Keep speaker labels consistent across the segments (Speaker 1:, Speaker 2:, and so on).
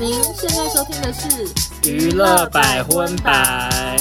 Speaker 1: 您现在收听的是《
Speaker 2: 娱乐百分百》。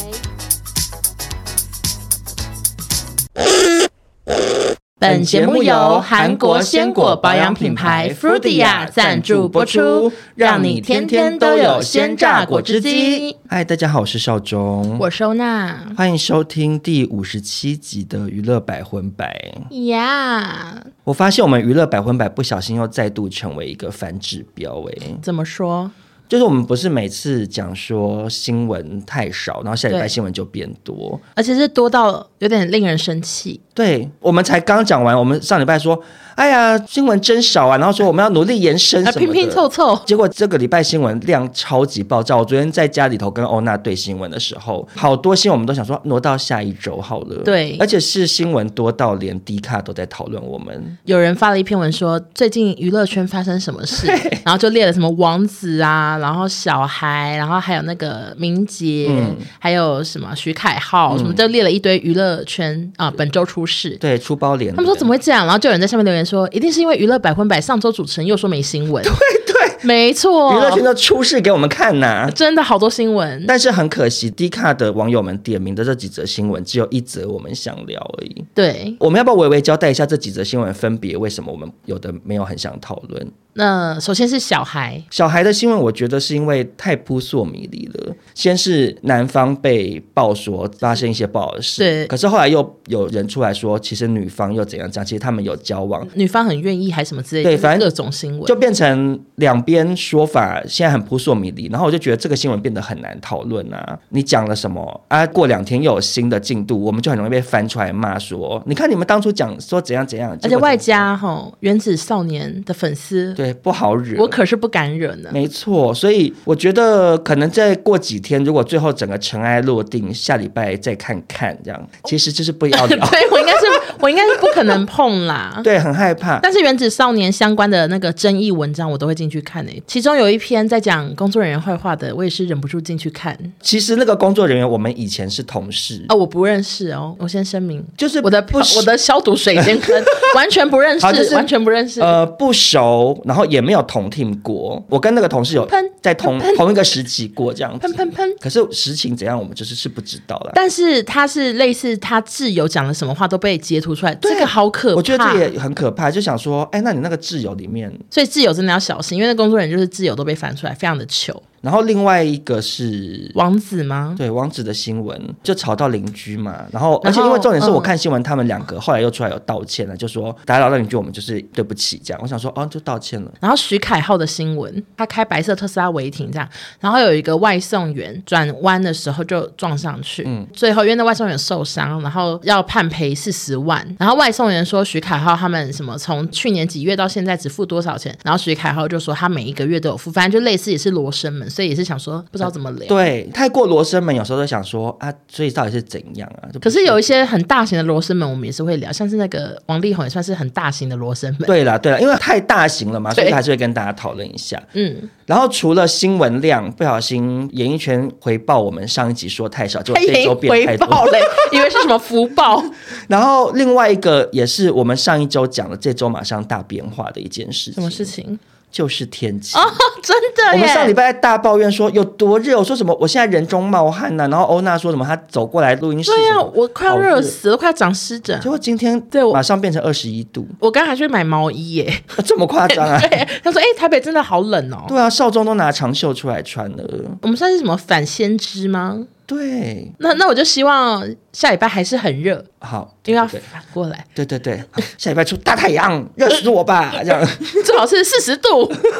Speaker 3: 本节目由韩国鲜果保养品牌 Frudia 赞助播出，让你天天都有鲜榨果汁机。
Speaker 2: 嗨，大家好，我是邵忠，
Speaker 3: 我收纳
Speaker 2: 欢迎收听第五十七集的娱乐百分百。
Speaker 3: 呀
Speaker 2: 我发现我们娱乐百分百不小心又再度成为一个反指标、欸，
Speaker 3: 怎么说？
Speaker 2: 就是我们不是每次讲说新闻太少，然后下礼拜
Speaker 3: 对
Speaker 2: 新闻就变多。
Speaker 3: 而且是多到有点令人生气。
Speaker 2: 对，我们才刚讲完，我们上礼拜说，哎呀，新闻真少啊，然后说我们要努力延伸
Speaker 3: 啊，
Speaker 2: 什
Speaker 3: 拼
Speaker 2: 么的。
Speaker 3: 拼凑凑，
Speaker 2: 结果这个礼拜新闻量超级爆炸。我昨天在家里头跟欧娜对新闻的时候，好多新闻我们都想说挪到下一周好了。
Speaker 3: 对
Speaker 2: 而且是新闻多到连迪卡都在讨论我们。
Speaker 3: 有人发了一篇文说最近娱乐圈发生什么事，然后就列了什么王子啊，然后小孩，然后还有那个明杰，
Speaker 2: 嗯
Speaker 3: 还有什么徐凯浩，什么就列了一堆娱乐圈啊、本周出事。
Speaker 2: 对，出包脸。
Speaker 3: 他们说怎么？会这样？然后就有人在下面留言说，一定是因为娱乐百分百上周主持人又说没新闻。对对，没错，
Speaker 2: 娱乐圈都出事给我们看呐、
Speaker 3: 真的好多新闻。
Speaker 2: 但是很可惜，迪卡的网友们点名的这几则新闻，只有一则我们想聊而已。
Speaker 3: 对，
Speaker 2: 我们要不要微微交代一下这几则新闻分别为什么我们有的没有很想讨论？
Speaker 3: 那首先是小孩，
Speaker 2: 小孩的新闻，我觉得是因为太扑朔迷离了。先是男方被爆说发生一些不好的事，
Speaker 3: 对
Speaker 2: 可是后来又有人出来说，其实女方又怎样怎样，其实他们有交往，
Speaker 3: 女方很愿意还是什么之类的，
Speaker 2: 对反正
Speaker 3: 各种新闻。
Speaker 2: 就变成两边说法现在很扑朔迷离。然后我就觉得这个新闻变得很难讨论啊！你讲了什么啊？过两天又有新的进度，我们就很容易被翻出来骂说，你看你们当初讲说怎样怎样，
Speaker 3: 而
Speaker 2: 结
Speaker 3: 且
Speaker 2: 果
Speaker 3: 外
Speaker 2: 怎
Speaker 3: 加吼原子少年的粉丝，
Speaker 2: 对不好惹，
Speaker 3: 我可是不敢惹呢。
Speaker 2: 没错，所以我觉得可能再过几天，如果最后整个尘埃落定，下礼拜再看看这
Speaker 3: 哦
Speaker 2: 样。其实就是不要聊，
Speaker 3: 对我应该是我应该是不可能碰啦。
Speaker 2: 啊对，啊很害怕。
Speaker 3: 但是原子少年相关的那个争议文章，我都会进去看诶、其中有一篇在讲工作人员坏话的，我也是忍不住进去看。
Speaker 2: 其实那个工作人员，我们以前是同事，
Speaker 3: 啊，我不认识哦，我先声明，
Speaker 2: 就是
Speaker 3: 我的
Speaker 2: 不
Speaker 3: 我的消毒水先 跟完全不认识
Speaker 2: 好就，是
Speaker 3: 完全不认识。
Speaker 2: 呃不熟，然后也没有同 team 过。我跟那个同事有
Speaker 3: 喷
Speaker 2: 在同
Speaker 3: 喷
Speaker 2: 同一个时期过这样
Speaker 3: 喷
Speaker 2: 子，
Speaker 3: 喷喷！
Speaker 2: 可是实情怎样，我们就是是不知道的。
Speaker 3: 但是他是类似他挚友讲了什么话都被截图出来，这个好可怕。
Speaker 2: 啊我觉得这也很可怕，就想说，哎，那你那个挚友里面，
Speaker 3: 所以挚友真的要小心，因为那工作人员就是挚友都被翻出来，非常的糗。
Speaker 2: 然后另外一个是
Speaker 3: 王子吗？
Speaker 2: 对王子的新闻就吵到邻居嘛，然后而
Speaker 3: 然后
Speaker 2: 且因为重点是
Speaker 3: 嗯
Speaker 2: 我看新闻，他们两个后来又出来有道歉了，就说打扰到邻居，我们就是对不起这样。我想说，哦，就道歉了。
Speaker 3: 然后徐凯浩的新闻，他开白色特斯拉违停这样，然后有一个外送员转弯的时候就撞上去，
Speaker 2: 嗯
Speaker 3: 最后因为那外送员受伤，然后要判赔四十万，然后外送员说徐凯浩他们什么从去年几月到现在只付多少钱，然后徐凯浩就说他每一个月都有付，反正就类似也是罗生门，所以也是想说不知道怎么聊。
Speaker 2: 对，太过罗生门，有时候都想说啊，所以到底是怎样啊？就不
Speaker 3: 可是有一些很大型的罗生门，我们也是会聊，像是那个王力宏也算是很大型的罗生门。
Speaker 2: 对啦，对啦，因为太大型了嘛，所以
Speaker 3: 对
Speaker 2: 还是会跟大家讨论一下。
Speaker 3: 嗯，
Speaker 2: 然后除了新闻量，不小心演艺圈回报我们上一集说太少，结果
Speaker 3: 他
Speaker 2: 这
Speaker 3: 已
Speaker 2: 一周
Speaker 3: 经
Speaker 2: 变太
Speaker 3: 回
Speaker 2: 多。
Speaker 3: 报嘞，以为是什么福 报。
Speaker 2: 然后另外一个也是我们上一周讲了，这周马上大变化的一件事情，
Speaker 3: 什么事情？哦
Speaker 2: 就是天气。
Speaker 3: 真的耶！
Speaker 2: 我们上礼拜大抱怨说有多热，我说什么我现在人中冒汗呐、然后欧娜说什么她走过来录音室，
Speaker 3: 对
Speaker 2: 什
Speaker 3: 呀、
Speaker 2: 么
Speaker 3: 我快要
Speaker 2: 好
Speaker 3: 热死了，快要长湿疹
Speaker 2: 结。果今天
Speaker 3: 对我
Speaker 2: 马上变成二十一度、
Speaker 3: 我刚才还去买毛衣耶，
Speaker 2: 啊这么夸张啊？
Speaker 3: 对，他说：“哎、台北真的好冷哦。
Speaker 2: 对啊，少中都拿长袖出来穿了”。
Speaker 3: 我们算是什么反先知吗？
Speaker 2: 对，
Speaker 3: 那那我就希望下礼拜还是很热，
Speaker 2: 好，
Speaker 3: 因为要
Speaker 2: 对
Speaker 3: 反过来，
Speaker 2: 对对对，好下礼拜出大太阳，热死我吧！这 样，
Speaker 3: 最好是四十度。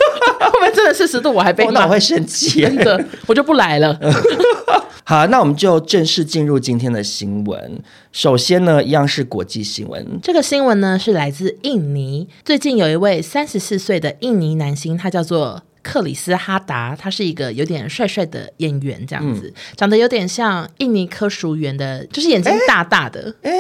Speaker 3: 后面真的四十度，我还被
Speaker 2: 我那
Speaker 3: 骂
Speaker 2: 我，会生气。
Speaker 3: 真的，我就不来了。
Speaker 2: 好，那我们就正式进入今天的新闻。首先呢，一样是国际新闻，
Speaker 3: 这个新闻呢是来自印尼，最近有一位三十四岁的印尼男星，他叫做。克里斯哈达，他是一个有点帅帅的演员，这样
Speaker 2: 嗯
Speaker 3: 子、长得有点像印尼科属员的，就是眼睛大大的，
Speaker 2: 哎，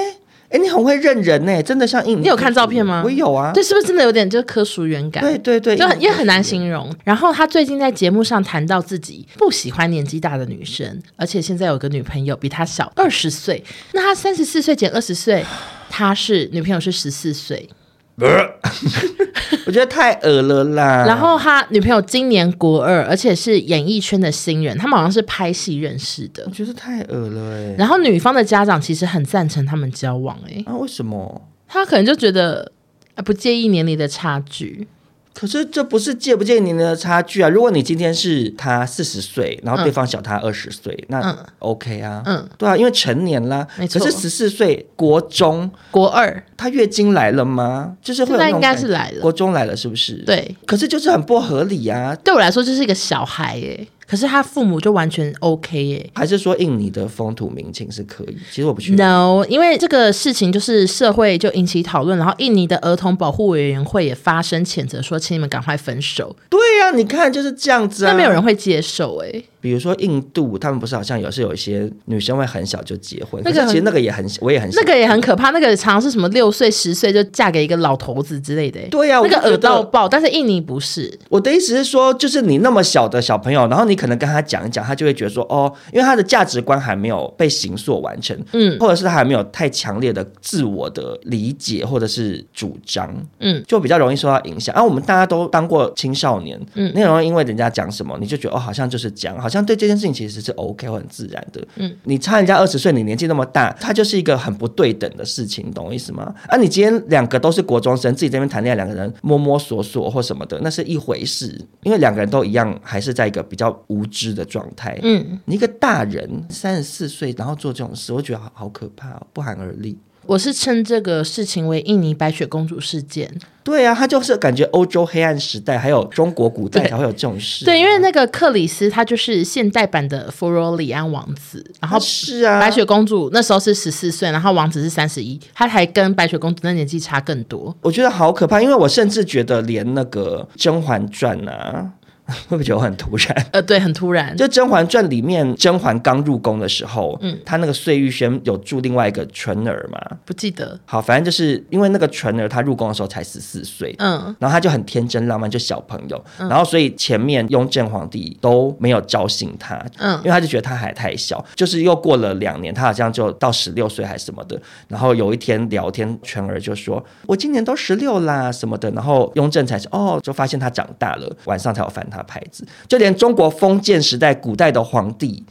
Speaker 2: 你很会认人呢、真的像印尼。
Speaker 3: 你有看照片吗
Speaker 2: 我有啊。
Speaker 3: 对，是不是真的有点就是科属员感？
Speaker 2: 对对对，
Speaker 3: 就很也很难
Speaker 2: 形容。
Speaker 3: 形容。然后他最近在节目上谈到自己不喜欢年纪大的女生，而且现在有个女朋友比他小二十岁，那他三十四岁减二十岁，他是女朋友是十四岁。
Speaker 2: 我觉得太恶了啦。
Speaker 3: 然后他女朋友今年国二，而且是演艺圈的新人，他们好像是拍戏认识的
Speaker 2: 我。觉得太恶了哎、
Speaker 3: 然后女方的家长其实很赞成他们交往、欸，
Speaker 2: 啊，为什么？
Speaker 3: 他可能就觉得、呃、不介意年龄的差距，
Speaker 2: 可是这不是介不介意年龄的差距啊！如果你今天是他四十岁，然后对方小他二十岁，
Speaker 3: 嗯
Speaker 2: 那 OK 啊，
Speaker 3: 嗯，
Speaker 2: 对啊，因为成年啦。
Speaker 3: 没错
Speaker 2: 可是十四岁国中，
Speaker 3: 国二
Speaker 2: 他月经来了吗？就是会有
Speaker 3: 现在
Speaker 2: 那种
Speaker 3: 应该
Speaker 2: 感
Speaker 3: 是
Speaker 2: 觉
Speaker 3: 来了
Speaker 2: 国中来了是不是？。
Speaker 3: 对。
Speaker 2: 可是就是很不合理啊！
Speaker 3: 对我来说就是一个小孩耶、可是他父母就完全 OK 欸耶、
Speaker 2: 还是说印尼的风土民情是可以？其实我不确定。
Speaker 3: No，因为这个事情就是社会就引起讨论，然后印尼的儿童保护委员会也发声谴责说，请你们赶快分手。
Speaker 2: 对呀、啊，你看就是这样子啊。
Speaker 3: 但没有人会接受哎、
Speaker 2: 比如说印度，他们不是好像有是有一些女生会很小就结婚，
Speaker 3: 那个
Speaker 2: 可是其实
Speaker 3: 很
Speaker 2: 那个也很，我也很小
Speaker 3: 那个也很可怕，那个常常是什么六岁、十岁就嫁给一个老头子之类的、欸。
Speaker 2: 对呀、啊
Speaker 3: 那个
Speaker 2: 我就觉
Speaker 3: 耳
Speaker 2: 得
Speaker 3: 到爆，但是印尼不是，
Speaker 2: 我的意思是说，就是你那么小的小朋友，然后你可能跟他讲一讲，他就会觉得说，哦，因为他的价值观还没有被形塑完成，
Speaker 3: 嗯
Speaker 2: 或者是他还没有太强烈的自我的理解或者是主张，
Speaker 3: 嗯，
Speaker 2: 就比较容易受到影响。啊，我们大家都当过青少年，
Speaker 3: 嗯
Speaker 2: 你很容易因为人家讲什么，你就觉得哦，好像就是讲，好像对这件事情其实是 OK 或很自然的，
Speaker 3: 嗯，
Speaker 2: 你差人家二十岁，你年纪那么大，它就是一个很不对等的事情，懂我意思吗？啊，你今天两个都是国中生，自己这边谈恋爱，两个人摸摸索索或什么的，那是一回事，因为两个人都一样，还是在一个比较无知的状态，
Speaker 3: 嗯，
Speaker 2: 你一个大人三十四岁，然后做这种事，我觉得好好可怕、哦，不寒而栗。
Speaker 3: 我是称这个事情为印尼白雪公主事件。
Speaker 2: 对啊，他就是感觉欧洲黑暗时代，还有中国古代
Speaker 3: 对
Speaker 2: 才会有这种事啊、
Speaker 3: 对，因为那个克里斯他就是现代版的佛罗里安王子，然后
Speaker 2: 他是啊，
Speaker 3: 白雪公主那时候是十四岁，然后王子是三十一，他还跟白雪公主那年纪差更多。
Speaker 2: 我觉得好可怕，因为我甚至觉得连那个《甄嬛传》啊， 会不会觉得我很突然？
Speaker 3: 呃，对，很突然，
Speaker 2: 就《甄嬛传》里面，甄嬛刚入宫的时候，嗯，她那个碎玉轩有住另外一个纯儿嘛。
Speaker 3: 不记得。
Speaker 2: 好，反正就是因为那个纯儿她入宫的时候才十四岁，
Speaker 3: 嗯，
Speaker 2: 然后他就很天真浪漫，就小朋友。然后所以前面雍正皇帝都没有招幸他，
Speaker 3: 嗯
Speaker 2: 因为他就觉得他还太小。就是又过了两年，他好像就到十六岁还什么的。然后有一天聊天，全儿就说：“我今年都十六啦什么的。”然后雍正才说：“哦，就发现他长大了，晚上才有翻他牌子。”就连中国封建时代古代的皇帝。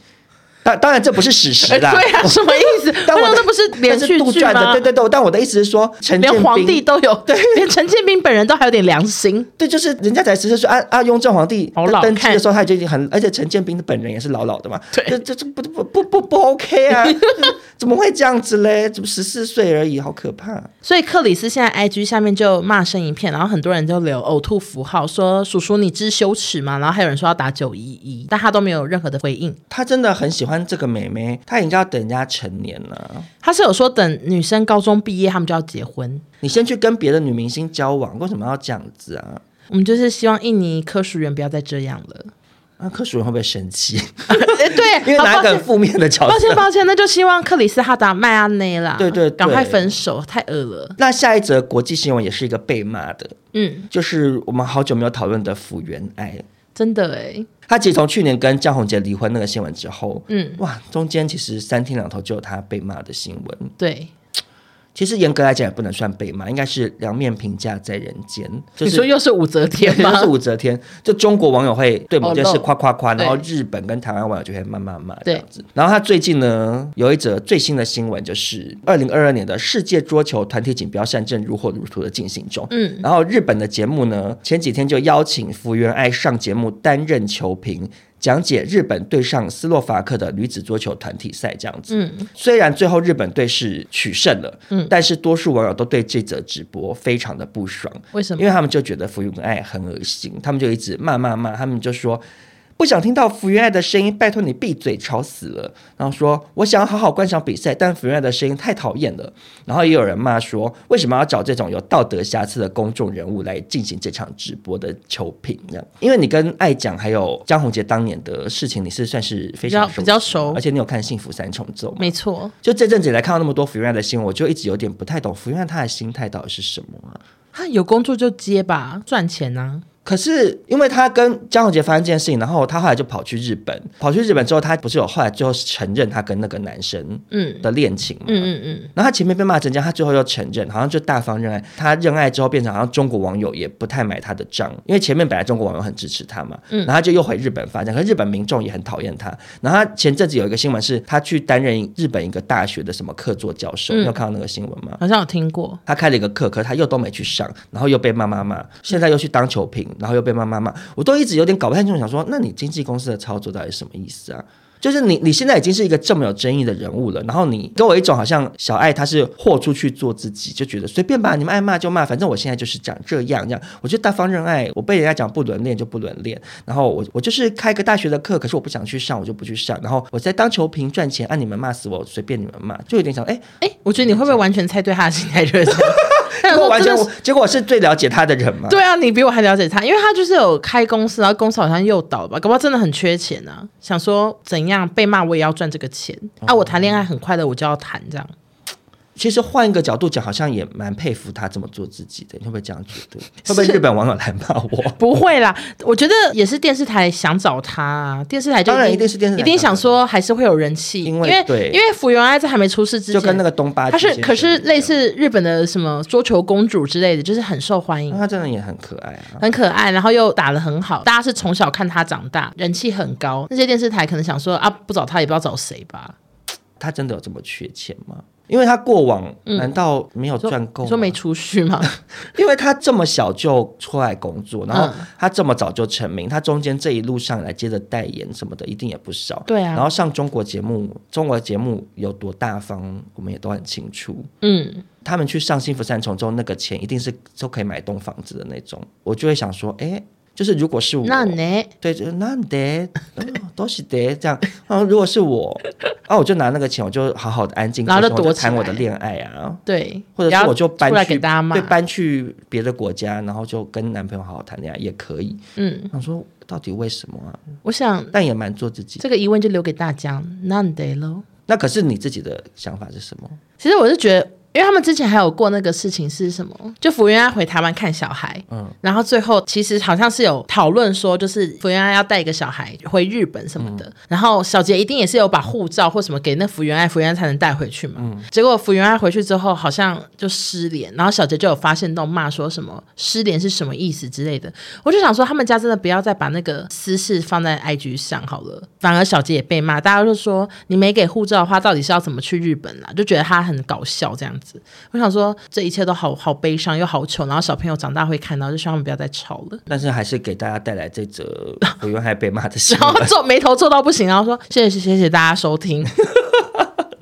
Speaker 2: 当当然这不是史实
Speaker 3: 呃
Speaker 2: 啦，
Speaker 3: 对啊，什么意思？
Speaker 2: 但我
Speaker 3: 那
Speaker 2: 的
Speaker 3: 那不是连续
Speaker 2: 那是杜
Speaker 3: 剧
Speaker 2: 撰的，
Speaker 3: 吗
Speaker 2: 对？对对。但我的意思是说，陈建
Speaker 3: 连
Speaker 2: 斌
Speaker 3: 皇帝都 有，对，连陈建斌本人都还有点良心。
Speaker 2: 对，就是人家才十四岁，啊啊，雍正皇帝
Speaker 3: 好老
Speaker 2: 登基的
Speaker 3: 看
Speaker 2: 时候，他就已经很，而且陈建斌的本人也是老老的嘛，
Speaker 3: 对
Speaker 2: 这这这不不不不不 OK 啊，就是怎么会这样子嘞？怎么十四岁而已，好可怕！
Speaker 3: 所以克里斯现在 IG 下面就骂声一片，然后很多人就留呕吐符号，说叔叔你知羞耻吗？然后还有人说要打九一一，但他都没有任何的回应。
Speaker 2: 他真的很喜欢这个妹妹，他应该要等人家成年了、
Speaker 3: 他是有说等女生高中毕业，他们就要结婚。
Speaker 2: 你先去跟别的女明星交往，为什么要这样子啊？
Speaker 3: 我们就是希望印尼科属员不要再这样 了。
Speaker 2: 那柯楚人会不会生气？
Speaker 3: 哎，对，
Speaker 2: 因为
Speaker 3: 好
Speaker 2: 拿一
Speaker 3: 抱
Speaker 2: 个
Speaker 3: 歉
Speaker 2: 很负面的角
Speaker 3: 抱歉，
Speaker 2: 色。
Speaker 3: 抱歉，那就希望克里斯哈达迈阿内啦。
Speaker 2: 对对对
Speaker 3: 赶快分手，太恶了。
Speaker 2: 那下一则国际新闻也是一个被骂的，
Speaker 3: 嗯，
Speaker 2: 就是我们好久没有讨论的福原爱。
Speaker 3: 真的哎，
Speaker 2: 他其实从去年跟江宏杰离婚那个新闻之后，
Speaker 3: 嗯，
Speaker 2: 哇，中间其实三天两头就有他被骂的新闻。
Speaker 3: 对，
Speaker 2: 其实严格来讲也不能算被骂，应该是两面评价在人间，就
Speaker 3: 你说
Speaker 2: 是。
Speaker 3: 又是武则天
Speaker 2: 就
Speaker 3: 吗
Speaker 2: 是？武则天，就中国网友会对某件
Speaker 3: 哦
Speaker 2: 事
Speaker 3: 漏
Speaker 2: 夸夸夸，
Speaker 3: 对
Speaker 2: 然后日本跟台湾网友就会骂骂骂这
Speaker 3: 对
Speaker 2: 样子。然后他最近呢有一则最新的新闻，就是二零二二年的世界桌球团体锦标赛正如火如荼的进行中。
Speaker 3: 嗯，
Speaker 2: 然后日本的节目呢，前几天就邀请福原爱上节目担任球评，讲解日本对上斯洛伐克的女子桌球团体赛这样子。
Speaker 3: 嗯，
Speaker 2: 虽然最后日本队是取胜了，嗯，但是多数网友都对这则直播非常的不爽，
Speaker 3: 为什
Speaker 2: 因
Speaker 3: 么？
Speaker 2: 为他们就觉得福原爱很恶心，他们就一直骂骂骂，他们就说。不想听到福原爱的声音，拜托你闭嘴，吵死了。然后说我想好好观赏比赛，但福原爱的声音太讨厌了。然后也有人骂说，为什么要找这种有道德瑕疵的公众人物来进行这场直播的球评？这样，因为你跟爱讲还有江宏杰当年的事情，你是算是非常
Speaker 3: 比较比较
Speaker 2: 悉的
Speaker 3: 熟
Speaker 2: 而且你有看《幸福三重奏》吗？
Speaker 3: 没错，
Speaker 2: 就这阵子以来看到那么多福原爱的新闻，我就一直有点不太懂福原爱她的心态到底是什么啊、
Speaker 3: 他有工作就接吧，赚钱啊。
Speaker 2: 可是因为他跟江宏杰发生这件事情，然后他后来就跑去日本，跑去日本之后，他不是有后来最后承认他跟那个男生
Speaker 3: 嗯
Speaker 2: 的恋情嘛？
Speaker 3: 嗯嗯嗯，
Speaker 2: 然后他前面被骂成这样，他最后又承认，好像就大方认爱。他认爱之后，变成好像中国网友也不太买他的账，因为前面本来中国网友很支持他嘛，然后他就又回日本发展，可是日本民众也很讨厌他。然后他前阵子有一个新闻是，他去担任日本一个大学的什么客座教授，你有看到那个新闻吗？
Speaker 3: 好像有听过。
Speaker 2: 他开了一个课，可是他又都没去上，然后又被妈妈骂，现在又去当球评，然后又被妈妈骂，我都一直有点搞不太清楚，想说，那你经纪公司的操作到底是什么意思啊？就是你，你现在已经是一个这么有争议的人物了，然后你给我一种好像小爱她是豁出去做自己，就觉得随便吧，你们爱骂就骂，反正我现在就是长这样这样，我就大方认爱，我被人家讲不伦恋就不伦恋，然后我我就是开个大学的课，可是我不想去上，我就不去上，然后我在当球评赚钱，按、你们骂死我，随便你们骂，就有点想，哎，
Speaker 3: 哎、我觉得你会不会完全猜对他的心态 就是这样？他想
Speaker 2: 结果
Speaker 3: 说
Speaker 2: 完
Speaker 3: 这
Speaker 2: 全
Speaker 3: 个
Speaker 2: 我结果我是最了解他的人嘛，
Speaker 3: 对啊，你比我还了解他，因为他就是有开公司，然后公司好像又倒了吧，搞不好真的很缺钱啊。想说怎样被骂我也要赚这个钱、
Speaker 2: 哦
Speaker 3: 啊，我谈恋爱很快乐，我就要谈这样。
Speaker 2: 其实换一个角度讲，好像也蛮佩服他这么做自己的。你会不会这样觉 得？会不会日本网友来骂我？
Speaker 3: 不会啦，我觉得也是电视台想找他啊，电视台就
Speaker 2: 当然
Speaker 3: 一
Speaker 2: 一定是电视台
Speaker 3: 一定
Speaker 2: 想
Speaker 3: 想说还是会有人气，
Speaker 2: 因为
Speaker 3: 因
Speaker 2: 对
Speaker 3: 为因为福原爱在还没出事之前，
Speaker 2: 就跟那个东巴
Speaker 3: 她
Speaker 2: 之
Speaker 3: 是
Speaker 2: 前一样，
Speaker 3: 可是类似日本的什么桌球公主之类的，就是很受欢迎
Speaker 2: 啊那，他真的也很可爱啊。
Speaker 3: 很可爱，然后又打得很好，大家是从小看她长大，人气很高。那些电视台可能想说啊，不找她也不知道找谁吧，
Speaker 2: 他真的有这么缺钱吗？因为他过往难道没有
Speaker 3: 说
Speaker 2: 赚够、
Speaker 3: 嗯你说没？储蓄 吗？
Speaker 2: 因为他这么小就出来工作，然后
Speaker 3: 嗯
Speaker 2: 他这么早就成名，他中间这一路上来接着代言什么的，一定也不少。
Speaker 3: 对啊
Speaker 2: 然后上中国节目，中国节目有多大方，我们也都很清楚。
Speaker 3: 嗯，
Speaker 2: 他们去上幸福三重之后，那个钱一定是都可以买栋房子的那种。我就会想说，哎，就是如果是我，
Speaker 3: 那呢？
Speaker 2: 对，就那得哦都是得这样。然后如果是我，啊，我就拿那个钱，我就好好的安静，
Speaker 3: 然后就
Speaker 2: 我
Speaker 3: 躲起
Speaker 2: 谈我的
Speaker 3: 来
Speaker 2: 恋爱啊。
Speaker 3: 对，
Speaker 2: 或者
Speaker 3: 然
Speaker 2: 是
Speaker 3: 后
Speaker 2: 我就搬
Speaker 3: 出来
Speaker 2: 去
Speaker 3: 给大家骂
Speaker 2: 对，，搬去别的国家，然后就跟男朋友好好谈恋爱也可以。
Speaker 3: 嗯，
Speaker 2: 想说到底为什么啊？
Speaker 3: 我想
Speaker 2: 但也蛮做自己。
Speaker 3: 这个疑问就留给大家，那得喽。
Speaker 2: 那可是你自己的想法是什么？
Speaker 3: 其实我是觉得，因为他们之前还有过那个事情是什么？就福原爱回台湾看小孩，嗯，然后最后其实好像是有讨论说，就是福原爱要带一个小孩回日本什么的，然后小杰一定也是有把护照或什么给那福原爱，福原爱才能带回去嘛。结果福原爱回去之后好像就失联，然后小杰就有发现到骂说什么失联是什么意思之类的。我就想说，他们家真的不要再把那个私事放在 IG 上好了，反而小杰也被骂，大家就说你没给护照的话，到底是要怎么去日本啊啦？就觉得他很搞笑这样子。我想说，这一切都好好悲伤又好糗，然后小朋友长大会看到，就希望他们不要再吵了。
Speaker 2: 但是还是给大家带来这则我原来被骂的新
Speaker 3: 然后
Speaker 2: 闻。
Speaker 3: 皱眉头皱到不行，然后说谢谢谢谢大家收听，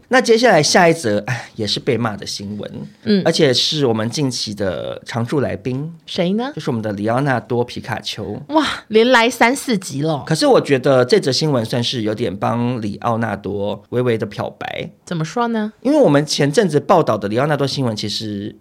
Speaker 2: 那接下来下一则，哎，也是被骂的新闻，嗯，而且是我们近期的常驻来宾，
Speaker 3: 谁呢？
Speaker 2: 就是我们的里奥纳多·皮卡丘。
Speaker 3: 哇，连来三四集了，
Speaker 2: 可是我觉得这则新闻算是有点帮里奥纳多微微的漂白，
Speaker 3: 怎么说呢？
Speaker 2: 因为我们前阵子报道的里奥纳多新闻，其实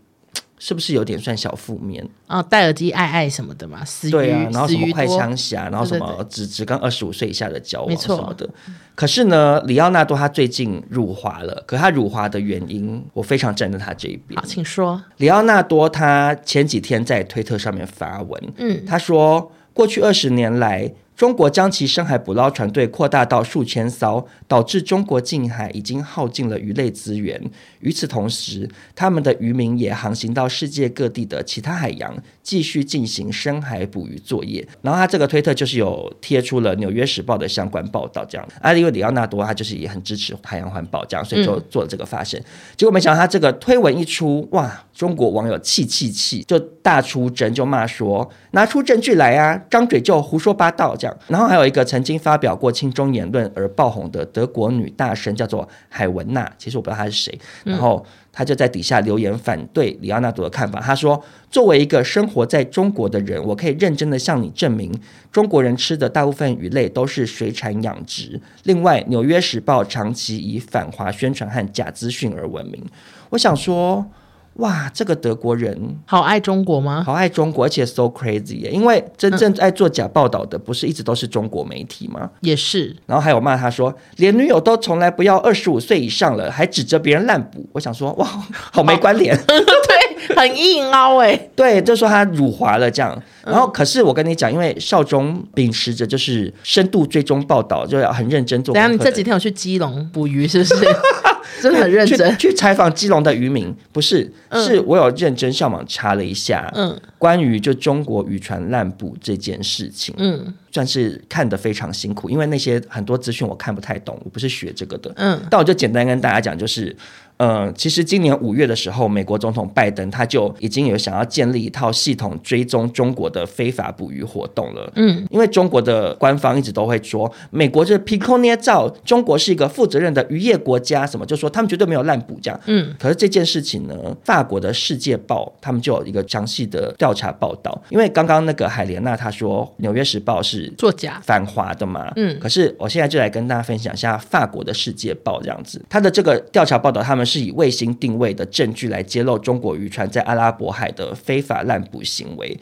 Speaker 2: 是不是有点算小负面？
Speaker 3: 啊、戴耳机爱爱什么的嘛，死鱼，
Speaker 2: 对啊，然后
Speaker 3: 死
Speaker 2: 什
Speaker 3: 鱼
Speaker 2: 么快
Speaker 3: 多
Speaker 2: 枪侠，然后什
Speaker 3: 对
Speaker 2: 么只只跟二十五岁以下的交
Speaker 3: 没
Speaker 2: 往
Speaker 3: 错
Speaker 2: 什么的。可是呢，里奥纳多他最近辱华了，可他辱华的原因，我非常站在他这一边
Speaker 3: 好，。请说。
Speaker 2: 里奥纳多他前几天在推特上面发文，
Speaker 3: 嗯
Speaker 2: 他说，过去二十年来，中国将其深海捕捞船队扩大到数千艘，导致中国近海已经耗尽了鱼类资源。与此同时，他们的渔民也航行到世界各地的其他海洋，继续进行深海捕鱼作业。然后他这个推特就是有贴出了《纽约时报》的相关报道，这样。啊，因为里奥纳多他就是也很支持海洋环保，这样，所以就做了这个发声。结果没想到他这个推文一出，哇，中国网友气气气，就大出征，就骂说拿出证据来啊，张嘴就胡说八道这样。然后还有一个曾经发表过亲中言论而爆红的德国女大神叫做海文娜，其实我不知道她是谁，然后她就在底下留言反对里奥纳多的看法，她说。作为一个生活在中国的人，我可以认真的向你证明，中国人吃的大部分鱼类都是水产养殖。另外，《纽约时报》长期以反华宣传和假资讯而闻名。我想说，哇，这个德国人
Speaker 3: 好爱中国吗？
Speaker 2: 好爱中国，而且 so crazy 耶！因为真正爱做假报道的，不是一直都是中国媒体吗？
Speaker 3: 也是，
Speaker 2: 然后还有骂他说，连女友都从来不要二十五岁以上了，还指着别人滥捕。我想说，哇，好没关联。
Speaker 3: 对，很硬凹哎、
Speaker 2: 对，就说他辱华了这样。
Speaker 3: 嗯
Speaker 2: 然后，可是我跟你讲，因为少中秉持着就是深度追踪报道，就要很认真做
Speaker 3: 等一
Speaker 2: 功
Speaker 3: 下
Speaker 2: 课
Speaker 3: 你
Speaker 2: 的。
Speaker 3: 这几天有去基隆捕鱼是不是？真的很认真。
Speaker 2: 去去采访基隆的渔民，不是，
Speaker 3: 嗯
Speaker 2: 是我有认真上网查了一下，
Speaker 3: 嗯
Speaker 2: 关于就中国渔船滥捕这件事情，
Speaker 3: 嗯
Speaker 2: 算是看得非常辛苦，因为那些很多资讯我看不太懂，我不是学这个的，
Speaker 3: 嗯
Speaker 2: 但我就简单跟大家讲，就是，呃，其实今年五月的时候，美国总统拜登他就已经有想要建立一套系统追踪中国的非法捕鱼活动了。
Speaker 3: 嗯，
Speaker 2: 因为中国的官方一直都会说，美国就是凭空捏造，中国是一个负责任的渔业国家，什么就说他们绝对没有滥捕这样。
Speaker 3: 嗯，
Speaker 2: 可是这件事情呢，法国的《世界报》他们就有一个详细的调查报道，因为刚刚那个海莲娜她说，《纽约时报》是
Speaker 3: 作假。
Speaker 2: 反华的嘛。
Speaker 3: 嗯
Speaker 2: 可是我现在就来跟大家分享一下法国的《世界报》这样子，它的这个调查报道，他们是以卫星定位的证据来揭露中国渔船在阿拉伯海的非法滥捕行为。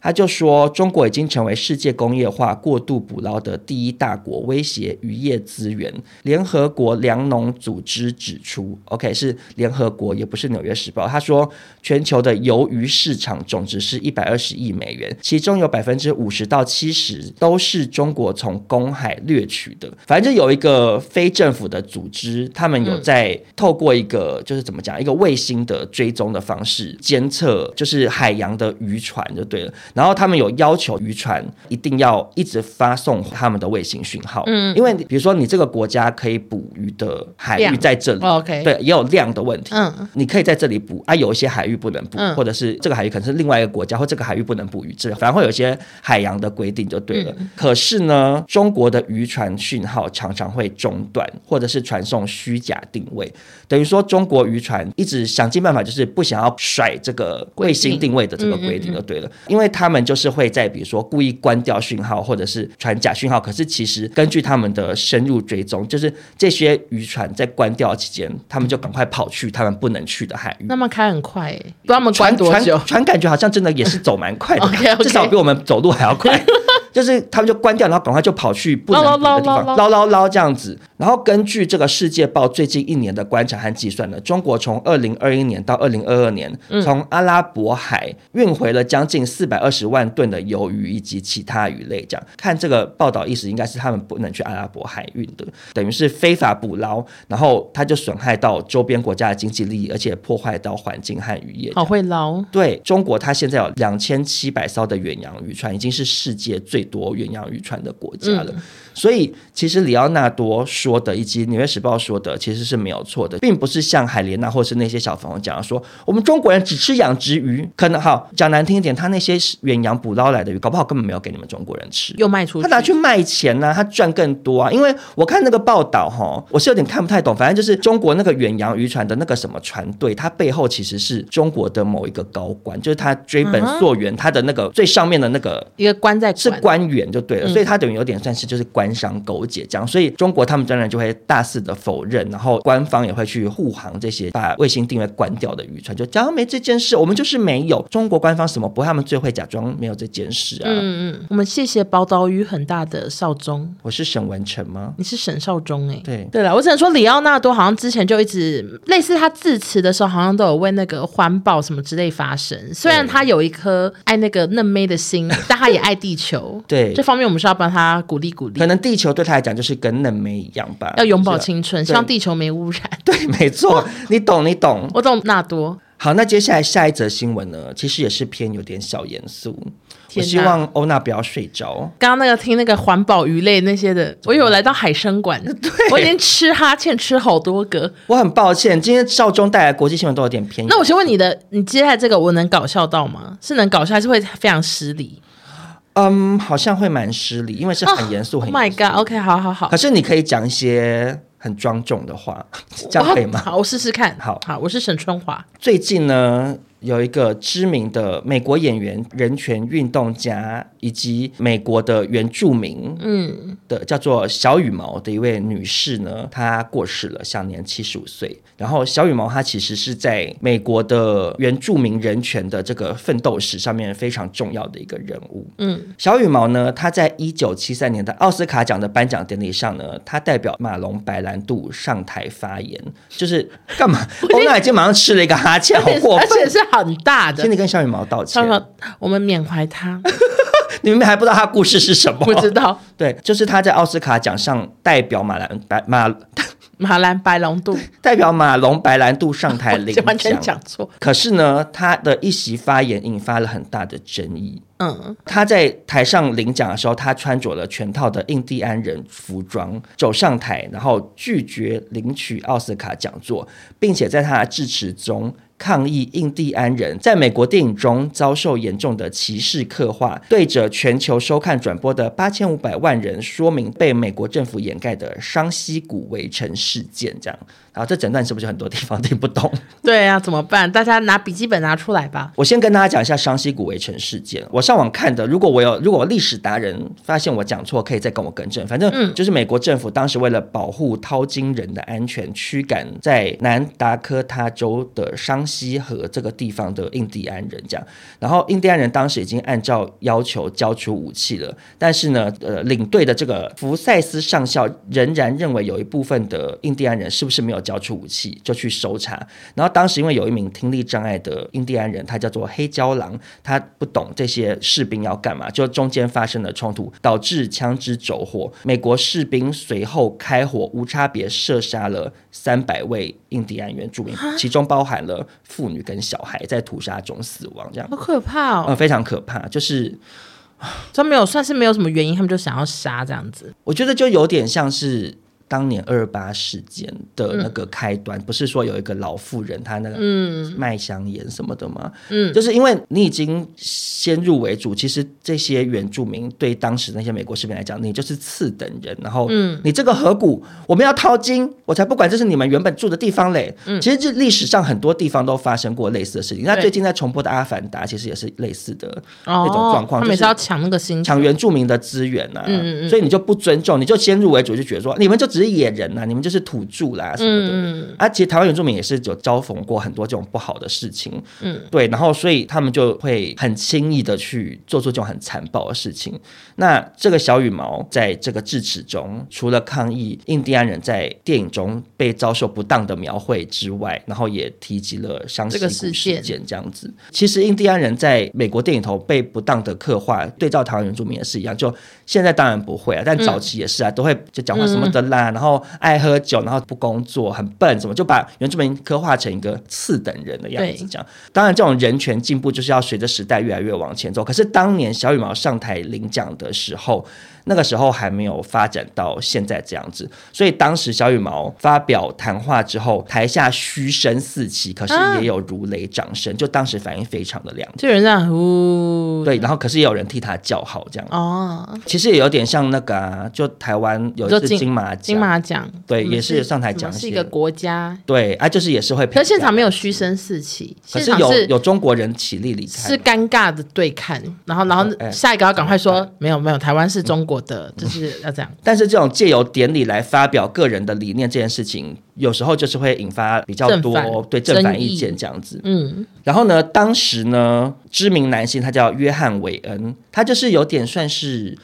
Speaker 2: 他就说，中国已经成为世界工业化过度捕捞的第一大国，威胁渔业资源。联合国粮农组织指出，OK，是联合国，也不是《纽约时报》。他说，全球的鱿鱼市场总值是一百二十亿美元，其中有百分之五十到七十都是中国从公海掠取的。反正有一个非政府的组织，他们
Speaker 3: 嗯
Speaker 2: 有在透过一个、就是怎么讲，一个卫星的追踪的方式监测，就是海洋的渔船就对了。然后他们有要求渔船一定要一直发送他们的卫星讯号，嗯，因为比如说你这个国家可以捕鱼的海域
Speaker 3: 量哦
Speaker 2: 在这里，
Speaker 3: OK
Speaker 2: 对，也有量的问题，
Speaker 3: 嗯
Speaker 2: 你可以在这里捕啊，有一些海域不能捕，
Speaker 3: 嗯
Speaker 2: 或者是这个海域可能是另外一个国家，或这个海域不能捕鱼之类，反正会有一些海洋的规定就对了。可是呢，中国的渔船讯号常常会中断，或者是传送虚假定位，等于说中国渔船一直想尽办法，就是不想要甩这个卫星定嗯位的这个规定就对了，因为他们就是会在比如说故意关掉讯号，或者是传假讯号，可是其实根据他们的深入追踪，就是这些渔船在关掉期间，他们就赶快跑去他们不能去的海域
Speaker 3: 那。么开很快、欸，不知道他们
Speaker 2: 船
Speaker 3: 关多久
Speaker 2: 船？船感觉好像真的也是走蛮快的
Speaker 3: OK，OK
Speaker 2: 至少比我们走路还要快。就是他们就关掉，然后赶快就跑去不能
Speaker 3: 捞
Speaker 2: 捕的地方，
Speaker 3: 捞捞
Speaker 2: 捞捞捞这样子。然后根据这个《世界报》最近一年的观察和计算呢，中国从二零二一年到二零二二年，从阿拉伯海运回了将近四百二十万吨的鱿鱼以及其他鱼类。这样看这个报道意思，应该是他们不能去阿拉伯海运的，等于是非法捕捞，然后它就损害到周边国家的经济利益，而且破坏到环境和渔业。
Speaker 3: 好会捞，
Speaker 2: 对中国，它现在有两千七百艘的远洋渔船，已经是世界最多远洋渔船的国家了。所以，其实里奥纳多说的以及《纽约时报》说的，其实是没有错的，并不是像海莲娜啊或是那些小粉红讲的说，我们中国人只吃养殖鱼。可能好讲难听一点，他那些远洋捕捞来的鱼，搞不好根本没有给你们中国人吃。
Speaker 3: 又卖出去
Speaker 2: 他。拿去卖钱呐、他赚更多啊。因为我看那个报道哈，我是有点看不太懂，反正就是中国那个远洋渔船的那个什么船队，它背后其实是中国的某一个高官，就是他追本
Speaker 3: 嗯
Speaker 2: 溯源，他的那个最上面的那个。
Speaker 3: 一个关在
Speaker 2: 是
Speaker 3: 管，
Speaker 2: 官员就对了，
Speaker 3: 嗯
Speaker 2: 所以他等于有点算是就是官商勾结这样，所以中国他们当然就会大肆的否认，然后官方也会去护航这些把卫星定位关掉的渔船，就假装没这件事，我们就是没有。中国官方什么不会，他们最会假装没有这件事啊。
Speaker 3: 嗯嗯，我们谢谢宝岛屿很大的少宗，
Speaker 2: 我是沈文成吗？
Speaker 3: 你是沈少宗哎、
Speaker 2: 对
Speaker 3: 对了，我只能说里奥纳多好像之前就一直类似他致辞的时候，好像都有为那个环保什么之类发声。虽然他有一颗爱那个嫩妹的 心，但他也爱地球。
Speaker 2: 对
Speaker 3: 这方面我们是要帮他鼓励鼓励
Speaker 2: 可，能地球对他来讲就是跟嫩妹一样吧，
Speaker 3: 要永葆
Speaker 2: 是吧。
Speaker 3: 青春，
Speaker 2: 对
Speaker 3: 希望地球没污染。
Speaker 2: 对， 没错，你懂，你懂。
Speaker 3: 我懂纳多，
Speaker 2: 好，那接下来下一则新闻呢，其实也是偏有点小严肃。我
Speaker 3: 天哪
Speaker 2: 希望欧娜不要睡着。
Speaker 3: 刚刚那个听那个环保鱼类那些的，我有来到海参馆， 我已经吃哈欠吃好多个。
Speaker 2: 我很抱歉，今天少中带来的国际新闻都有点偏。
Speaker 3: 那我先问你的，你接下来这个我能搞笑到吗？是能搞笑，还是会非常失礼？
Speaker 2: 嗯，好像会蛮失礼，因为是很严肃，
Speaker 3: Oh
Speaker 2: 很
Speaker 3: my
Speaker 2: 严肃。
Speaker 3: god！OK，、好好好
Speaker 2: 可，是你可以讲一些很庄重的 话，这样可以吗？
Speaker 3: 好，我试试看。
Speaker 2: 好
Speaker 3: 好，我是沈春华。
Speaker 2: 最近呢，有一个知名的美国演员、人权运动家、以及美国的原住民
Speaker 3: 嗯，
Speaker 2: 的叫做小羽毛的一位女士呢，她过世了，享年七十五岁。然后小羽毛她其实是在美国的原住民人权的这个奋斗史上面非常重要的一个人物。
Speaker 3: 嗯，
Speaker 2: 小羽毛呢，她在一九七三年的奥斯卡奖的颁奖典礼上呢，她代表马龙白兰度上台发言，就是干嘛？欧娜已经马上吃了一个哈欠，好过
Speaker 3: 而且
Speaker 2: 分！
Speaker 3: 是很大的
Speaker 2: 请。你跟小羽毛道歉
Speaker 3: 他，说：“我们缅怀 他，
Speaker 2: 你们还不知道她故事是什么？
Speaker 3: 不知道
Speaker 2: 对，就是她在奥斯卡奖上代表马兰白马
Speaker 3: 马兰白龙度，
Speaker 2: 代表马龙白兰度 上台领
Speaker 3: 完全
Speaker 2: 奖
Speaker 3: 讲。错。
Speaker 2: 可是呢，他的一席发言引发了很大的争议。
Speaker 3: 嗯，
Speaker 2: 他在台上领奖的时候，他穿着了全套的印第安人服装走上台，然后拒绝领取奥斯卡讲座，并且在他的致辞中抗议印第安人在美国电影中遭受严重的歧视刻画，对着全球收看转播的八千五百万人说明被美国政府掩盖的商西谷围城事件。这样，然后这整段是不是有很多地方听不懂？
Speaker 3: 对啊，怎么办？大家拿笔记本拿出来吧。
Speaker 2: 我先跟大家讲一下湘西古围城事件。我上网看的，如果我有如果我历史达人发现我讲错，可以再跟我更正。反正就是美国政府当时为了保护淘金人的安全，驱赶在南达科他州的湘西河这个地方的印第安人，这样。然后印第安人当时已经按照要求交出武器了，但是呢，呃，领队的这个福赛斯上校仍然认为有一部分的印第安人是不是没有交出武器，就去搜查。然后当时因为有一名听力障碍的印第安人，他叫做黑胶狼，他不懂这些士兵要干嘛，就中间发生了冲突，导致枪支走火。美国士兵随后开火，无差别射杀了三百位印第安原住民，其中包含了妇女跟小孩，在屠杀中死亡。这样
Speaker 3: 好，可怕
Speaker 2: 呃，
Speaker 3: 哦！
Speaker 2: 非常可怕。就是
Speaker 3: 他没有算是没有什么原因，他们就想要杀这样子。
Speaker 2: 我觉得就有点像是当年二八事件的那个开端，不是说有一个老妇人她那个
Speaker 3: 嗯
Speaker 2: 卖香烟什么的吗？
Speaker 3: 嗯，
Speaker 2: 就是因为你已经先入为主，其实这些原住民对当时那些美国士兵来讲，你就是次等人。然后，
Speaker 3: 嗯
Speaker 2: 你这个河谷，我们要掏金，我才不管这是你们原本住的地方嘞。其实这历史上很多地方都发生过类似的事情。那
Speaker 3: 嗯对
Speaker 2: 最近在重播的《阿凡达》其实也是类似的那
Speaker 3: 哦，
Speaker 2: 种状况，
Speaker 3: 他
Speaker 2: 就
Speaker 3: 们
Speaker 2: 是
Speaker 3: 是要抢那个星球
Speaker 2: 抢原住民的资源呐、
Speaker 3: 嗯嗯嗯
Speaker 2: 所以你就不尊重，你就先入为主就觉得说，你们就只是野人呐、你们就是土著啦什么的。
Speaker 3: 嗯嗯
Speaker 2: 啊，其实台湾原住民也是有遭逢过很多这种不好的事情，
Speaker 3: 嗯，
Speaker 2: 对，然后所以他们就会很轻易的去做出这种很残暴的事情。那这个小羽毛在这个致辞中，除了抗议印第安人在电影中被遭受不当的描绘之外，然后也提及了伤
Speaker 3: 这
Speaker 2: 心
Speaker 3: 个
Speaker 2: 事
Speaker 3: 事
Speaker 2: 件
Speaker 3: 件
Speaker 2: 这样子。其实印第安人在美国电影头被不当的刻画，对照台湾原住民也是一样，就现在当然不会啊，但早期也是啊，都会就讲话什么的啦，然后爱喝酒，然后不工作，很笨，怎么就把原住民刻画成一个次等人的样子
Speaker 3: 对
Speaker 2: 这样。当然，这种人权进步就是要随着时代越来越往前走。可是当年小羽毛上台领奖的时候，那个时候还没有发展到现在这样子，所以当时小羽毛发表谈话之后，台下嘘声四起，可是
Speaker 3: 啊
Speaker 2: 也有如雷掌声，就当时反应非常的亮。
Speaker 3: 就有人这样呼。
Speaker 2: 对，然后可是也有人替他叫好，这样。
Speaker 3: 哦，
Speaker 2: 其实也有点像那个、啊，就台湾有一
Speaker 3: 就
Speaker 2: 次
Speaker 3: 金
Speaker 2: 金马奖，
Speaker 3: 金马奖
Speaker 2: 对
Speaker 3: 我们
Speaker 2: 也是上台讲
Speaker 3: 我们是
Speaker 2: 一
Speaker 3: 一
Speaker 2: 些
Speaker 3: 个国家，
Speaker 2: 对啊，就是也是会评价。
Speaker 3: 可是现场没有嘘声四起，
Speaker 2: 可
Speaker 3: 现
Speaker 2: 是
Speaker 3: 场
Speaker 2: 有
Speaker 3: 是
Speaker 2: 有中国人起立离开
Speaker 3: 是，尴尬的对看，然后然
Speaker 2: 哎嗯
Speaker 3: 后下一个要赶快说没有没有，台湾是中国的，就是要这样。
Speaker 2: 但是这种借由典礼来发表个人的理念这件事情，有时候就是会引发比较
Speaker 3: 正
Speaker 2: 多
Speaker 3: 反
Speaker 2: 对正反
Speaker 3: 争
Speaker 2: 意
Speaker 3: 议
Speaker 2: 见这样子。
Speaker 3: 嗯，
Speaker 2: 然后呢，当时呢，知名男星他叫约翰·韦恩，他就是有点算是。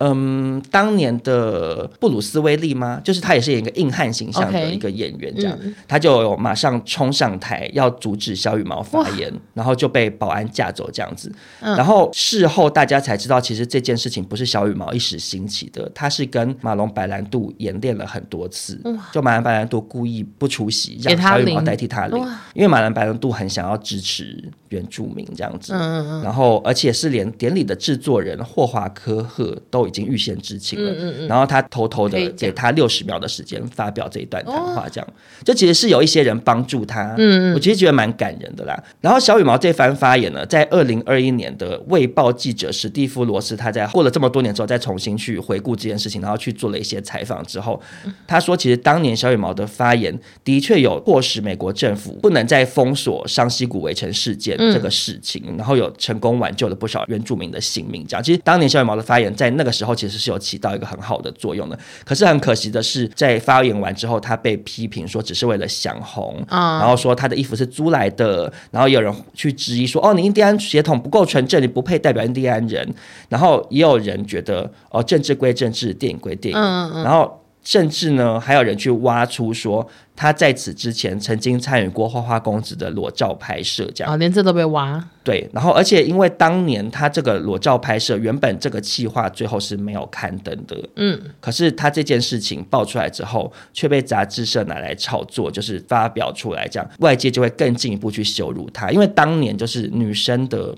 Speaker 2: 嗯，当年的布鲁斯·威利吗？就是他也是一个硬汉形象的
Speaker 3: OK 嗯
Speaker 2: 一个演员，这样他就有马上冲上台要阻止小羽毛发言，然后就被保安架走这样子。
Speaker 3: 嗯
Speaker 2: 然后事后大家才知道，其实这件事情不是小羽毛一时兴起的，他是跟马龙·白兰度演练了很多次，就马龙·白兰度故意不出席，
Speaker 3: 给
Speaker 2: 让
Speaker 3: 他
Speaker 2: 小羽毛
Speaker 3: 零
Speaker 2: 代替他领
Speaker 3: 哇，
Speaker 2: 因为马兰白兰度很想要支持原住民这样子，
Speaker 3: 嗯
Speaker 2: 然后而且是连典礼的制作人霍华科赫都已经预先知情了，然后他偷偷
Speaker 3: 嗯可以
Speaker 2: 的
Speaker 3: 讲哦
Speaker 2: 给他六十秒的时间发表这一段谈话，这样、就其实是有一些人帮助他，
Speaker 3: 嗯嗯
Speaker 2: 我其实觉得蛮感人的啦。然后小羽毛这番发言呢，在二零二一年的《卫报》记者史蒂夫·罗斯，他在过了这么多年之后，再重新去回顾这件事情，然后去做了一些采访之后，他说，其实当年小羽毛的发言的确有迫使美国政府不能再封锁伤西谷围城事件，这个事情，然后有成功挽救了不少原住民的性命。这样，其实当年小野毛的发言在那个时候其实是有起到一个很好的作用的。可是很可惜的是，在发言完之后，他被批评说只是为了想红，
Speaker 3: 啊
Speaker 2: 然后说他的衣服是租来的，然后有人去质疑说，哦，你印第安血统不够纯正，你不配代表印第安人。然后也有人觉得，哦，政治归政治，电影归电影。
Speaker 3: 嗯
Speaker 2: 然后甚至呢，还有人去挖出说，他在此之前曾经参与过花花公子的裸照拍摄，这样、
Speaker 3: 啊，连这都被挖，
Speaker 2: 对。然后，而且因为当年他这个裸照拍摄原本这个企划最后是没有刊登的，
Speaker 3: 嗯，
Speaker 2: 可是他这件事情爆出来之后，却被杂志社拿来炒作，就是发表出来这样，外界就会更进一步去羞辱他，因为当年就是女生的。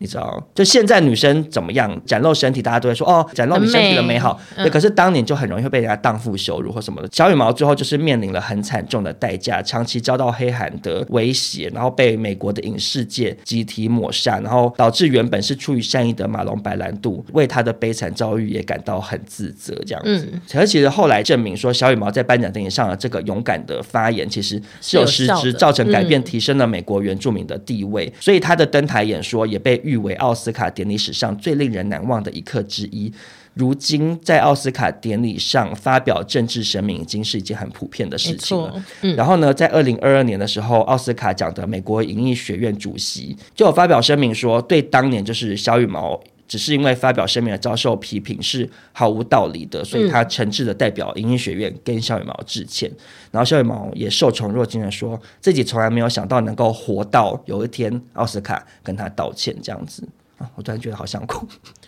Speaker 2: 你知道，就现在女生怎么样展露身体，大家都会说哦，展露你身体的美好。
Speaker 3: 很美
Speaker 2: 对，
Speaker 3: 嗯
Speaker 2: 可是当年就很容易会被人家荡妇羞辱或什么的。小羽毛最后就是面临了很惨重的代价，长期遭到黑韩的威胁，然后被美国的影视界集体抹杀，然后导致原本是出于善意的马龙白兰度为他的悲惨遭遇也感到很自责，这样子。
Speaker 3: 嗯
Speaker 2: 可是其实后来证明说，小羽毛在颁奖典礼上的这个勇敢的发言，其实是有
Speaker 3: 是
Speaker 2: 实
Speaker 3: 有效
Speaker 2: 质
Speaker 3: 的
Speaker 2: 造成改变，
Speaker 3: 嗯
Speaker 2: 提升了美国原住民的地位。所以他的登台演说也被誉为奥斯卡典礼史上最令人难忘的一刻之一。如今在奥斯卡典礼上发表政治声明，已经是一件很普遍的事
Speaker 3: 没
Speaker 2: 情了
Speaker 3: 错。，嗯
Speaker 2: 然后呢，在二零二二年的时候，奥斯卡奖的美国影艺学院主席就有发表声明说，对当年就是小羽毛。只是因为发表声明而遭受批评是毫无道理的，所以他诚挚的代表影艺学院跟小羽毛致歉。然后小羽毛也受宠若惊的说自己从来没有想到能够活到有一天奥斯卡跟他道歉这样子啊！我突然觉得好想哭，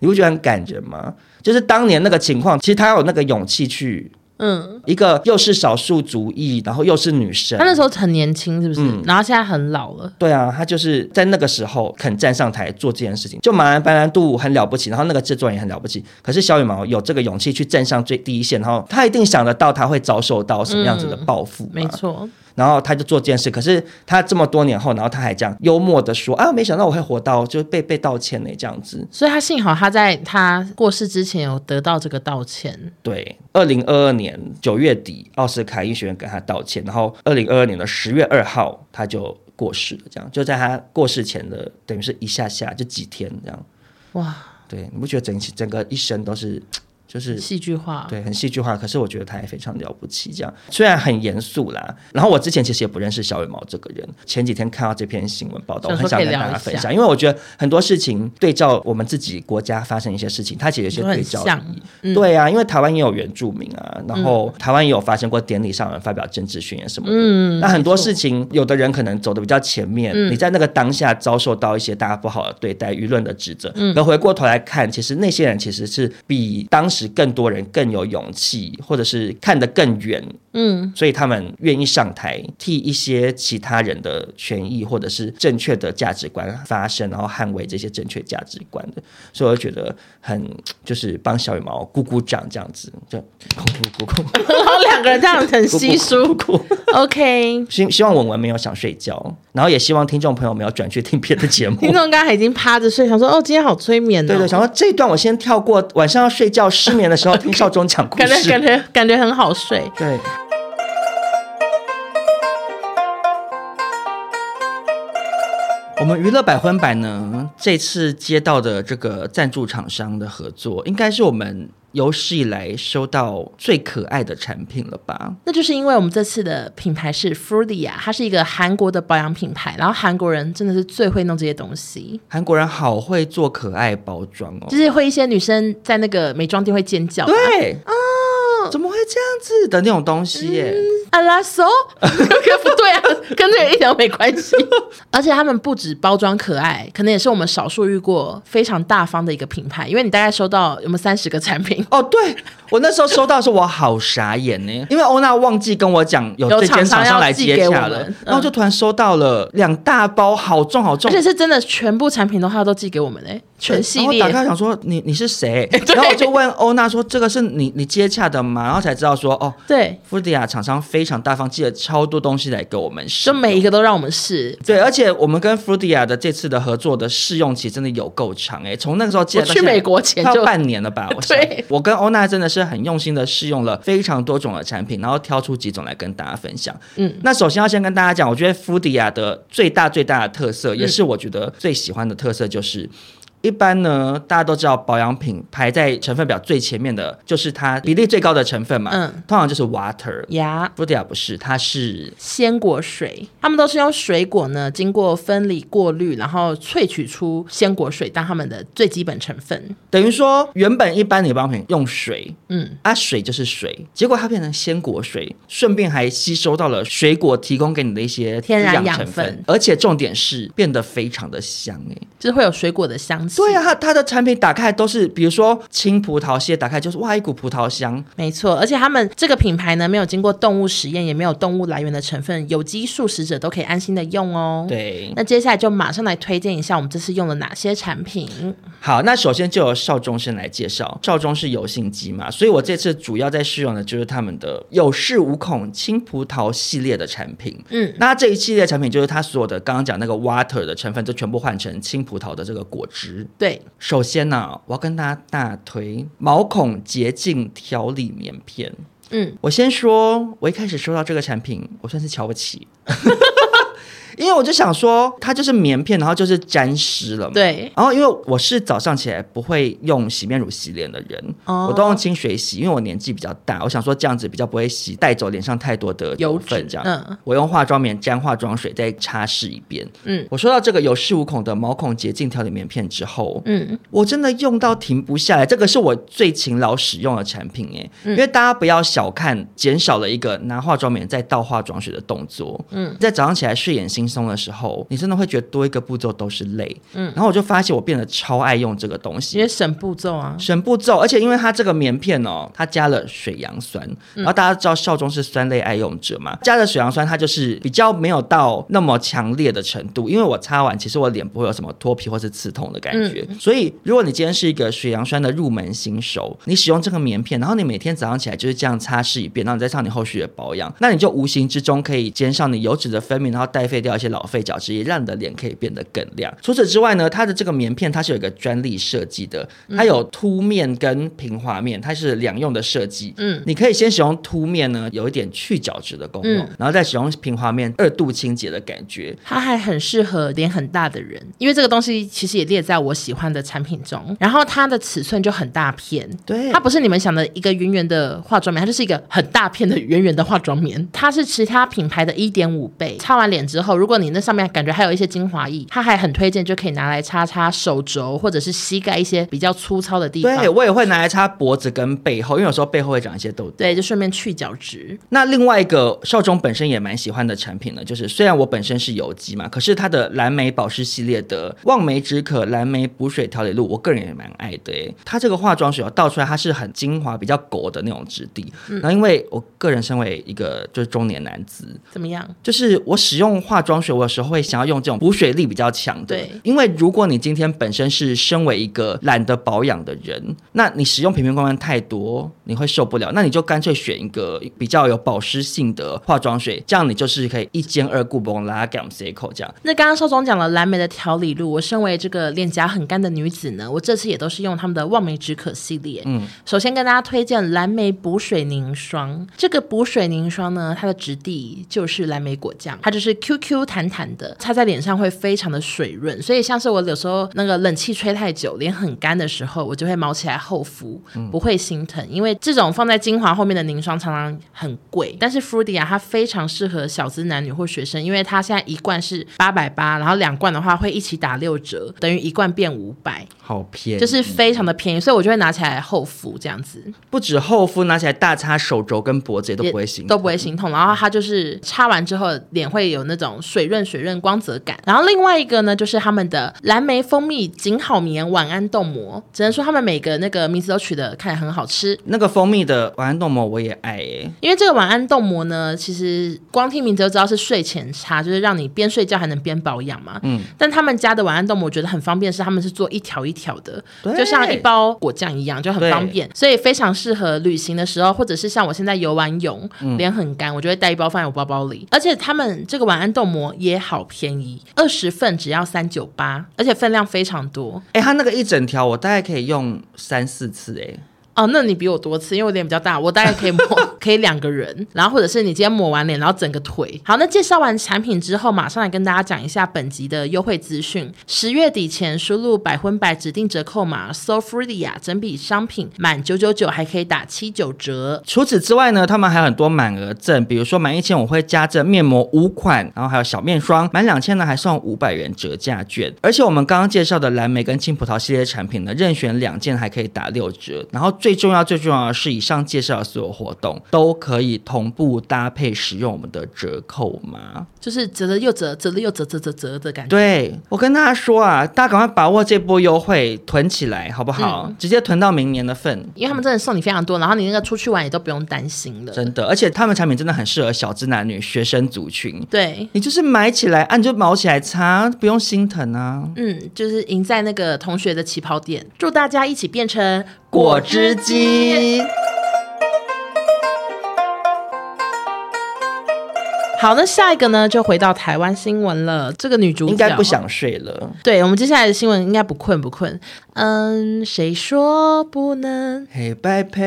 Speaker 2: 你不觉得很感人吗？就是当年那个情况，其实他有那个勇气去
Speaker 3: 嗯，
Speaker 2: 一个又是少数族裔，然后又是女生
Speaker 3: 他。那时候很年轻，是不是？
Speaker 2: 嗯
Speaker 3: 然后现在很老了，
Speaker 2: 对啊，她就是在那个时候肯站上台做这件事情，就马兰白兰度很了不起，然后那个制作人也很了不起。可是小羽毛有这个勇气去站上最第一线，然后她一定想得到她会遭受到什么样子的报复、嘛。
Speaker 3: 嗯没错，
Speaker 2: 然后他就做这件事，可是他这么多年后，然后他还这样幽默的说啊，没想到我会活到就是被被道歉呢这样子。
Speaker 3: 所以他幸好他在他过世之前有得到这个道歉，
Speaker 2: 对，二零二二年九月底，奥斯卡医学院跟他道歉，然后二零二二年的十月二号他就过世了，这样就在他过世前的等于是一下下就几天这样。
Speaker 3: 哇，
Speaker 2: 对，你不觉得整整个一生都是就是
Speaker 3: 戏剧化，
Speaker 2: 对，很戏剧化。可是我觉得他也非常了不起，这样虽然很严肃啦。然后我之前其实也不认识小羽毛这个人，前几天看到这篇新闻报道，我
Speaker 3: 想说
Speaker 2: 很想
Speaker 3: 可以
Speaker 2: 跟
Speaker 3: 聊
Speaker 2: 大
Speaker 3: 一
Speaker 2: 家分
Speaker 3: 下
Speaker 2: 享，因为我觉得很多事情对照我们自己国家发生一些事情，它其实有些
Speaker 3: 都很
Speaker 2: 对照
Speaker 3: 像
Speaker 2: 意义。，
Speaker 3: 嗯，
Speaker 2: 对啊，因为台湾也有原住民啊，然后台湾也有发生过典礼上有人发表政治宣言什么的。
Speaker 3: 嗯，
Speaker 2: 那很多
Speaker 3: 没错
Speaker 2: 事情，有的人可能走的比较前面，
Speaker 3: 嗯
Speaker 2: 你在那个当下遭受到一些大家不好的对待、舆论的指责，
Speaker 3: 嗯
Speaker 2: 可回过头来看，其实那些人其实是比当时更多人更有勇气，或者是看得更远，
Speaker 3: 嗯，
Speaker 2: 所以他们愿意上台替一些其他人的权益或者是正确的价值观发声，然后捍卫这些正确价值观的。所以我就觉得很就是帮小羽毛鼓鼓掌这样子，就鼓鼓鼓鼓
Speaker 3: 然后两个人这样很稀疏
Speaker 2: 鼓鼓。
Speaker 3: ，OK。
Speaker 2: 希希望文文没有想睡觉，然后也希望听众朋友没有转去听别的节目。
Speaker 3: 听众刚才已经趴着睡，想说哦，今天好催眠哦，
Speaker 2: 对对，想说这一段我先跳过，晚上要睡觉失眠的时候听少中讲 故
Speaker 3: 感觉感
Speaker 2: 事。
Speaker 3: 觉感觉很好睡。
Speaker 2: 对，
Speaker 4: 我们娱乐百分百呢，这次接到的这个赞助厂商的合作，应该是我们有史以来收到最可爱的产品了吧？
Speaker 3: 那就是因为我们这次的品牌是 Frudia，它是一个韩国的保养品牌，然后韩国人真的是最会弄这些东西，
Speaker 4: 韩国人好会做可爱包装哦
Speaker 3: 就。是会一些女生在那个美妆店会尖叫，
Speaker 4: 对啊，怎么会这样子的那种东西耶？
Speaker 3: 阿啊拉索，可 不对啊，跟这个一点都没关 系。而且他们不止包装可爱，可能也是我们少数遇过非常大方的一个品牌，因为你大概收到有没有三十个产品，
Speaker 4: 哦，对我那时候收到的时候，我好傻眼 呢，因为欧娜忘记跟我讲有这
Speaker 3: 有
Speaker 4: 间
Speaker 3: 厂商
Speaker 4: 厂
Speaker 3: 要
Speaker 4: 商来
Speaker 3: 寄
Speaker 4: 接
Speaker 3: 给
Speaker 4: 洽
Speaker 3: 我
Speaker 4: 了
Speaker 3: 们，
Speaker 4: 然后
Speaker 3: 嗯
Speaker 4: 就突然收到了两大包，好重好
Speaker 3: 而
Speaker 4: 重，
Speaker 3: 且是真的全部产品都他都寄给我们嘞、欸全系列
Speaker 2: 然后打开想说你你是 谁？然后我就问欧娜说这个是你你接洽的吗？然后才知道说哦，
Speaker 3: 对，
Speaker 2: 富迪亚厂商非常大方，寄了超多东西来给我们试
Speaker 3: 就
Speaker 2: 用，
Speaker 3: 每一个都让我们试。
Speaker 2: 对，而且我们跟 Frudia 的这次的合作的试用期真的有够长哎、从那个时候
Speaker 3: 我
Speaker 2: 见
Speaker 3: 去美国前
Speaker 2: 快要
Speaker 3: 就
Speaker 2: 半年了吧？我 想
Speaker 3: 对，
Speaker 2: 我跟欧娜真的是很用心的试用了非常多种的产品，然后挑出几种来跟大家分享。
Speaker 3: 嗯，
Speaker 2: 那首先要先跟大家讲，我觉得 Frudia 的最大最大的特
Speaker 3: 嗯
Speaker 2: 色，也是我觉得最喜欢的特色就是。一般呢，大家都知道保养品排在成分表最前面的就是它比例最高的成分嘛，
Speaker 3: 嗯
Speaker 2: 通常就是 water。
Speaker 3: 牙
Speaker 2: Frudia 不是，它是
Speaker 3: 鲜果水，他们都是用水果呢，经过分离过滤，然后萃取出鲜果水当他们的最基本成分。
Speaker 2: 等于说，原本一般的保养品用水，
Speaker 3: 嗯，
Speaker 2: 啊水就是水，结果它变成鲜果水，顺便还吸收到了水果提供给你的一些
Speaker 3: 天然
Speaker 2: 滋养
Speaker 3: 养
Speaker 2: 成
Speaker 3: 分
Speaker 2: 而且重点是变得非常的香诶、
Speaker 3: 就是会有水果的香气。
Speaker 2: 对啊，，它它的产品打开都是，比如说青葡萄蟹打开就是哇一股葡萄香，
Speaker 3: 没错，而且他们这个品牌呢，没有经过动物实验，也没有动物来源的成分，有机素食者都可以安心的用哦。。
Speaker 2: 对，
Speaker 3: 那接下来就马上来推荐一下我们这次用了哪些产品。
Speaker 2: 好，那首先就由少中先来介绍。少中是油性肌嘛，所以我这次主要在试用的就是他们的有恃无恐青葡萄系列的产品。
Speaker 3: 嗯，
Speaker 2: 那这一系列产品就是它所有的刚刚讲那个 water 的成分，就全部换成青葡萄的这个果汁。
Speaker 3: 对，
Speaker 2: 首先呢、我要跟大家大推毛孔洁净调理棉片。
Speaker 3: 嗯，
Speaker 2: 我先说，我一开始收到这个产品，我算是瞧不起， 因为我就想说，它就是棉片，然后就是沾湿了嘛。
Speaker 3: 对，
Speaker 2: 然后因为我是早上起来不会用洗面乳洗脸的人，
Speaker 3: 哦
Speaker 2: 我都用清水洗，因为我年纪比较大，我想说这样子比较不会洗带走脸上太多的
Speaker 3: 油
Speaker 2: 分
Speaker 3: 脂，
Speaker 2: 这样。
Speaker 3: 嗯
Speaker 2: 我用化妆棉沾化妆水再擦拭一遍。
Speaker 3: 嗯
Speaker 2: 我收到这个有恃无恐的毛孔洁净调理棉片之后，
Speaker 3: 嗯，
Speaker 2: 我真的用到停不下来，这个是我最勤劳使用的产品哎、
Speaker 3: 嗯
Speaker 2: 因为大家不要小看减少了一个拿化妆棉再倒化妆水的动作，
Speaker 3: 嗯
Speaker 2: 嗯，在早上起来睡眼惺忪的时候，你真的会觉得多一个步骤都是累，
Speaker 3: 嗯
Speaker 2: 嗯，然后我就发现我变得超爱用这个东西，
Speaker 3: 因为省步骤啊，
Speaker 2: 省步骤，而且因为它这个棉片哦，它加了水杨酸，然后大家知道少中是酸类爱用者嘛，加了水杨酸，它就是比较没有到那么强烈的程度，因为我擦完，其实我脸不会有什么脱皮或是刺痛的感
Speaker 3: 嗯
Speaker 2: 觉，所以如果你今天是一个水杨酸的入门新手，你使用这个棉片，然后你每天早上起来就是这样擦拭一遍，然后你再上你后续的保养，那你就无形之中可以减少你油脂的分泌，然后代谢掉一些老废角质，也让你的脸可以变得更亮。除此之外呢，它的这个棉片它是有一个专利设计的，它有凸面跟平滑面，它是两用的设计。
Speaker 3: 嗯
Speaker 2: 你可以先使用凸面呢，有一点去角质的功用，
Speaker 3: 嗯
Speaker 2: 然后再使用平滑面二度清洁的感觉。
Speaker 3: 它还很适合脸很大的人，因为这个东西其实也列在我喜欢的产品中。然后它的尺寸就很大片，
Speaker 2: 对
Speaker 3: 它不是你们想的一个圆圆的化妆棉，它就是一个很大片的圆圆的化妆棉。它是其他品牌的一点五倍。擦完脸之后，如果你那上面感觉还有一些精华液，它还很推荐就可以拿来擦擦手肘或者是膝盖一些比较粗糙的地方。
Speaker 2: 对，我也会拿来擦脖子跟背后，因为有时候背后会长一些痘痘。
Speaker 3: 对，就顺便去角质。
Speaker 2: 那另外一个少中本身也蛮喜欢的产品呢，就是虽然我本身是油肌嘛，可是它的蓝莓保湿系列的望梅止渴蓝莓补水调理露，我个人也蛮爱的诶。它这个化妆水哦倒出来，它是很精华、比较狗的那种质地。那、因为我个人身为一个就是中年男子，
Speaker 3: 怎么样？
Speaker 2: 就是我使用化妆水，我有时候会想要用这种补水力比较强的。
Speaker 3: 对
Speaker 2: 因为如果你今天本身是身为一个懒得保养的人，那你使用瓶瓶罐罐太多，你会受不了。那你就干脆选一个比较有保湿性的化妆水，这样你就是可以一兼二顾，不用拉干 C 口这样。
Speaker 3: 那刚刚邵总讲了蓝莓的调理露，我身为这个脸颊很干的女子呢，我这次也都是用他们的望梅止渴系列。嗯，首先跟大家推荐蓝莓补水凝霜。这个补水凝霜呢，它的质地就是蓝莓果酱，它就是 QQ 弹弹的，擦在脸上会非常的水润。所以像是我有时候那个冷气吹太久，脸很干的时候，我就会毛起来厚敷，不会心疼，因为这种放在精华后面的凝霜常常很贵，但是 Frudia 它非常适合小资男女或学生，因为它现在一罐是八百八，然后两罐的话会一起打六折，等于一罐变五百，
Speaker 2: 好偏，
Speaker 3: 就是非常的便宜，所以我就会拿起来厚敷这样子，
Speaker 2: 不止厚敷，拿起来大擦手肘跟脖子也都不会行，
Speaker 3: 都不会心痛。然后它就是擦完之后，脸会有那种水润水润光泽感。然后另外一个呢，就是他们的蓝莓蜂蜜紧好棉晚安冻膜，只能说他们每个那个名字都取得看起来很好吃。
Speaker 2: 那个蜂蜜的晚安冻膜我也爱诶、
Speaker 3: 因为这个晚安冻膜呢，其实光听名字就知道是睡前擦，就是让你边睡觉还能边保养嘛。嗯，但他们家的晚安冻膜我觉得很方便，是他们是做一条一条的，
Speaker 2: 对
Speaker 3: 就像一包果酱一样，就很方便，所以非常适合旅行的时候，或者是像我现在游完泳，脸很干，我就会带一包放在我包包里。而且他们这个晚安冻膜也好便宜，二十份只要三九八，而且分量非常多。
Speaker 2: 哎、它那个一整条我大概可以用三四次诶、
Speaker 3: 哦，那你比我多次，因为我脸比较大，我大概可以抹， 可以两个人，然后或者是你今天抹完脸，然后整个腿。好，那介绍完产品之后，马上来跟大家讲一下本集的优惠资讯。十月底前输入百分百指定折扣码 “so fruitia” 整笔商品满九九九还可以打七九折。
Speaker 2: 除此之外呢，他们还有很多满额赠，比如说满一千我会加赠面膜五款，然后还有小面霜；满两千呢还送五百元折价券。而且我们刚刚介绍的蓝莓跟青葡萄系列产品呢，任选两件还可以打六折。然后最重要最重要的是，以上介绍的所有活动都可以同步搭配使用我们的折扣码。
Speaker 3: 就是折了又折，折了又折，折折折的感觉。
Speaker 2: 对我跟大家说啊，大家赶快把握这波优惠，囤起来好不好？直接囤到明年的份。
Speaker 3: 因为他们真的送你非常多，然后你那个出去玩也都不用担心了。
Speaker 2: 真的，而且他们产品真的很适合小资男女、学生族群。
Speaker 3: 对，
Speaker 2: 你就是买起来，啊，你就毛起来擦，不用心疼啊。
Speaker 3: 嗯，就是赢在那个同学的起跑点。祝大家一起变成
Speaker 2: 果汁机，
Speaker 3: 好，那下一个呢，就回到台湾新闻了。这个女主角
Speaker 2: 应该不。想睡了。
Speaker 3: 对我们接下来的新闻应该不困不困，嗯，谁说不能？
Speaker 2: 嘿，拜拜。，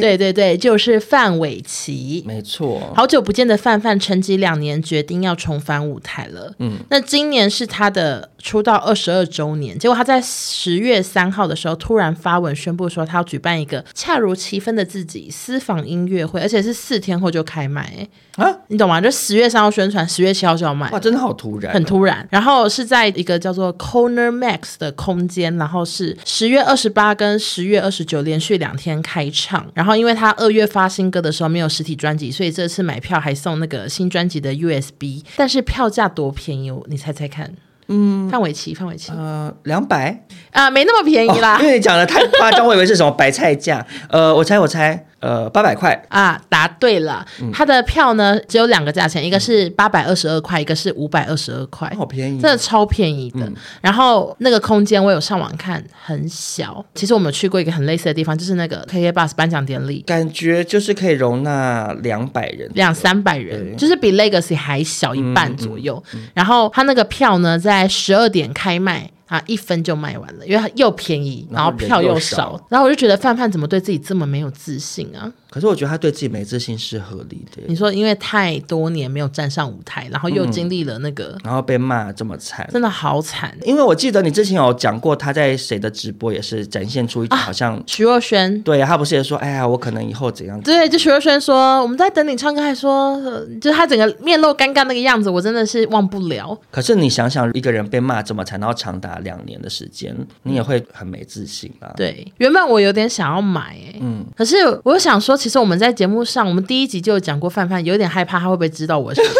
Speaker 3: 对对对，就是范玮琪。
Speaker 2: 没错。
Speaker 3: 好久不见的范范，沉寂两年，决定要重返舞台了。嗯，那今年是他的出道二十二周年，结果他在十月三号的时候突然发文宣布说，他要举办一个恰如其分的自己私房音乐会，而且是四天后就开卖、欸
Speaker 2: 啊，
Speaker 3: 你懂吗？就十月三号宣传，十月七号就要卖。
Speaker 2: 哇，真的好突然、啊
Speaker 3: 很。突然，然后是在一个叫做 Corner Max 的空间，然后是十月二十八跟十月二十九连续两天开唱。然后因为他二月发新歌的时候没有实体专辑，所以这次买票还送那个新专辑的 USB，但是票价多便宜哦，你猜猜看？嗯，范玮琪，范玮琪
Speaker 2: 呃，两百、
Speaker 3: 啊，没那么便宜 啦
Speaker 2: 哦因为你讲的太夸张，我以为是什么白菜价。 呃，我猜，我猜，呃，八百块。
Speaker 3: 啊，答对了。
Speaker 2: 嗯
Speaker 3: 他的票呢只有两个价钱，一个是八百二十二块，一个是五百二十二块，
Speaker 2: 好便宜啊嗯
Speaker 3: 真的超便宜的。然后那个空间我有上网看，很小。其实我们有去过一个很类似的地方，就是那个 KK Bus 颁奖典礼，
Speaker 2: 感觉就是可以容纳两百人，
Speaker 3: 两三百人，就是比 Legacy 还小一半左右。
Speaker 2: 嗯
Speaker 3: 然后他那个票呢，在十二点开卖。啊，一分就卖完了，因为它又便宜，然
Speaker 2: 然
Speaker 3: 后
Speaker 2: 后
Speaker 3: 票
Speaker 2: 人又
Speaker 3: 又
Speaker 2: 少
Speaker 3: 少，然后我就觉得范范怎么对自己这么没有自信啊？
Speaker 2: 可是我觉得他对自己没自信是合理的，
Speaker 3: 你说，因为太多年没有站上舞台，然后又经历了那个，
Speaker 2: 然后被骂这么惨，
Speaker 3: 真的好惨。
Speaker 2: 因为我记得你之前有讲过，他在谁的直播也是展现出一
Speaker 3: 啊
Speaker 2: 种好像，
Speaker 3: 徐若瑄，
Speaker 2: 对他不是也说，哎呀，我可能以后怎样？
Speaker 3: 对，就徐若瑄说，我们在等你唱歌，还说，呃就她整个面露尴尬那个样子，我真的是忘不了。
Speaker 2: 可是你想想，一个人被骂这么惨，然后长达两年的时间，你也会很没自信吧？，
Speaker 3: 对，原本我有点想要买、欸，嗯，可是我又想说，其实我们在节目上，我们第一集就有讲过范范，有点害怕他会不会知道我是谁。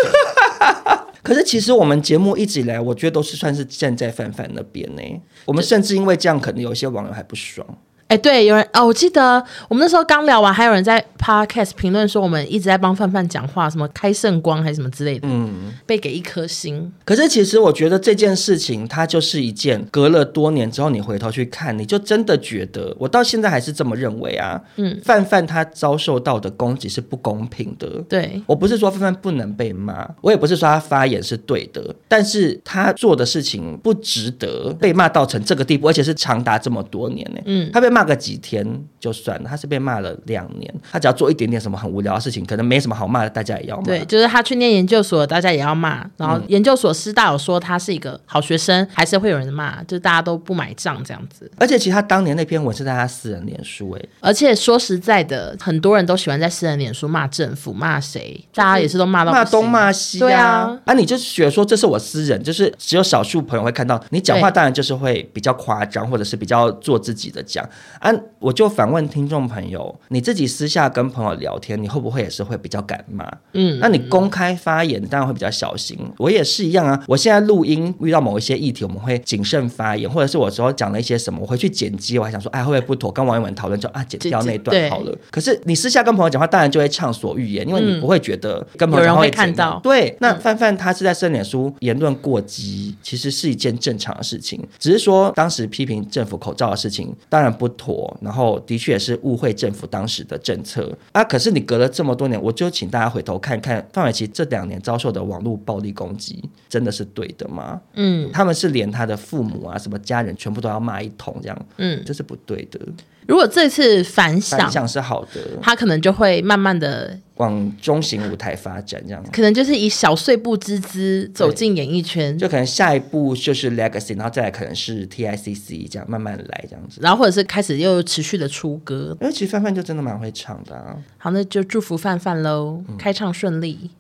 Speaker 2: 可是其实我们节目一直以来，我觉得都是算是站在范范那边呢、我们甚至因为这样，可能有一些网友还不爽。
Speaker 3: 哎、对，有人哦，我记得我们那时候刚聊完，还有人在 podcast 评论说我们一直在帮范范讲话，什么开圣光还是什么之类的，嗯，被给一颗星，
Speaker 2: 可是其实我觉得这件事情，它就是一件隔了多年之后，你回头去看，你就真的觉得，我到现在还是这么认为啊。嗯，范范他遭受到的攻击是不公平的。
Speaker 3: 对，
Speaker 2: 我不是说范范不能被骂，我也不是说他发言是对的，但是他做的事情不值得被骂到成这个地步，而且是长达这么多年呢、嗯，他被骂个几天就算了，他是被骂了两年，他只要做一点点什么很无聊的事情，可能没什么好骂嗯的，大家也要骂。
Speaker 3: 对，就是他去念研究所，大家也要骂。然后研究所师大有说他是一个好学生，还是会有人骂，就大家都不买账这样子。
Speaker 2: 而且其实他当年那篇文是在他私人脸书、欸，
Speaker 3: 而且说实在的，很多人都喜欢在私人脸书骂政府、骂谁，大家也是都骂到
Speaker 2: 骂
Speaker 3: 不行
Speaker 2: 东骂西
Speaker 3: 对
Speaker 2: 啊
Speaker 3: 啊，
Speaker 2: 啊，你就觉得说这是我私人，就是只有少数朋友会看到你讲话，当然就是会比较夸张，或者是比较做自己的讲。啊，我就反问听众朋友，你自己私下跟朋友聊天，你会不会也是会比较敢骂？
Speaker 3: 嗯，
Speaker 2: 那你公开发言，你当然会比较小心。我也是一样啊。我现在录音遇到某一些议题，我们会谨慎发言，或者是我之后讲了一些什么，我回去剪辑，我还想说，哎，会不会不妥？跟网友们讨论就啊，剪掉那一段好了。可是你私下跟朋友讲话，当然就会畅所欲言，因为
Speaker 3: 嗯
Speaker 2: 你不会觉得跟朋友讲话
Speaker 3: 有人会看到嗯
Speaker 2: 怎样对，那范范他是在圣脸书言论过激，其实是一件正常的事情，只是说当时批评政府口罩的事情当然不妥，然后的确也是误会政府当时的政策啊。可是你隔了这么多年，我就请大家回头看看范玮琪这两年遭受的网络暴力攻击，真的是对的吗？
Speaker 3: 嗯
Speaker 2: 他们是连他的父母啊、什么家人全部都要骂一通，这样
Speaker 3: 嗯，
Speaker 2: 这是不对的。
Speaker 3: 如果这次反
Speaker 2: 反
Speaker 3: 响，
Speaker 2: 响是好的，
Speaker 3: 他可能就会慢慢的，
Speaker 2: 往中型舞台发展这样。
Speaker 3: 可能就是以小碎步之姿走进演艺圈，
Speaker 2: 就可能下一步就是 Legacy，然后再来可能是 TICC 这样慢慢来这样子。哎
Speaker 3: 然后或者是开始又持续的出歌。
Speaker 2: 因为其实范范就真的蛮会唱的、啊，
Speaker 3: 好，那就祝福范范喽，
Speaker 2: 嗯
Speaker 3: 开唱顺利。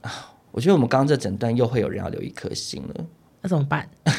Speaker 2: 我觉得我们刚刚这整段又会有人要留一颗心了，
Speaker 3: 那怎么办？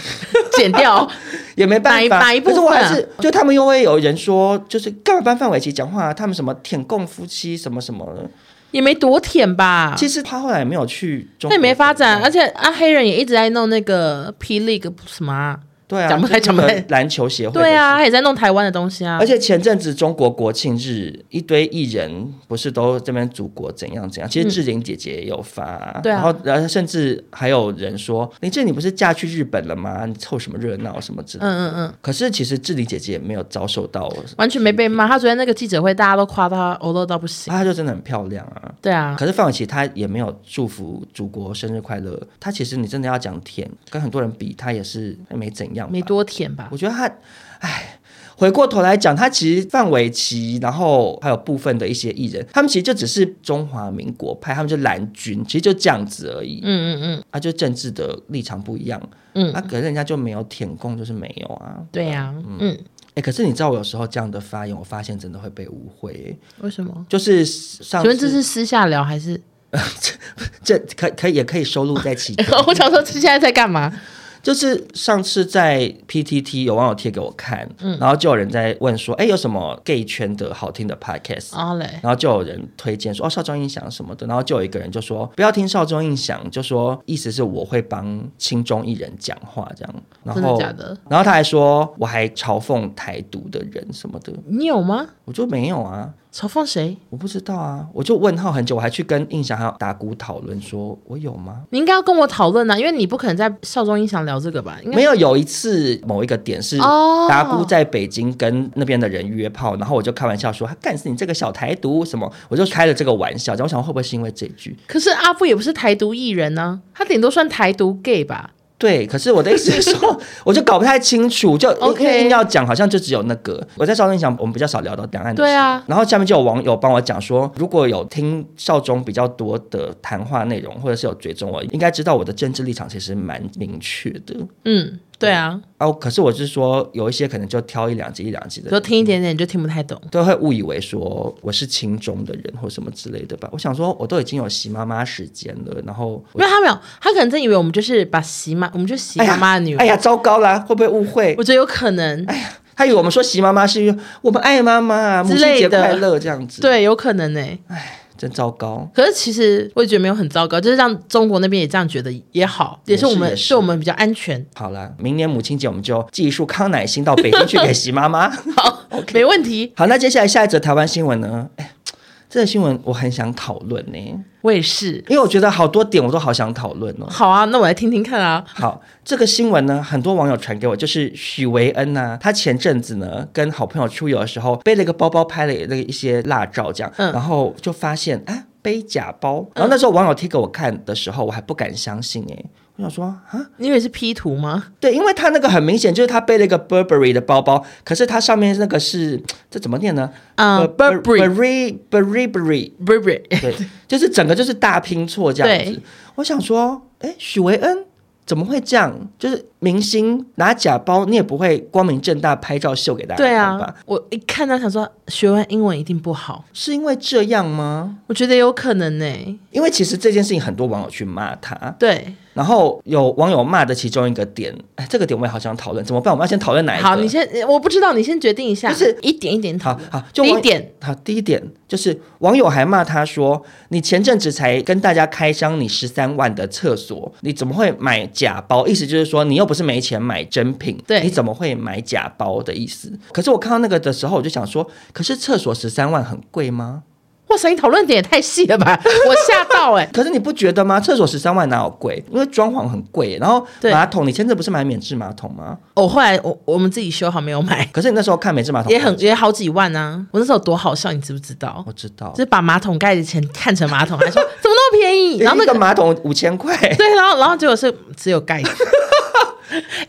Speaker 3: 剪掉。
Speaker 2: 也没办法。
Speaker 3: 哪一哪一部
Speaker 2: 可
Speaker 3: 分
Speaker 2: 是
Speaker 3: 啊
Speaker 2: 我还是就他们又会有人说，就是干嘛帮范玮琪讲话、他们什么舔共夫妻什么什么的。
Speaker 3: 也没多舔吧？
Speaker 2: 其实他后来也没有去中，
Speaker 3: 那也没发展，而。且啊，黑人也一直在弄那个 P League 什么啊？
Speaker 2: 对啊，
Speaker 3: 讲不开
Speaker 2: 就是
Speaker 3: 讲
Speaker 2: 那
Speaker 3: 不
Speaker 2: 个
Speaker 3: 开
Speaker 2: 篮球协会的
Speaker 3: 对啊，他也在弄台湾的东西啊。
Speaker 2: 而且前阵子中国国庆日，一堆艺人不是都这边祖国怎样怎样？其实志玲姐姐也有发、
Speaker 3: 嗯对啊
Speaker 2: 然后然后甚至还有人说林志玲你不是嫁去日本了吗？你凑什么热闹什么之类的。
Speaker 3: 嗯嗯嗯，
Speaker 2: 可是其实志玲姐姐也没有遭受到，
Speaker 3: 完全没被骂。他昨天那个记者会，大家都夸他欧乐到不行。
Speaker 2: 她就真的很漂亮啊。
Speaker 3: 对啊，
Speaker 2: 可是范玮琪她也没有祝福祖国生日快乐，她其实你真的要讲甜，跟很多人比，她也是没怎样吧，
Speaker 3: 没多舔吧
Speaker 2: 我？觉得他，唉，回过头来讲，他其实范玮琪，然后还有部分的一些艺人，他们其实就只是中华民国派，他们就蓝军，其实就这样子而已。
Speaker 3: 嗯嗯嗯，
Speaker 2: 啊，就政治的立场不一样，
Speaker 3: 嗯
Speaker 2: 啊，可是人家就没有舔共，就是没有啊。
Speaker 3: 对呀，嗯，
Speaker 2: 哎，可是你知道，我有时候这样的发言，我发现真的会被误会、欸
Speaker 3: 为什么？
Speaker 2: 就是
Speaker 3: 请
Speaker 2: 上次
Speaker 3: 问这是私下聊还是？。
Speaker 2: 这可可以也可以收录在其中
Speaker 3: 我想说，现在在干嘛？
Speaker 2: 就是上次在 PTT 有网友贴给我看，
Speaker 3: 嗯
Speaker 2: 然后就有人在问说，哎，有什么 gay 圈的好听的 podcast？
Speaker 3: 哦嘞，
Speaker 2: 然后就有人推荐说哦少壮印象什么的，然后就有一个人就说不要听少壮印象，就说意思是我会帮亲中艺人讲话这样，然
Speaker 3: 真的
Speaker 2: 后
Speaker 3: 假的？
Speaker 2: 然后他还说我还嘲讽台独的人什么的，
Speaker 3: 你有吗？
Speaker 2: 我就没有啊，
Speaker 3: 嘲讽谁？
Speaker 2: 我不知道啊，我就问号很久，我还去跟印象还有打鼓讨论说我有吗？
Speaker 3: 你应该要跟我讨论啊，因为你不可能在少中音响聊这个吧？应该
Speaker 2: 没有，有一次某一个点是
Speaker 3: 哦
Speaker 2: 达姑在北京跟那边的人约炮，然后我就开玩笑说他干死你这个小台独什么，我就开了这个玩笑，然后我想会不会是因为这句？
Speaker 3: 可是阿布也不是台独艺人呢、他顶多算台独 gay 吧？
Speaker 2: 对，可是我的意思是 说，我就搞不太清楚，就
Speaker 3: OK
Speaker 2: 因为硬要讲，好像就只有那个。我在少中讲，我们比较少聊到两岸的事。
Speaker 3: 对啊
Speaker 2: 然后下面就有网友帮我讲说，如果有听少中比较多的谈话内容，或者是有追踪我，应该知道我的政治立场其实蛮明确的。
Speaker 3: 嗯，对啊，
Speaker 2: 哦，可是我是说，有一些可能就挑一两集一两集
Speaker 3: 就
Speaker 2: 的，
Speaker 3: 听一点点就听不太懂。
Speaker 2: 都会误以为说我是亲中的人或什么之类的吧。我想说，我都已经有习妈妈时间了，然后我
Speaker 3: 因为他没有，他可能真以为我们就是把席妈，我们就是席
Speaker 2: 哎呀
Speaker 3: 妈妈的女儿。
Speaker 2: 哎呀，哎糟糕啦，会不会误会？
Speaker 3: 我觉得有可能，
Speaker 2: 他以为我们说习妈妈是因为我们爱妈妈，母
Speaker 3: 之
Speaker 2: 亲
Speaker 3: 类
Speaker 2: 节
Speaker 3: 的
Speaker 2: 快乐这样子，，
Speaker 3: 对，有可能呢、欸
Speaker 2: 真糟糕。
Speaker 3: 可是其实我也觉得没有很糟糕，就是让中国那边也这样觉得也好，也是我们
Speaker 2: 也是
Speaker 3: 我们比较安 全，
Speaker 2: 好啦，明年母亲节我们就寄一束康乃馨到北京去给习 妈妈。
Speaker 3: 好没问题。
Speaker 2: 好，那接下来下一则台湾新闻呢？哎，这个新闻我很想讨论呢，
Speaker 3: 我也是，
Speaker 2: 因为我觉得好多点我都好想讨论哦。
Speaker 3: 好啊，那我来听听看啊。
Speaker 2: 好，这个新闻呢，很多网友传给我，就是许维恩呐、他前阵子呢跟好朋友出游的时候，背了一个包包，拍了那个一些辣照这样，
Speaker 3: 嗯
Speaker 2: 然后就发现啊背假包，然后那时候网友贴给我看的时候，我还不敢相信哎、我想说啊，
Speaker 3: 你以为是 P 图吗？
Speaker 2: 对，因为他那个很明显就是他背了一个 Burberry 的包包，可是它上面那个是这怎么念呢？呃
Speaker 3: 嗯
Speaker 2: Bur-
Speaker 3: ，Burberry
Speaker 2: Burberry 哎 Burberry，
Speaker 3: 不是不是，
Speaker 2: 对，就是整个就是大拼错这样子
Speaker 3: 对。
Speaker 2: 我想说，哎，许维恩怎么会这样？就是明星拿假包，你也不会光明正大拍照秀给大家
Speaker 3: 对
Speaker 2: 看吧？
Speaker 3: 啊，我一看到想说，学完英文一定不好，
Speaker 2: 是因为这样吗？
Speaker 3: 我觉得有可能呢、欸
Speaker 2: 因为其实这件事情很多网友去骂他，
Speaker 3: 对，
Speaker 2: 然后有网友骂的其中一个点，哎，这个点我也好想讨论，怎么办？我们要先讨论哪一个？
Speaker 3: 好，你先，我不知道，你先决定一下，
Speaker 2: 就是
Speaker 3: 一点一点讨
Speaker 2: 好
Speaker 3: 论。
Speaker 2: 好，就
Speaker 3: 第一
Speaker 2: 网
Speaker 3: 点，
Speaker 2: 好，第一点就是网友还骂他说：“你前阵子才跟大家开箱你十三万的厕所，你怎么会买假包？”意思就是说你又不是没钱买真品，
Speaker 3: 对
Speaker 2: 你怎么会买假包的意思？可是我看到那个的时候，我就想说，可是厕所十三万很贵吗？
Speaker 3: 哇塞，你讨论点也太细了 吧，我吓到哎、
Speaker 2: 可是你不觉得吗？厕所十三万哪有贵？因为装潢很贵，然后
Speaker 3: 对
Speaker 2: 马桶，你前阵子不是买免治马桶吗？
Speaker 3: 哦我后来我我们自己修好没有买，
Speaker 2: 可是你那时候看免治马桶
Speaker 3: 也很也好几万啊。我那时候有多好笑，你知不知道？
Speaker 2: 我知道
Speaker 3: 就，是把马桶盖的钱看成马桶，还说怎么那么便 宜？然后那
Speaker 2: 一个
Speaker 3: 个
Speaker 2: 马桶五千块，
Speaker 3: 对，然后然后结果是只有 盖子。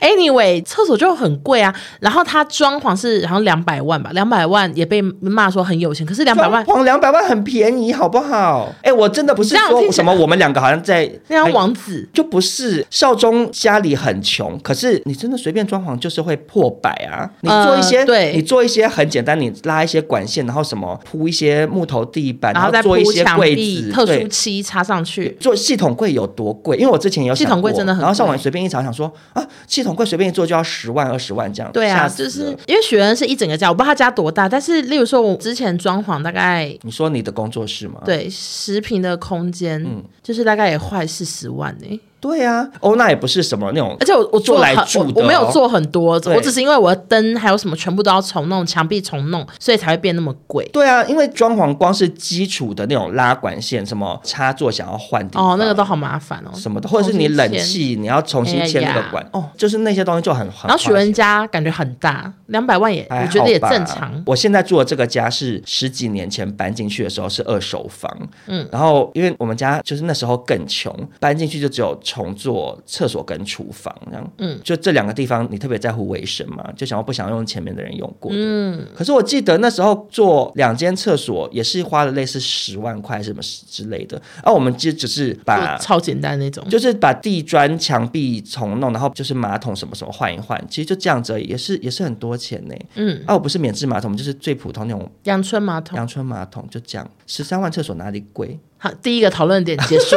Speaker 3: Anyway，厕所就很贵啊，然后它装潢是好像两百万吧，两百万也被骂说很有钱，可是两百万，
Speaker 2: 黄两百万很便宜，好不好？哎、我真的不是
Speaker 3: 这样听
Speaker 2: 说
Speaker 3: 起
Speaker 2: 什
Speaker 3: 来
Speaker 2: 么我们两个好像在
Speaker 3: 那张王子
Speaker 2: 就不是少中家里很穷，可是你真的随便装潢就是会破百啊！你
Speaker 3: 呃
Speaker 2: 做一些，
Speaker 3: 对
Speaker 2: 你做一些很简单，你拉一些管线，然后什么铺一些木头地板，
Speaker 3: 然后再
Speaker 2: 做
Speaker 3: 铺
Speaker 2: 一些
Speaker 3: 墙
Speaker 2: 柜
Speaker 3: 壁，
Speaker 2: 子，
Speaker 3: 特殊
Speaker 2: 对
Speaker 3: 漆插上去，
Speaker 2: 做系统柜有多贵？因为我之前有
Speaker 3: 系
Speaker 2: 想
Speaker 3: 统柜
Speaker 2: 过
Speaker 3: 真的很
Speaker 2: 然后上
Speaker 3: 贵
Speaker 2: 网随便一查，想说啊，系统柜随便一做就要十万、二十万这样，
Speaker 3: 对啊，
Speaker 2: 吓死
Speaker 3: 就是
Speaker 2: 了
Speaker 3: 因为雪人是一整个家，我不知道他家多大，但是例如说，我之前装潢大概
Speaker 2: 你说你的工作室吗？
Speaker 3: 对十平的空间，
Speaker 2: 嗯
Speaker 3: 就是大概也坏四十万呢、
Speaker 2: 对啊，欧娜也不是什么那种
Speaker 3: 而且我我做
Speaker 2: 做来
Speaker 3: 了
Speaker 2: 住
Speaker 3: 很
Speaker 2: 的
Speaker 3: 我，我没有
Speaker 2: 哦
Speaker 3: 做很多，
Speaker 2: 对
Speaker 3: 我只是因为我的灯还有什么全部都要重弄，墙壁重弄，所以才会变那么贵。
Speaker 2: 对啊，因为装潢光是基础的那种拉管线，什么插座想要换地方
Speaker 3: 哦，那个都好麻烦哦。
Speaker 2: 什么的，或者是你冷气你要重新牵那个管、哦，就是那些东西就很很
Speaker 3: 然后许
Speaker 2: 花
Speaker 3: 人
Speaker 2: 钱。
Speaker 3: 家感觉很大，两百万也
Speaker 2: 还
Speaker 3: 我觉得也
Speaker 2: 好吧
Speaker 3: 正常。
Speaker 2: 我现在住的这个家是十几年前搬进去的时候是二手房，嗯，然后因为我们家就是那时候更穷，搬进去就只有重做厕所跟厨房这样，嗯，就这两个地方你特别在乎卫生嘛，就想要不想用前面的人用过的，
Speaker 3: 嗯
Speaker 2: 可是我记得那时候做两间厕所也是花了类似十万块什么之类的，而、我们就只是把
Speaker 3: 就超简单那种，
Speaker 2: 就是把地砖、墙壁重弄，然后就是马桶什么什么换一换，其实就这样子而已，也是也是很多钱呢、
Speaker 3: 嗯，
Speaker 2: 啊，我不是免治马桶，就是最普通那种
Speaker 3: 阳春马桶。
Speaker 2: 阳春马桶，就这样。十三万厕所哪里贵？
Speaker 3: 好，第一个讨论点结 束，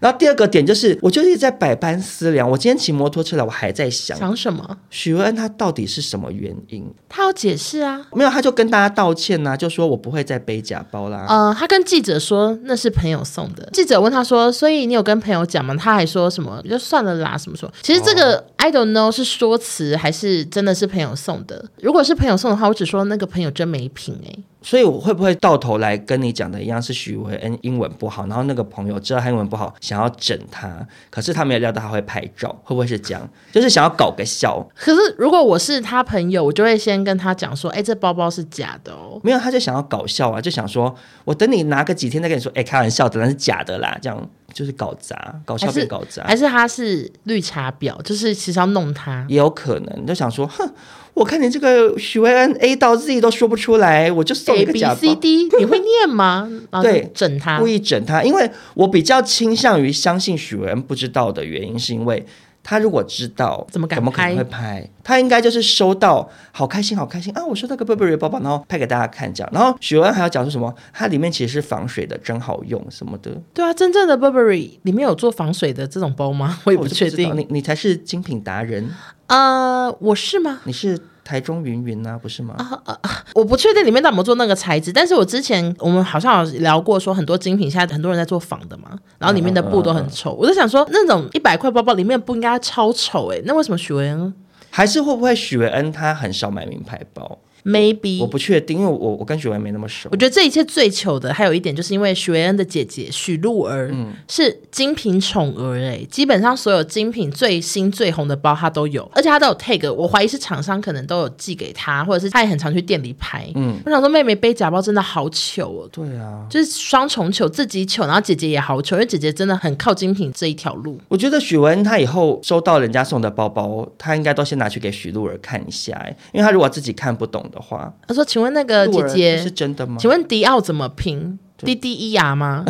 Speaker 2: 然后第二个点就是，我就一直在百般思量。我今天骑摩托车来，我还在想
Speaker 3: 想什么？
Speaker 2: 许文恩他到底是什么原因？
Speaker 3: 他要解释啊。
Speaker 2: 没有，他就跟大家道歉呐、就说我不会再背假包啦。
Speaker 3: 呃，他跟记者说那是朋友送的。记者问他说：“所以你有跟朋友讲吗？”他还说什么“就算了啦”什么什么。其实这个、I
Speaker 2: 哦
Speaker 3: don't know 是说辞还是真的是朋友送的。如果是朋友送的话，我只说那个朋友真没品哎、
Speaker 2: 所以我会不会到头来跟你讲的一样是许维恩英文不好，然后那个朋友知道他英文不好，想要整他，可是他没有料到他会拍照，会不会是这样？就是想要搞个笑，
Speaker 3: 可是如果我是他朋友，我就会先跟他讲说：“哎、这包包是假的哦。
Speaker 2: 没有他就想要搞笑啊，就想说我等你拿个几天再跟你说，哎，开玩笑的，那是假的啦，这样就是搞砸，搞”笑
Speaker 3: 还是
Speaker 2: 变搞砸，
Speaker 3: 还是他是绿茶婊，就是其实要弄他。
Speaker 2: 也有可能就想说，哼，我看你这个许维恩 A 到 Z 都说不出来，我就送你
Speaker 3: A
Speaker 2: 个
Speaker 3: B
Speaker 2: 假
Speaker 3: C
Speaker 2: 包。
Speaker 3: D，你会念 吗？然后就
Speaker 2: 对
Speaker 3: 整他
Speaker 2: 故。意整他，因为我比较倾向于相信许文不知道的原因，是因为他如果知道，
Speaker 3: 怎么敢
Speaker 2: 可能
Speaker 3: 拍
Speaker 2: 会拍？他应该就是收到，好开心，好开心啊！我收到个 Burberry 包包，然后拍给大家看这样。然后许文还要讲说什么，它里面其实是防水的，真好用什么的。
Speaker 3: 对啊，真正的 Burberry 里面有做防水的这种包吗？ 我也
Speaker 2: 我
Speaker 3: 不
Speaker 2: 就
Speaker 3: 确
Speaker 2: 知道
Speaker 3: 定。
Speaker 2: 你你才是精品达人，
Speaker 3: 呃，我是吗？
Speaker 2: 你是台中云云呐、不是吗？
Speaker 3: 哦我不确定里面到底有没有做那个材质，但是我之前我们好像有聊过，说很多精品现在很多人在做仿的嘛，然后里面的布都很
Speaker 2: 啊
Speaker 3: 丑。我就想说，那种一百块包包里面不应该超丑哎、那为什么许维恩
Speaker 2: 还是会不会许文恩他很少买名牌包？
Speaker 3: maybe？
Speaker 2: 我不确定，因为我我跟许文没那么熟
Speaker 3: 我。觉得这一切最糗的还有一点，就是因为许维恩的姐姐许露儿、
Speaker 2: 嗯
Speaker 3: 是精品宠儿哎、基本上所有精品最新最红的包她都有，而且她都有 tag，我怀疑是厂商可能都有寄给她，或者是她也很常去店里拍。嗯，我想说妹妹背假包真的好糗哦，
Speaker 2: 对啊，
Speaker 3: 就是双重糗，自己糗，然后姐姐也好糗，因为姐姐真的很靠精品这一条路。
Speaker 2: 我觉得许文他以后收到人家送的包包，他应该都先拿去给许露儿看一下、欸，因为他如果自己看不懂的话，
Speaker 3: 她说：“请问那个
Speaker 2: 露
Speaker 3: 呃姐
Speaker 2: 儿这是
Speaker 3: 姐，
Speaker 2: 真的吗？
Speaker 3: 请问迪奥怎么拼？D D E R 吗？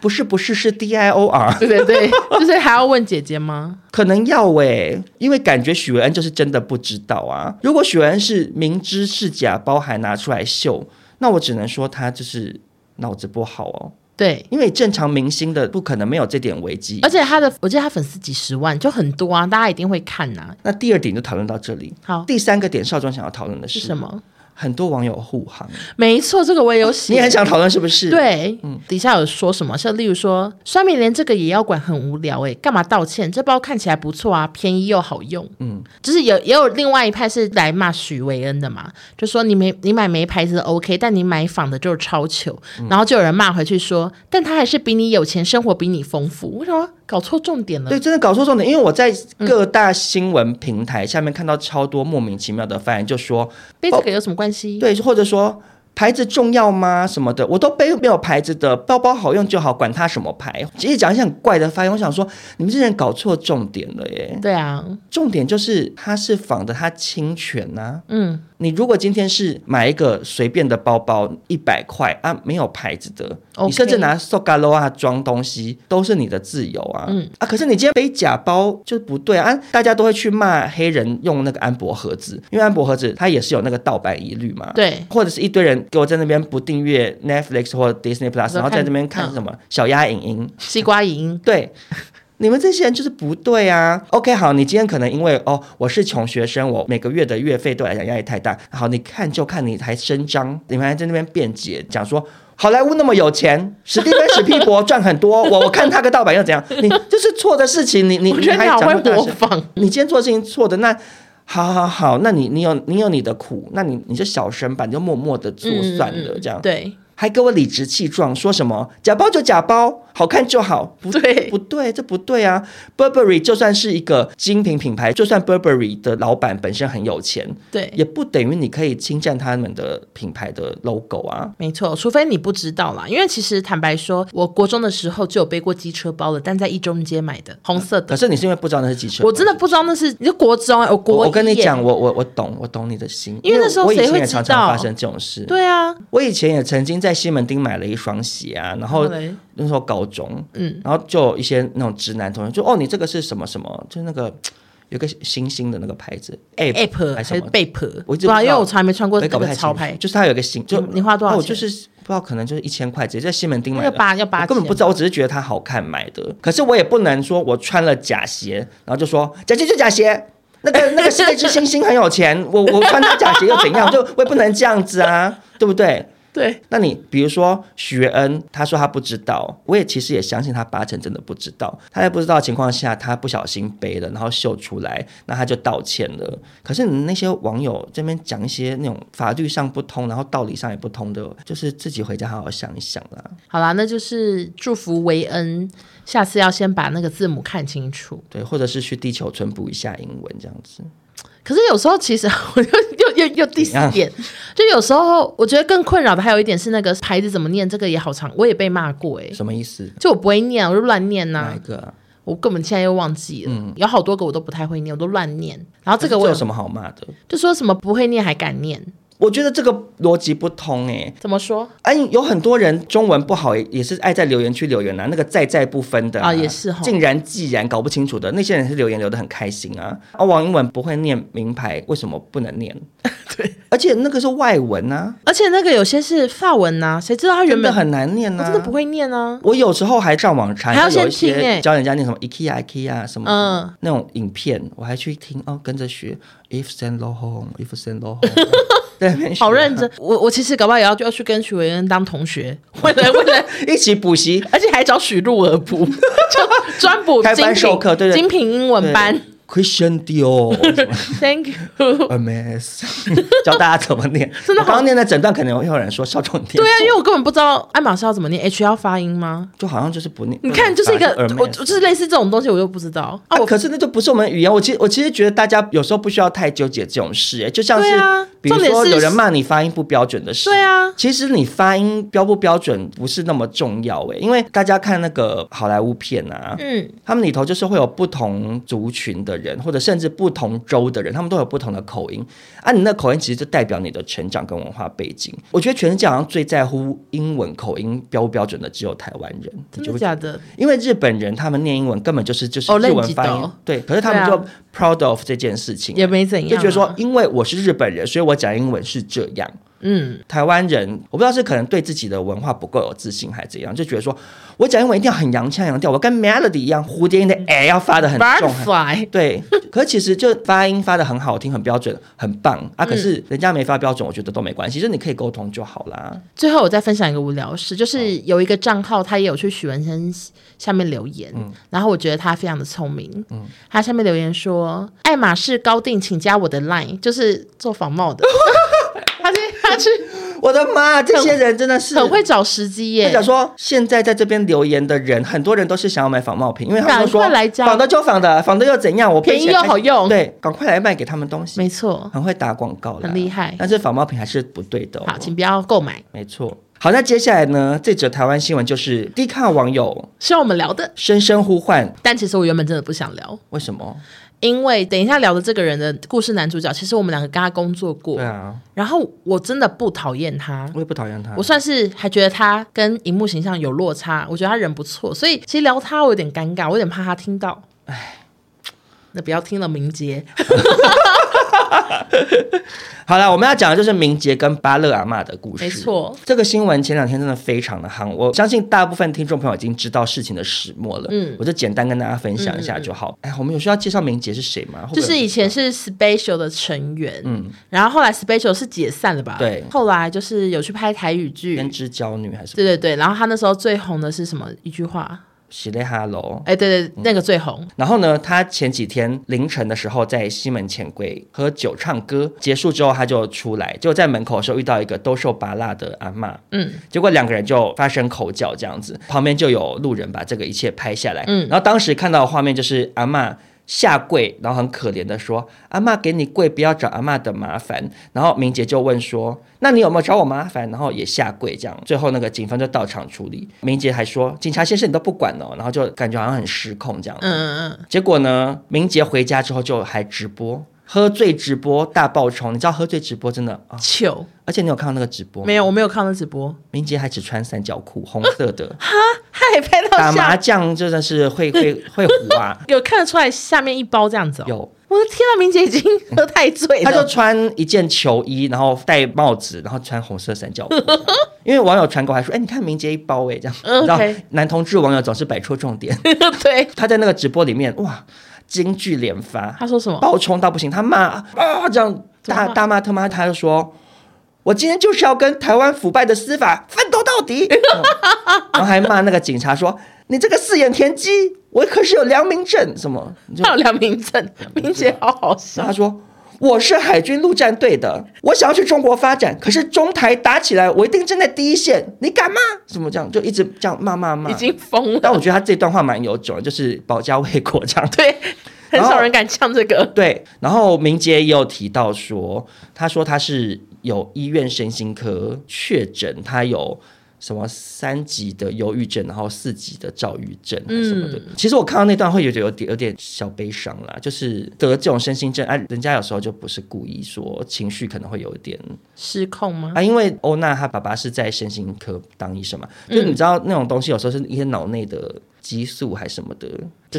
Speaker 2: 不是不是是 D I O R，
Speaker 3: 对对对，就是还要问姐姐吗？
Speaker 2: 可能要哎、因为感觉许文就是真的不知道啊。如果许文是明知是假包还拿出来秀，那我只能说他就是脑子不好哦。
Speaker 3: 对，
Speaker 2: 因为正常明星的不可能没有这点危机
Speaker 3: 而。且他的，我记得他粉丝几十万，就很多啊，大家一定会看呐、
Speaker 2: 那第二点就讨论到这里。
Speaker 3: 好
Speaker 2: 第三个点，少庄想要讨论的
Speaker 3: 哦是
Speaker 2: 是
Speaker 3: 什？么？
Speaker 2: 很多网友护航，
Speaker 3: 没错，这个我也有写。
Speaker 2: 你也很想嗯讨论是不是？，
Speaker 3: 对，底下有说什么？像例如说，酸民连这个也要管，很无聊哎、干嘛道歉？这包看起来不错啊，便宜又好用。嗯，就是有也有另外一派是来骂许维恩的嘛，就说你没你买没牌子的 OK，但你买仿的就是超糗。
Speaker 2: 嗯
Speaker 3: 然后就有人骂回去说，但他还是比你有钱，生活比你丰富。为什么搞错重点了？
Speaker 2: 对，真的搞错重点，因为我在各大新闻平台下面看到超多莫名其妙的发言，就说
Speaker 3: 跟这个有什么关系？
Speaker 2: 哦对，或者说牌子重要吗？什么的，我都背没有牌子的包包好用就好，管它什么牌。直接讲一些很怪的发言，我想说你们这些人搞错重点了耶！
Speaker 3: 对啊，
Speaker 2: 重点就是它是仿的，它侵权啊呐、
Speaker 3: 嗯，
Speaker 2: 你如果今天是买一个随便的包包，一百块啊，没有牌子的
Speaker 3: OK
Speaker 2: 你甚至拿 s o g a l o 啊装东西，都是你的自由啊。嗯啊，可是你今天背假包就是不对啊，啊大家都会去骂黑人用那个安博盒子，因为安博盒子它也是有那个盗版疑虑嘛。。
Speaker 3: 对，
Speaker 2: 或者是一堆人给我在那边不订阅 Netflix 或
Speaker 3: 说
Speaker 2: Disney Plus，然后在那边看
Speaker 3: 看嗯
Speaker 2: 什么、小鸭影音，
Speaker 3: 西瓜赢，
Speaker 2: 对。你们这些人就是不对啊！OK，好，你今天可能因为哦，我是穷学生，我每个月的月费对我来讲压力太大。好，你看就看，你还声张，你们还在那边辩解，讲说好莱坞那么有钱，史蒂芬史皮博赚很多，我我看他个盗版又怎样？你这是错的事情，你你
Speaker 3: 我
Speaker 2: 你
Speaker 3: 觉得
Speaker 2: 还
Speaker 3: 你好
Speaker 2: 讲
Speaker 3: 会
Speaker 2: 那么大
Speaker 3: 模
Speaker 2: 声
Speaker 3: 仿。
Speaker 2: 你今天做的事情错的，那好好好，那你你有你有你的苦，那你你就小声吧，你就默默的做算了，
Speaker 3: 嗯
Speaker 2: 这样、
Speaker 3: 对
Speaker 2: 还给我理直气壮说什么假包就假包，好看就好，不
Speaker 3: 对
Speaker 2: 不对，这不对啊！Burberry 就算是一个精品品牌，就算 Burberry 的老板本身很有钱，
Speaker 3: 对，
Speaker 2: 也不等于你可以侵占他们的品牌的 logo 啊。
Speaker 3: 没错，除非你不知道啦，因为其实坦白说，我国中的时候就有背过机车包了，但在一中街买的红色
Speaker 2: 可
Speaker 3: 的，
Speaker 2: 是你是因为不知道那是机车，
Speaker 3: 我真的不知道那是你就国中、欸，我国嗯
Speaker 2: 我
Speaker 3: 一
Speaker 2: 我跟你
Speaker 3: 耶
Speaker 2: 讲，，我我我懂，我懂你的心，
Speaker 3: 因为那时候
Speaker 2: 我以
Speaker 3: 谁会
Speaker 2: 前也
Speaker 3: 知
Speaker 2: 常常发
Speaker 3: 道
Speaker 2: 生这种事。
Speaker 3: 对啊，
Speaker 2: 我以前也曾经在西门町买了一双鞋啊，然后
Speaker 3: 嘞
Speaker 2: 那时候高中，
Speaker 3: 嗯，
Speaker 2: 然后就有一些那种直男同学就哦，你这个是什么什么，就是那个有个星星的那个牌子
Speaker 3: app
Speaker 2: 还
Speaker 3: 还
Speaker 2: 是
Speaker 3: 是
Speaker 2: 什么，
Speaker 3: 贝壳，
Speaker 2: 我一直
Speaker 3: 知道，
Speaker 2: 不知
Speaker 3: 因为
Speaker 2: 道
Speaker 3: 我从来没穿过
Speaker 2: 我也
Speaker 3: 那
Speaker 2: 搞不
Speaker 3: 个
Speaker 2: 太
Speaker 3: 潮
Speaker 2: 清楚
Speaker 3: 牌，
Speaker 2: 就是它有一个星，就
Speaker 3: 你你花多少
Speaker 2: 哦，
Speaker 3: 钱
Speaker 2: 就是不知道，可能就是一千块，直接在西门町
Speaker 3: 那
Speaker 2: 买
Speaker 3: 个
Speaker 2: 的。
Speaker 3: 八要八
Speaker 2: 我根本
Speaker 3: 千
Speaker 2: 不知道，我只是觉得它好看买的。可是我也不能说我穿了假鞋，然后就说假鞋就假鞋。那个那个是那只星星很有钱，我我穿它假鞋又 怎样？就我也不能这样子啊，对不对？
Speaker 3: 对，
Speaker 2: 那你比如说许恩，他说他不知道，我也其实也相信他八成真的不知道。他在不知道的情况下，他不小心背了，然后秀出来，那他就道歉了。可是你那些网友这边讲一些那种法律上不通，然后道理上也不通的，就是自己回家好好想一想啊啦。
Speaker 3: 好啦，那就是祝福维恩，下次要先把那个字母看清楚。
Speaker 2: 对，或者是去地球村补一下英文这样子。
Speaker 3: 可是有时候其实 我又又又又第四
Speaker 2: 怎样
Speaker 3: 点，就有时候我觉得更困扰的还有一点是那个牌子怎么念，这个也好长，我也被骂过哎、
Speaker 2: 什么意思？
Speaker 3: 就我不会念，我就乱念呐、
Speaker 2: 哪一个啊、
Speaker 3: 我根本现在又忘记了，
Speaker 2: 嗯
Speaker 3: 有好多个我都不太会念，我都乱念。然后这个我
Speaker 2: 有
Speaker 3: 有
Speaker 2: 什么好骂的？
Speaker 3: 就说什么不会念还敢念，
Speaker 2: 我觉得这个逻辑不通哎、
Speaker 3: 怎么说
Speaker 2: 哎，有很多人中文不好，也也是爱在留言区留言啊，那个在在不分的
Speaker 3: 啊也是吼
Speaker 2: 竟然既然搞不清楚的那些人是留言留得很开心啊。啊，王英文不会念名牌，为什么不能念？ 对，而且那个是外文啊，
Speaker 3: 而且那个有些是法文呐、谁知道他原
Speaker 2: 真的
Speaker 3: 本
Speaker 2: 很难念
Speaker 3: 我
Speaker 2: 啊，
Speaker 3: 真的不。会念啊。
Speaker 2: 我有时候还上网查，
Speaker 3: 还要先
Speaker 2: 有一些
Speaker 3: 听欸
Speaker 2: 教人家念什么 IKEA IKEA 什么
Speaker 3: 嗯
Speaker 2: 那种影片，我还去听哦，跟着学 If Saint Laurent If Saint Laurent，在那边学啊
Speaker 3: 好认真，我我其实搞不好也要就要去跟许维恩当同学， 为了为了，
Speaker 2: 一起补习，
Speaker 3: 而且还找许入而补， 就专补
Speaker 2: 开
Speaker 3: 精
Speaker 2: 班
Speaker 3: 品
Speaker 2: 授课对对
Speaker 3: 精品英文班。
Speaker 2: Christian Dior。
Speaker 3: Thank
Speaker 2: 呃
Speaker 3: you。
Speaker 2: MS，教 大家怎么念。
Speaker 3: 真的
Speaker 2: 我
Speaker 3: 好
Speaker 2: 刚刚念的整段，可能会有人说少壮念错。
Speaker 3: 对啊，因为我根本不知道爱马仕要怎么念，H 要发音吗？
Speaker 2: 就好像就是不念。
Speaker 3: 你看，就是一个我我
Speaker 2: MS
Speaker 3: 就是类似这种东西，我又不知道啊。
Speaker 2: 啊，
Speaker 3: 我
Speaker 2: 可是那就不是我们语言。我其实我其实觉得大家有时候不需要太纠结这种事、哎，就像是、
Speaker 3: 对啊
Speaker 2: 比如
Speaker 3: 重点
Speaker 2: 说
Speaker 3: 是
Speaker 2: 有人骂你发音不标准的事，
Speaker 3: 对啊
Speaker 2: 其实你发音标不标准不是那么重要、哎，因为大家看那个好莱坞片啊，
Speaker 3: 嗯，
Speaker 2: 他们里头就是会有不同族群的人，或者甚至不同州的人，他们都有不同的口音。啊，你那口音其实就代表你的成长跟文化背景。我觉得全世界好像最在乎英文口音标不标准的只有台湾人，你
Speaker 3: 嗯真
Speaker 2: 就
Speaker 3: 的
Speaker 2: 会
Speaker 3: 假的？
Speaker 2: 因为日本人他们念英文根本就是就是
Speaker 3: 哦
Speaker 2: 日文
Speaker 3: 认
Speaker 2: 发
Speaker 3: 知
Speaker 2: 音
Speaker 3: 道，
Speaker 2: 对，可是他们
Speaker 3: 对
Speaker 2: 就
Speaker 3: 啊
Speaker 2: proud of 这件事情，
Speaker 3: 也没怎样啊，
Speaker 2: 就觉得说，因为我是日本人，所以我讲英文是这样。
Speaker 3: 嗯，
Speaker 2: 台湾人，我不知道是可能对自己的文化不够有自信，还是怎样，就觉得说我讲英文一定要很洋腔洋调，我跟 Melody 一样，蝴蝶音的 a 要发的很重。啊很
Speaker 3: butterfly，
Speaker 2: 对，可其实就发音发的很好听，很标准，很棒啊。可
Speaker 3: 嗯
Speaker 2: 是人家没发标准，我觉得都没关系，就你可以沟通就好啦。
Speaker 3: 最后我再分享一个无聊事，就是有一个账号，他也有去许文生下面留言，
Speaker 2: 嗯
Speaker 3: 然后我觉得他非常的聪明，他下面留言说：“爱马仕高定，请加我的 line，就是做仿冒 的。他”去他去
Speaker 2: 我的妈，这些人真的是
Speaker 3: 很会找时机
Speaker 2: 我
Speaker 3: 耶
Speaker 2: 想，说，现在在这边留言的人，很多人都是想要买仿冒品，因为他们都说
Speaker 3: 赶快来加
Speaker 2: 仿的就仿的，仿的又怎样？我
Speaker 3: 便宜
Speaker 2: 赔钱
Speaker 3: 又好用
Speaker 2: 对，赶快来卖给他们东西，
Speaker 3: 没错。
Speaker 2: 很会打广告啦，
Speaker 3: 哦很厉害
Speaker 2: 但是仿冒品还是不对的、哦。
Speaker 3: 好，请不要购买，
Speaker 2: 没错。好，那接下来呢？这则台湾新闻就是低卡网友
Speaker 3: 希望我们聊的。
Speaker 2: 声声呼唤，
Speaker 3: 但其实我原本真的不想聊，
Speaker 2: 为什么？
Speaker 3: 因为等一下聊的这个人的故事男主角，其实我们两个跟他工作过，
Speaker 2: 对啊，
Speaker 3: 然后我真的不讨厌他，
Speaker 2: 我也不讨厌他
Speaker 3: 我。算是还觉得他跟荧幕形象有落差，我觉得他人不错，所以其实聊他我有点尴尬，我有点怕他听到。唉，那不要听了，明杰。
Speaker 2: 好了，我们要讲的就是明杰跟巴勒阿嬷的故事。
Speaker 3: 没错，
Speaker 2: 这个新闻前两天真的非常的夯，我相信大部分听众朋友已经知道事情的始末了。嗯，我就简单跟大家分享一下就好。哎，我们有需要介绍明杰是谁吗？会
Speaker 3: 嗯
Speaker 2: 不会
Speaker 3: 就
Speaker 2: 有
Speaker 3: 是以
Speaker 2: 人
Speaker 3: 前是 Special 的成员，嗯，然后后来 Special 是解散了吧？
Speaker 2: 对
Speaker 3: 后来就是有去拍台语剧，
Speaker 2: 天之娇女还是
Speaker 3: 对对对，然后他那时候最红的是什么一句话？
Speaker 2: 喜雷哈喽？
Speaker 3: 哎，对对，
Speaker 2: 嗯
Speaker 3: 那个最红，
Speaker 2: 然后呢，他前几天凌晨的时候在西门前柜喝酒唱歌，结束之后他就出来，就在门口的时候遇到一个兜售拔蜡的阿嬷，
Speaker 3: 嗯，
Speaker 2: 结果两个人就发生口角这样子，旁边就有路人把这个一切拍下来，
Speaker 3: 嗯
Speaker 2: 然后当时看到的画面就是阿嬷下跪，然后很可怜的说：“阿嬷给你跪，不要找阿嬷的麻烦。”然后明杰就问说：“那你有没有找我麻烦？”然后也下跪这样。最后那个警方就到场处理。明杰还说：“警察先生，你都不管哦。”然后就感觉好像很失控这样。
Speaker 3: 嗯嗯嗯，
Speaker 2: 结果呢，明杰回家之后就还直播，喝醉直播大爆冲。你知道喝醉直播真的啊、
Speaker 3: 糗，
Speaker 2: 而且你有看到那个直播吗
Speaker 3: 没有，我没有看到直播，
Speaker 2: 明杰还只穿三角裤，红色 的，
Speaker 3: 他也拍到
Speaker 2: 打麻
Speaker 3: 下，。
Speaker 2: 将真的是会会 会胡啊
Speaker 3: 有看得出来下面一包这样子哦。
Speaker 2: 有，
Speaker 3: 我的天啊，明姐已经 喝太醉
Speaker 2: 哎他
Speaker 3: 了，
Speaker 2: 就穿一件球衣，然后戴帽子，然后穿红色三 角裤。因为网友传过来说：“哎、你看明杰一包哎、 这样。”
Speaker 3: 嗯
Speaker 2: 然后
Speaker 3: OK
Speaker 2: 男同志网友总是摆出重点。
Speaker 3: 对，
Speaker 2: 他在那个直播里面，哇，京剧连发，
Speaker 3: 他说什么？
Speaker 2: 暴冲到不行，他骂啊这样
Speaker 3: 怎么
Speaker 2: 大
Speaker 3: 骂
Speaker 2: 大骂特骂，他就说。我今天就是要跟台湾腐败的司法奋斗到 底，嗯然后还骂那个警察说：“你这个四眼田鸡，我可是有良民证。”什么？ 就
Speaker 3: 漂亮明正，明姐好好
Speaker 2: 然
Speaker 3: 笑
Speaker 2: 后他。说：“我是海军陆战队的，我想要去中国发展，可是中台打起来，我一定站在第一线，你敢吗？”什么这样就一直这样骂骂骂
Speaker 3: 已。经疯
Speaker 2: 但我
Speaker 3: 了，
Speaker 2: 觉得他这段话蛮有种的，就是保家卫国这样。
Speaker 3: 对，很
Speaker 2: 然后
Speaker 3: 少人敢呛这个。
Speaker 2: 对，然后明杰也有提到说，他说他是有医院身心科确诊，他有什么三级的忧郁症，然后四级的躁郁症还是什么的。其实我看到那段会有点有点有点小悲伤啦，就是得这种身心症，哎、人家有时候就不是故意说情绪可能会有一点
Speaker 3: 失控吗？
Speaker 2: 啊，因为欧娜她爸爸是在身心科当医生嘛，就你知道那种东西有时候是一些脑内的激素还什么的，就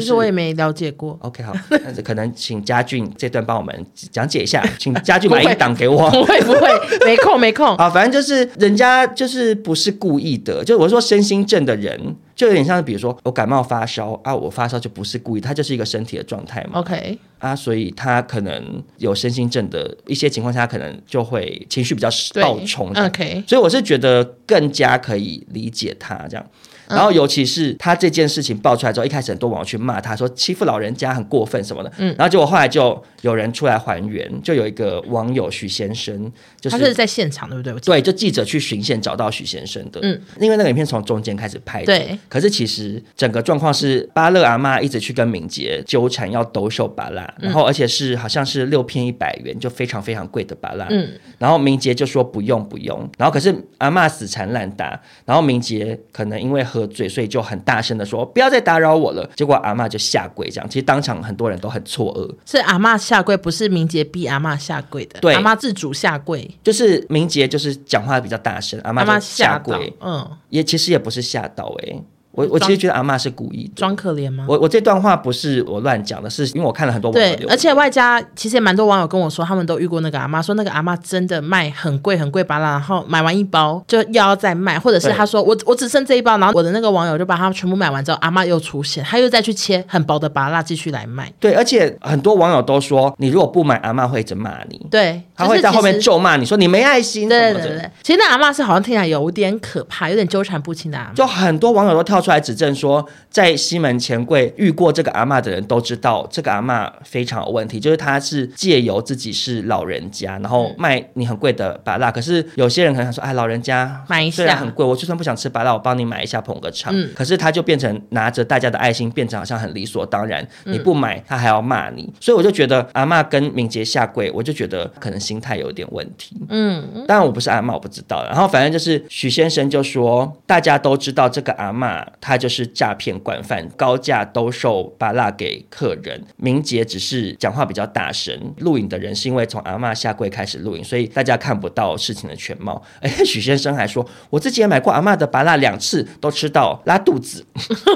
Speaker 3: 其
Speaker 2: 是
Speaker 3: 实我也没了解过，
Speaker 2: OK，好， 那可能请家俊这段帮我们讲解 一下，请家俊买一档给我。
Speaker 3: 不 会不会，没空没空。
Speaker 2: 啊，反正就是人家就是不是故意的，就我说身心症的人，就有点像是比如说我感冒发烧啊，我发烧就不是故意，它就是一个身体的状态嘛
Speaker 3: OK，
Speaker 2: 啊，所以他可能有身心症的一些情况下，可能就会情绪比较
Speaker 3: 对
Speaker 2: 暴冲这样。
Speaker 3: ，OK，
Speaker 2: 所以我是觉得更加可以理解他这样。
Speaker 3: 嗯
Speaker 2: 然后，尤其是他这件事情爆出来之后，一开始很多网友去骂他，说欺负老人家很过分什么的。嗯，然后结果后来就有人出来还原，就有一个网友许先生，就
Speaker 3: 他是在现场对不对？我记得
Speaker 2: 对，就记者去巡线找到许先生的，
Speaker 3: 嗯，
Speaker 2: 因为那个影片从中间开始拍的，
Speaker 3: 对。
Speaker 2: 可是其实整个状况是巴勒阿妈一直去跟敏捷纠缠要兜售巴拉，
Speaker 3: 嗯
Speaker 2: 然后而且是好像是六片一百元，就非常非常贵的巴拉，
Speaker 3: 嗯，
Speaker 2: 然后敏捷就说不用不用，然后可是阿妈死缠烂打，然后敏捷可能因为喝醉，所以就很大声的说不要再打扰我了，结果阿妈就下跪这样，其实当场很多人都很错愕，
Speaker 3: 是阿嬷下跪，不是明杰逼阿嬷下跪的，
Speaker 2: 对
Speaker 3: 阿嬷自主下跪，
Speaker 2: 就是明杰就是讲话比较大声，阿
Speaker 3: 阿
Speaker 2: 妈
Speaker 3: 嬷
Speaker 2: 就下
Speaker 3: 跪
Speaker 2: 跪。，
Speaker 3: 嗯，
Speaker 2: 也其实也不是吓到哎、我我其实觉得阿嬷是故意的。
Speaker 3: 装可怜吗？
Speaker 2: 我我这段话不是我乱讲的，是因为我看了很多网友
Speaker 3: 对
Speaker 2: 留，言，
Speaker 3: 而且外加其实也蛮多网友跟我说，他们都遇过那个阿妈，说那个阿妈真的卖很贵很贵巴拉，然后买完一包就又要再卖，或者是
Speaker 2: 对
Speaker 3: 他说我我只剩这一包，然后我的那个网友就把它全部买完之后，阿妈又出现，他又再去切很薄的巴拉继续来 卖，
Speaker 2: 对，而且很多网友都说，你如果不买，阿嬷会一直骂你，
Speaker 3: 对，
Speaker 2: 她会在后面
Speaker 3: 就
Speaker 2: 咒骂你说你没爱心
Speaker 3: 是其实。对
Speaker 2: 什么
Speaker 3: 对
Speaker 2: 的。
Speaker 3: 对对，其实那阿妈是好像听起来有点可怕，有点纠缠不清的阿妈。
Speaker 2: 就很多网友都跳出来指证说，在西门钱柜遇过这个阿嬷的人都知道，这个阿嬷非常有问题，就是她是借由自己是老人家，然
Speaker 3: 嗯
Speaker 2: 后卖你很贵的芭辣。可是有些人可能想说，哎，老人家
Speaker 3: 买一下
Speaker 2: 虽然很贵，我就算不想吃芭辣，我帮你买一下捧个场。
Speaker 3: 嗯
Speaker 2: 可是她就变成拿着大家的爱心，变成好像很理所当然，
Speaker 3: 嗯
Speaker 2: 你不买她还要骂你，所以我就觉得阿嬷跟敏捷下跪，我就觉得可能心态有点问题。
Speaker 3: 嗯，
Speaker 2: 当然我不是阿嬷，我不知道。然后反正就是许先生就说，大家都知道这个阿嬷她就是诈骗惯犯，高价兜售芭辣给客人。明杰只是讲话比较大声，录影的人是因为从阿嬷下跪开始录影，所以大家看不到事情的全貌。哎，许先生还说，我自己也买过阿嬷的芭辣两次，都吃到拉肚子。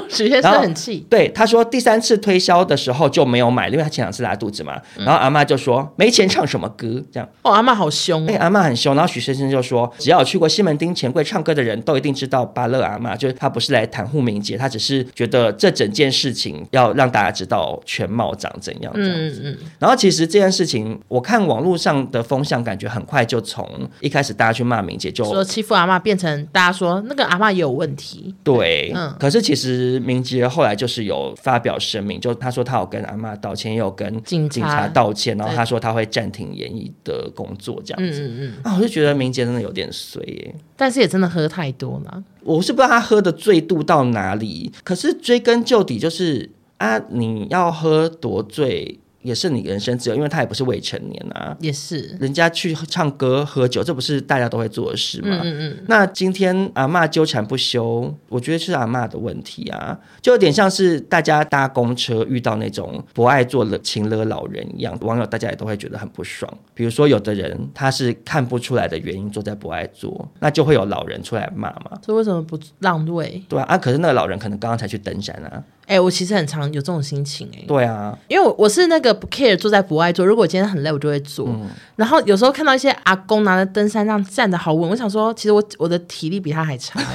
Speaker 3: 许先生
Speaker 2: 然后
Speaker 3: 很气，
Speaker 2: 对，他说第三次推销的时候就没有买，因为他前两次拉肚子嘛。然后阿嬷就说没钱唱什么歌这样。
Speaker 3: 哦，阿妈好凶、
Speaker 2: 哎、
Speaker 3: 哦，
Speaker 2: 阿嬷很凶，然后许先生就说，只要有去过西门町钱柜唱歌的人都一定知道巴乐阿嬷，就是她不是来袒护名节，她只是觉得这整件事情要让大家知道全貌长怎样这样
Speaker 3: 嗯嗯，
Speaker 2: 然后其实这件事情，我看网络上的风向，感觉很快就从一开始大家去骂明姐就
Speaker 3: 说欺负阿妈变成大家说那个阿妈也有问题，
Speaker 2: 对，
Speaker 3: 嗯
Speaker 2: 可是其实明杰后来就是有发表声明，就他说他有跟阿嬷道歉，也有跟
Speaker 3: 警
Speaker 2: 警
Speaker 3: 察
Speaker 2: 察道歉，然后
Speaker 3: 对
Speaker 2: 他说他会暂停演艺的工作这样
Speaker 3: 嗯
Speaker 2: 子。
Speaker 3: 嗯嗯，
Speaker 2: 啊，我就觉得明杰真的有点衰耶、
Speaker 3: 但是也真的喝太多了。
Speaker 2: 我是不知道他喝的醉度到哪里，可是追根究底就是啊，你要喝多醉也是你人生自由，因为他也不是未成年啊。
Speaker 3: 也是，
Speaker 2: 人家去唱歌喝酒，这不是大家都会做的事吗？
Speaker 3: 嗯嗯嗯，
Speaker 2: 啊那今天阿嬷纠缠不休，我觉得是阿嬷的问题啊，就有点像是大家搭公车遇到那种不爱做了情了老人一样，网友大家也都会觉得很不爽。比如说有的人他是看不出来的原因坐在不爱坐，那就会有老人出来骂嘛。
Speaker 3: 所以为什么不让位？
Speaker 2: 对啊，啊，可是那个老人可能刚刚才去登山啊。
Speaker 3: 哎、我其实很常有这种心情哎、
Speaker 2: 对啊，
Speaker 3: 因为我我是那个不 care 坐在不爱坐，如果我今天很累，我就会坐。
Speaker 2: 嗯
Speaker 3: 然后有时候看到一些阿公拿着登山杖站的好稳，我想说，其实我我的体力比他还差 欸、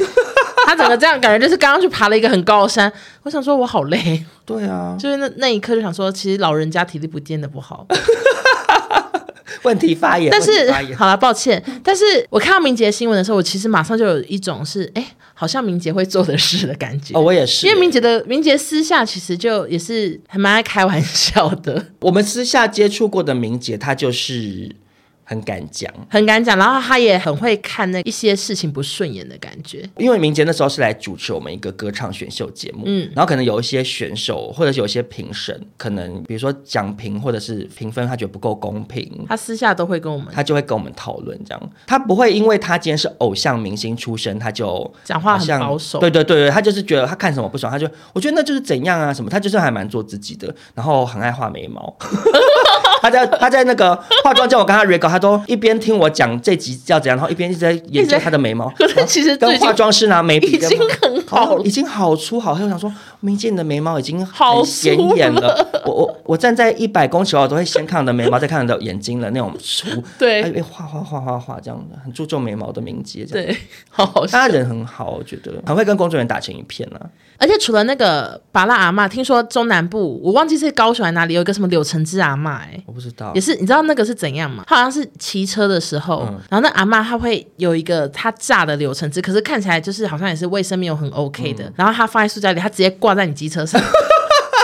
Speaker 3: 他整个这样感觉就是刚刚去爬了一个很高的山，我想说我好累，
Speaker 2: 对啊，
Speaker 3: 就是那那一刻就想说，其实老人家体力不见得不 好，
Speaker 2: 问题发言，
Speaker 3: 但
Speaker 2: 问题
Speaker 3: 是
Speaker 2: 发言
Speaker 3: 好了，抱歉，但是我看到明杰新闻的时候，我其实马上就有一种是哎、好像明杰会做的事的感觉
Speaker 2: 哦，。我也是，
Speaker 3: 因为明杰的明杰私下其实就也是还蛮爱开玩笑的，
Speaker 2: 我们私下接触过的明姐，她就是很敢讲。
Speaker 3: 很敢讲，然后他也很会看那一些事情不顺眼的感觉。
Speaker 2: 因为明杰那时候是来主持我们一个歌唱选秀节目，
Speaker 3: 嗯
Speaker 2: 嗯，然后可能有一些选手或者是有一些评审，可能比如说奖评或者是评分，他觉得不够公平，
Speaker 3: 他私下都会跟我 们
Speaker 2: 他就会跟我们讨论这样。他不会因为他今天是偶像明星出身，他就
Speaker 3: 讲话
Speaker 2: 好
Speaker 3: 很
Speaker 2: 像
Speaker 3: 保守，
Speaker 2: 对对对对，他就是觉得他看什么不爽，他就我觉得那就是怎样啊什么，他就是还蛮做自己的，然后很爱画眉毛。 他在他在那个化妆间，我跟他 re 稿，他都一边听我讲这集要怎样，然后一边一直在研究他的 眉毛。
Speaker 3: 可是其实最
Speaker 2: 跟
Speaker 3: 近
Speaker 2: 化妆师拿眉笔
Speaker 3: 已
Speaker 2: 跟
Speaker 3: 经很好
Speaker 2: 哦
Speaker 3: 了
Speaker 2: 已。经好粗好黑。我想说，明姐你的眉毛已经
Speaker 3: 好
Speaker 2: 很显
Speaker 3: 粗
Speaker 2: 眼了。我我我站在一百公尺外，我都会先看我的眉毛，再看我的眼睛了，那种粗。
Speaker 3: 对
Speaker 2: 哎，哎画画画画画这样的，很注重眉毛的明姐这样。
Speaker 3: 对，好好笑。
Speaker 2: 他人很好，我觉得很会跟工作人员打成一片啊。
Speaker 3: 而且除了那个巴拉阿嬷，听说中南部我忘记是高雄还是哪里有一个什么柳橙汁阿嬷、欸，
Speaker 2: 我不知道
Speaker 3: 也，是，你知道那个是怎样吗？他好像是骑车的时候，然后那阿嬷她会有一个她榨的柳橙汁，可是看起来就是好像也是卫生没有很 OK 的，然后她放在塑胶里，她直接挂在你机车上。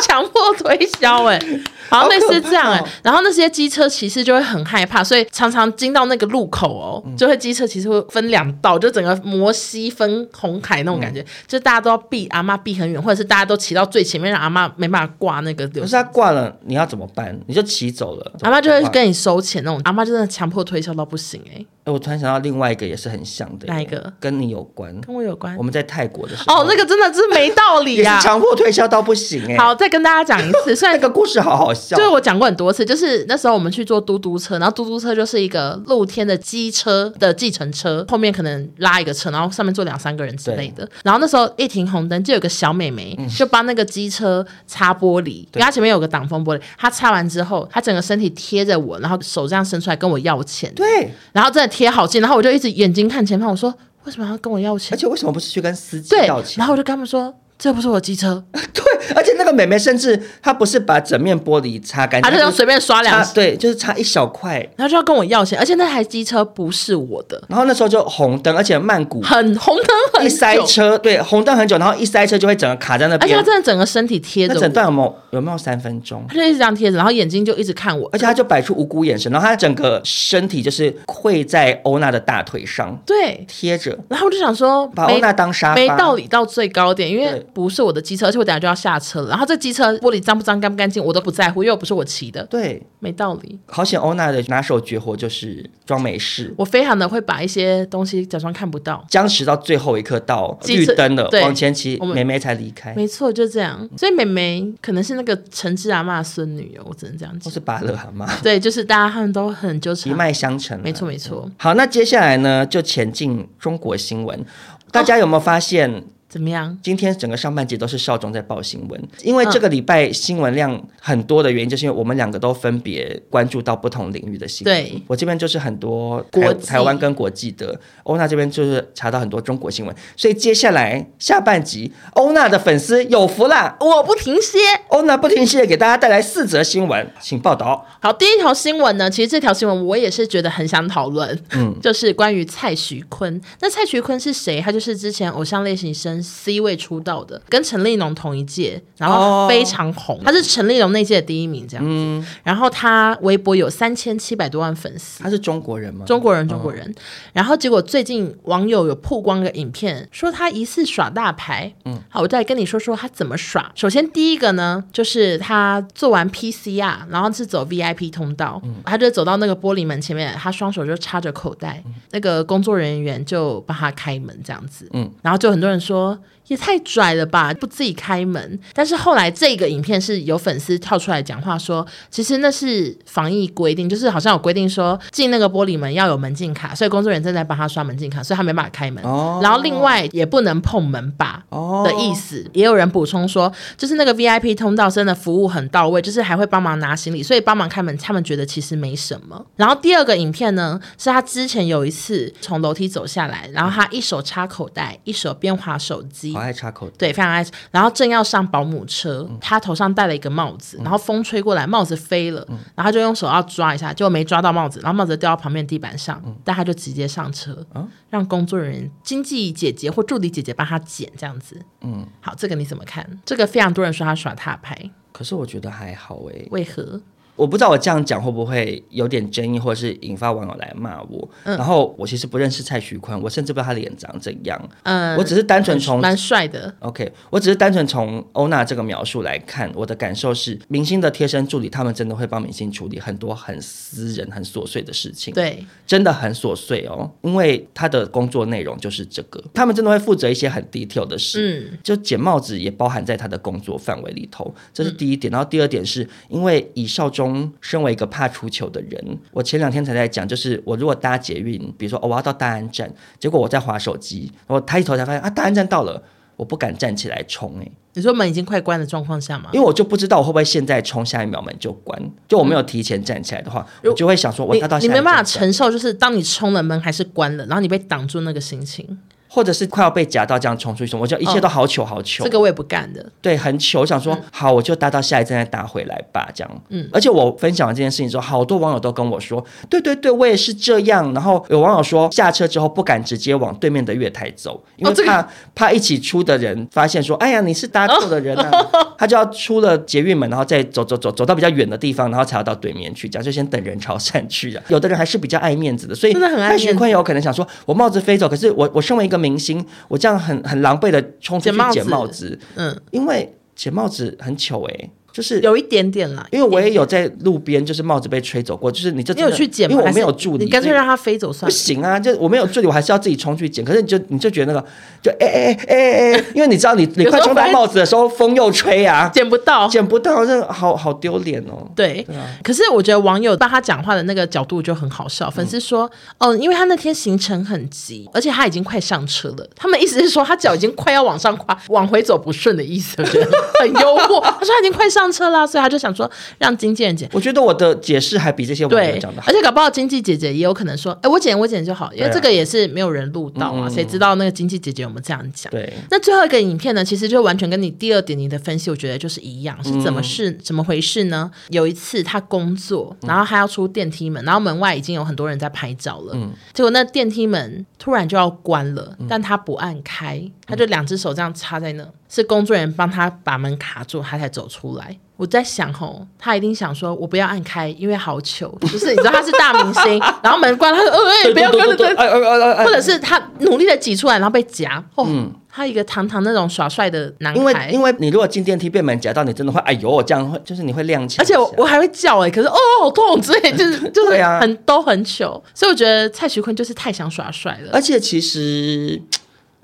Speaker 3: 强迫推销哎、好像类似这样哎、
Speaker 2: 好可怕哦
Speaker 3: 然后那些机车骑士就会很害怕，所以常常经到那个路口哦，就会机车骑士会分两道，就整个摩西分红海那种感觉，就大家都要避阿嬷避很远，或者是大家都骑到最前面，让阿嬷没办法挂那个柳橙
Speaker 2: 可是他挂了，你要怎么办？你就骑走了。
Speaker 3: 阿妈就会
Speaker 2: 怎么办
Speaker 3: 跟你收钱那种，阿妈真的强迫推销到不行哎、
Speaker 2: 哎我突然想到另外一个也是很像的，
Speaker 3: 哪一个？
Speaker 2: 跟你有关。
Speaker 3: 跟我有关哦
Speaker 2: 我们在泰国的时候，
Speaker 3: 哦，那个真的是没道理
Speaker 2: 也是
Speaker 3: 呀、
Speaker 2: 强迫推销到不行哎。
Speaker 3: 好，再跟大家讲一 次，虽然
Speaker 2: 那个故事好好笑，
Speaker 3: 就是我讲过很多次，就是那时候我们去坐嘟嘟车，然后嘟嘟车就是一个露天的机车的计程车，后面可能拉一个车，然后上面坐两三个人之类的。然后那时候一停红灯，就有个小美眉
Speaker 2: 嗯
Speaker 3: 就帮那个机车擦玻璃，因为她前面有个挡风玻璃，她擦完之后，她整个身体贴着我，然后手这样伸出来跟我要钱，
Speaker 2: 对，
Speaker 3: 然后真的贴好近，然后我就一直眼睛看前方，我说为什么要跟我要
Speaker 2: 而
Speaker 3: 钱？
Speaker 2: 且为什么不是去跟司机
Speaker 3: 对
Speaker 2: 道，歉
Speaker 3: 然？后我就跟他们说。这不是我的机车，
Speaker 2: 哎对，而且那个妹妹甚至她不是把整面玻璃擦干
Speaker 3: 她
Speaker 2: 净，
Speaker 3: 就这样随便刷两
Speaker 2: 擦，对，就是擦一小块。
Speaker 3: 然后就要跟我要钱，而且那台机车不是我的，
Speaker 2: 然后那时候就红灯，而且曼谷
Speaker 3: 很红灯很
Speaker 2: 一塞
Speaker 3: 久，
Speaker 2: 车，对，红灯很久，然后一塞车就会整个卡在那
Speaker 3: 而且他
Speaker 2: 边。
Speaker 3: 真的整个身体贴着
Speaker 2: 那
Speaker 3: 我，
Speaker 2: 整段有没有有没有三分钟？
Speaker 3: 他就一直这样贴着，然后眼睛就一直看我
Speaker 2: 而，且他就摆出无辜眼神，然后他整个身体就是跪在欧娜的大腿上
Speaker 3: 对，
Speaker 2: 贴着，
Speaker 3: 然后我就想说，
Speaker 2: 把
Speaker 3: 没
Speaker 2: 欧娜当沙发，
Speaker 3: 没道理到最高点，因为
Speaker 2: 对
Speaker 3: 不是我的机车，而且我等下就要下车了，然后这机车玻璃脏不脏、干不干净我都不在乎，因为又不是我骑的，
Speaker 2: 对，
Speaker 3: 没道理。
Speaker 2: 好险欧娜的拿手绝活就是装没事，
Speaker 3: 我非常的会把一些东西假装看不到，
Speaker 2: 僵持到最后一刻到
Speaker 3: 机
Speaker 2: 绿
Speaker 3: 车
Speaker 2: 灯了，
Speaker 3: 对
Speaker 2: 往前骑
Speaker 3: 我，们
Speaker 2: 梅梅才离开，
Speaker 3: 没错，就这样。所以美美可能是那个陈志阿妈孙女哦，我只能这样
Speaker 2: 都
Speaker 3: 讲。
Speaker 2: 是芭乐蛤蟆，
Speaker 3: 对，就是大家他们都很纠
Speaker 2: 一
Speaker 3: 缠，
Speaker 2: 脉相承啊。
Speaker 3: 没错没错。
Speaker 2: 好，那接下来呢，就前进中国新闻。大家有没有发现，
Speaker 3: 怎么样？
Speaker 2: 今天整个上半节都是少中在报新闻？因为这个礼拜新闻量很多的原因，就是因为我们两个都分别关注到不同领域的新闻。
Speaker 3: 对，
Speaker 2: 我这边就是很多台
Speaker 3: 国际
Speaker 2: 台湾跟国际的，欧娜这边就是查到很多中国新闻。所以接下来下半集，欧娜的粉丝有福啦！
Speaker 3: 我不停歇。
Speaker 2: 欧娜不停歇给大家带来四则新闻，请报道。
Speaker 3: 好，第一条新闻呢，其实这条新闻我也是觉得很想讨论，嗯， 就是关于蔡徐坤。那蔡徐坤是谁？他就是之前《偶像练习生》C 位出道的，跟陈立农同一届，然
Speaker 2: 哦
Speaker 3: 后非常红，他是陈立农那届的第一名这样子。
Speaker 2: 嗯
Speaker 3: 然后他微博有三千七百多万粉丝。
Speaker 2: 他是中国人吗？
Speaker 3: 中国人，中国人。然后结果最近网友有曝光个影片，说他疑似耍大牌。嗯，好，我再来跟你说说他怎么耍。首先第一个呢，就是他做完 PCR，然后是走 VIP 通道，他就走到那个玻璃门前面，他双手就插着口袋，那个工作人员就帮他开门这样子。嗯，然后就很多人说。也太拽了吧！不自己开门，但是后来这个影片是有粉丝跳出来讲话说，其实那是防疫规定，就是好像有规定说进那个玻璃门要有门禁卡，所以工作人员正在帮他刷门禁卡，所以他没办法开门。
Speaker 2: 哦
Speaker 3: 然后另外也不能碰门把的意思。也有人补充说，就是那个 VIP 通道真的服务很到位，就是还会帮忙拿行李，所以帮忙开门，他们觉得其实没什么。然后第二个影片呢，是他之前有一次从楼梯走下来，然后他一手插口袋，一手边划手机，
Speaker 2: 好爱插口袋。
Speaker 3: 对，非常爱。然后正要上保姆车，
Speaker 2: 嗯
Speaker 3: 他头上戴了一个帽子，然后风吹过来，帽子飞了，
Speaker 2: 嗯
Speaker 3: 然后他就用手要抓一下，结果没抓到帽子，然后帽子掉到旁边地板上，
Speaker 2: 嗯
Speaker 3: 但他就直接上车，
Speaker 2: 啊
Speaker 3: 让工作人员、经纪姐姐或助理姐姐帮他捡，这样子。嗯，好，这个你怎么看？这个非常多人说他耍大牌，
Speaker 2: 可是我觉得还好欸诶、
Speaker 3: 为何？
Speaker 2: 我不知道我这样讲会不会有点争议，或者是引发网友来骂我。
Speaker 3: 嗯
Speaker 2: 然后我其实不认识蔡徐坤，我甚至不知道他脸长怎样。
Speaker 3: 嗯，
Speaker 2: 我只是单纯从
Speaker 3: 蛮帅的，
Speaker 2: OK，我只是单纯从欧娜这个描述来看，我的感受是，明星的贴身助理他们真的会帮明星处理很多很私人、很琐碎的事情。
Speaker 3: 对，
Speaker 2: 真的很琐碎哦，因为他的工作内容就是这个，他们真的会负责一些很 detail 的事，
Speaker 3: 嗯，
Speaker 2: 就捡帽子也包含在他的工作范围里头，这是
Speaker 3: 嗯
Speaker 2: 第一点。然后第二点是因为以少中身为一个怕出糗的人，我前两天才在讲，就是我如果搭捷运，比如说、哦、我要到大安站，结果我在划手机，我抬起头才发现啊，大安站到了。我不敢站起来冲哎、欸
Speaker 3: 你说门已经快关的状况下吗？
Speaker 2: 因为我就不知道我会不会现在冲，下一秒门就关。就我没有提前站起来的话，我就会想说我
Speaker 3: 嗯你
Speaker 2: 要到下
Speaker 3: 你
Speaker 2: 一
Speaker 3: 没办
Speaker 2: 站
Speaker 3: 法
Speaker 2: 站
Speaker 3: 承受，就是当你冲了门还是关了，然后你被挡住那个心情，
Speaker 2: 或者是快要被夹到这样冲出去，我就
Speaker 3: 嗯
Speaker 2: 一切都好糗好糗，
Speaker 3: 这个我也不干的。
Speaker 2: 对，很糗。我想说，
Speaker 3: 嗯
Speaker 2: 好，我就搭到下一站再搭回来吧，这样。嗯，而且我分享完这件事情之后，好多网友都跟我说，对对对，我也是这样。然后有网友说，下车之后不敢直接往对面的月台走，因为
Speaker 3: 哦这个
Speaker 2: 怕、怕一起出的人发现说，哎呀，你是搭错 的人啊，他就要出了捷运门，然后再走走走走到比较远的地方，然后才要到对面去，这样就先等人潮散去啊。有的人还是比较爱面子的，所以
Speaker 3: 真的很爱
Speaker 2: 蔡徐
Speaker 3: 面子
Speaker 2: 坤有可能想说，我帽子飞走，可是我我身为一个明星，我这样很很狼狈的冲出
Speaker 3: 捡
Speaker 2: 去
Speaker 3: 帽
Speaker 2: 捡
Speaker 3: 子
Speaker 2: 帽子，
Speaker 3: 嗯，
Speaker 2: 因为捡帽子很糗哎、就是
Speaker 3: 有一点点啦，
Speaker 2: 因为我也有在路边，就是帽子被吹走过，就是你这
Speaker 3: 你
Speaker 2: 真
Speaker 3: 有
Speaker 2: 的
Speaker 3: 去捡吗？
Speaker 2: 因为我
Speaker 3: 还是
Speaker 2: 没有助理，
Speaker 3: 你干脆
Speaker 2: 所以
Speaker 3: 让它飞走算
Speaker 2: 不
Speaker 3: 了。
Speaker 2: 行啊！就我没有助理，我还是要自己冲去捡。可是你就你就觉得那个，就哎哎哎哎哎，因为你知道你你
Speaker 3: 有时候
Speaker 2: 快冲到
Speaker 3: 反正
Speaker 2: 帽子的时候，风又吹啊，
Speaker 3: 捡不到，
Speaker 2: 捡不到，真的好好丢脸哦。
Speaker 3: 对，可是我觉得网友帮他讲话的那个角度就很好
Speaker 2: 嗯
Speaker 3: 笑。粉丝说：“哦，因为他那天行程很急，而且他已经快上车了。他们意思是说他脚已经快要往上跨，往回走不顺的意思。”我觉得很幽 默。他说他已经快上车啦，所以他就想说让经纪人剪。
Speaker 2: 我觉得我的解释还比这些网友
Speaker 3: 对
Speaker 2: 讲的，好
Speaker 3: 而。且搞不好经纪姐姐也有可能说：“哎，我剪我剪就好，因为
Speaker 2: 对啊嗯
Speaker 3: 这个也是没有人录到啊，谁知道那个经纪姐姐有没有这样讲？”
Speaker 2: 对，
Speaker 3: 那最后一个影片呢，其实就完全跟你第二点你的分析，我觉得就是一样，是怎么事、怎么回事呢？有一次他工作，然后他要出电梯门，然后门外已经有很多人在拍照了，结果那电梯门突然就要关了，但他不按开，他就两只手这样插在那，是工作人员帮他把门卡住，他才走出来。我在想吼，他一定想说，我不要按开，因为好糗。就是你知道他是大明星，然后门关了，他说，呃，哎、不要关了，
Speaker 2: 哎哎哎哎哎
Speaker 3: 或者是他努力的挤出来，然后被夹。哦，他一个堂堂那种耍帅的男
Speaker 2: 因为
Speaker 3: 孩，
Speaker 2: 因为你如果进电梯被门夹到，你真的会哎呦，这样会就是你会踉跄。
Speaker 3: 而且我我还会叫哎、可是哦好痛之类， 就是就
Speaker 2: 对
Speaker 3: 是
Speaker 2: 啊
Speaker 3: 很、都很糗。呃所以我觉得蔡徐坤就是太想耍帅了
Speaker 2: 而。且其实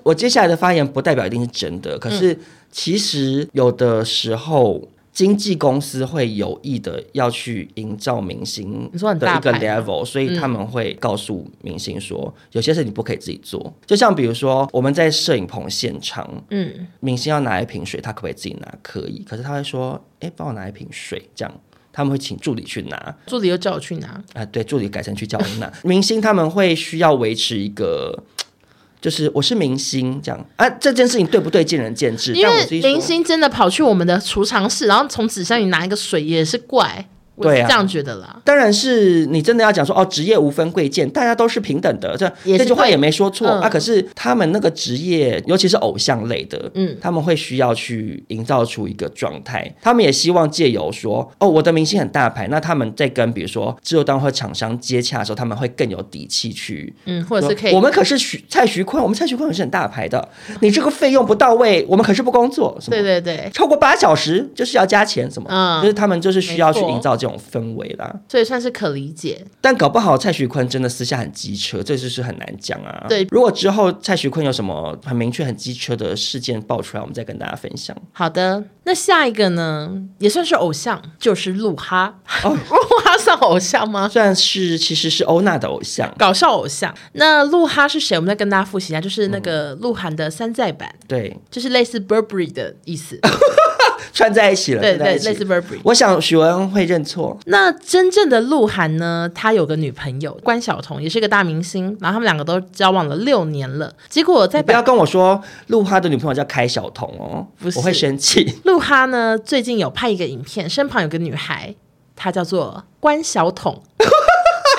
Speaker 2: 我接下来的发言不代表一定是真
Speaker 3: 嗯
Speaker 2: 的，可是其实有的时候。经纪公司会有意的要去营造明星
Speaker 3: 你说很
Speaker 2: 的
Speaker 3: 大
Speaker 2: 一个
Speaker 3: 牌吗嗯
Speaker 2: level，所以他们会告诉明星说，有些事你不可以自己做。就像比如说我们在摄影棚现场，
Speaker 3: 嗯，
Speaker 2: 明星要拿一瓶水，他可不可以自己拿？可以，可是他会说，哎，帮我拿一瓶水，这样他们会请助理去拿。
Speaker 3: 助理又叫我去拿，
Speaker 2: 啊，对，助理改成去叫人拿。明星他们会需要维持一个，就是我是明星这样啊，这件事情对不对见仁见智。
Speaker 3: 因
Speaker 2: 但我
Speaker 3: 为
Speaker 2: 自己说
Speaker 3: 明星真的跑去我们的储藏室，然后从纸箱里拿一个水也是怪，我是
Speaker 2: 对啊
Speaker 3: 这样觉得啦。
Speaker 2: 当然是你真的要讲说哦，职业无分贵贱，大家都是平等的，这
Speaker 3: 也是
Speaker 2: 这句话
Speaker 3: 对
Speaker 2: 也没说错、
Speaker 3: 嗯
Speaker 2: 啊。可是他们那个职业，尤其是偶像类的，
Speaker 3: 嗯
Speaker 2: 嗯，他们会需要去营造出一个状态，他们也希望借由说哦，我的明星很大牌，那他们在跟比如说制作单位或厂商接洽的时候，他们会更有底气去
Speaker 3: 嗯，或者是可以，
Speaker 2: 我们可是徐蔡徐坤，我们蔡徐坤可是很大牌的，你这个费用不到位，我们可是不工作，什么
Speaker 3: 对对对，
Speaker 2: 超过八小时就是要加钱，什么，
Speaker 3: 嗯
Speaker 2: 就是他们就是需要去
Speaker 3: 没错
Speaker 2: 营造这种氛围啦。
Speaker 3: 所以算是可理解。
Speaker 2: 但搞不好蔡徐坤真的私下很机车，这就是很难讲啊。
Speaker 3: 对
Speaker 2: 如果之后蔡徐坤有什么很明确、很机车的事件爆出来，我们再跟大家分享。
Speaker 3: 好的，那下一个呢，也算是偶像，就是鹿哈。 鹿哈算偶像吗？
Speaker 2: 虽然是其实是欧娜的偶像，
Speaker 3: 搞笑偶像。那鹿哈是谁？我们再跟大家复习一下，就是那
Speaker 2: 嗯
Speaker 3: 个鹿晗的山寨版，
Speaker 2: 对，
Speaker 3: 就是类似 Burberry 的意思。
Speaker 2: 串在一起了，
Speaker 3: 对
Speaker 2: 串在
Speaker 3: 对，
Speaker 2: 一起
Speaker 3: 类似 Burberry。
Speaker 2: 我想许文恩会认错，
Speaker 3: 那真正的鹿晗呢？他有个女朋友关晓彤，也是个大明星，然后他们两个都交往了六年了。结果在
Speaker 2: 你不要跟我说陆哈的女朋友叫开小彤哦，
Speaker 3: 不是
Speaker 2: 我会生气。
Speaker 3: 鹿哈呢，最近有拍一个影片，身旁有个女孩，她叫做关晓 彤，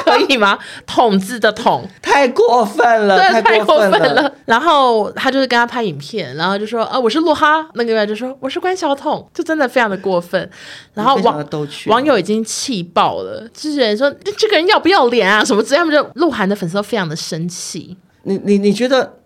Speaker 3: 可以吗？筒子的筒，
Speaker 2: 太过分了，
Speaker 3: 对，太
Speaker 2: 呃过
Speaker 3: 分
Speaker 2: 了。。
Speaker 3: 然后他就是跟他拍影片，然后就说啊、我是洛哈，那个人就说我是关晓彤，就真的非常的过分。然后
Speaker 2: 非常的
Speaker 3: 网
Speaker 2: 逗趣啊
Speaker 3: 网友已经气爆了，就是人说这这个人要不要脸啊什么之类，他们就鹿晗的粉丝都非常的生气。
Speaker 2: 你你你觉得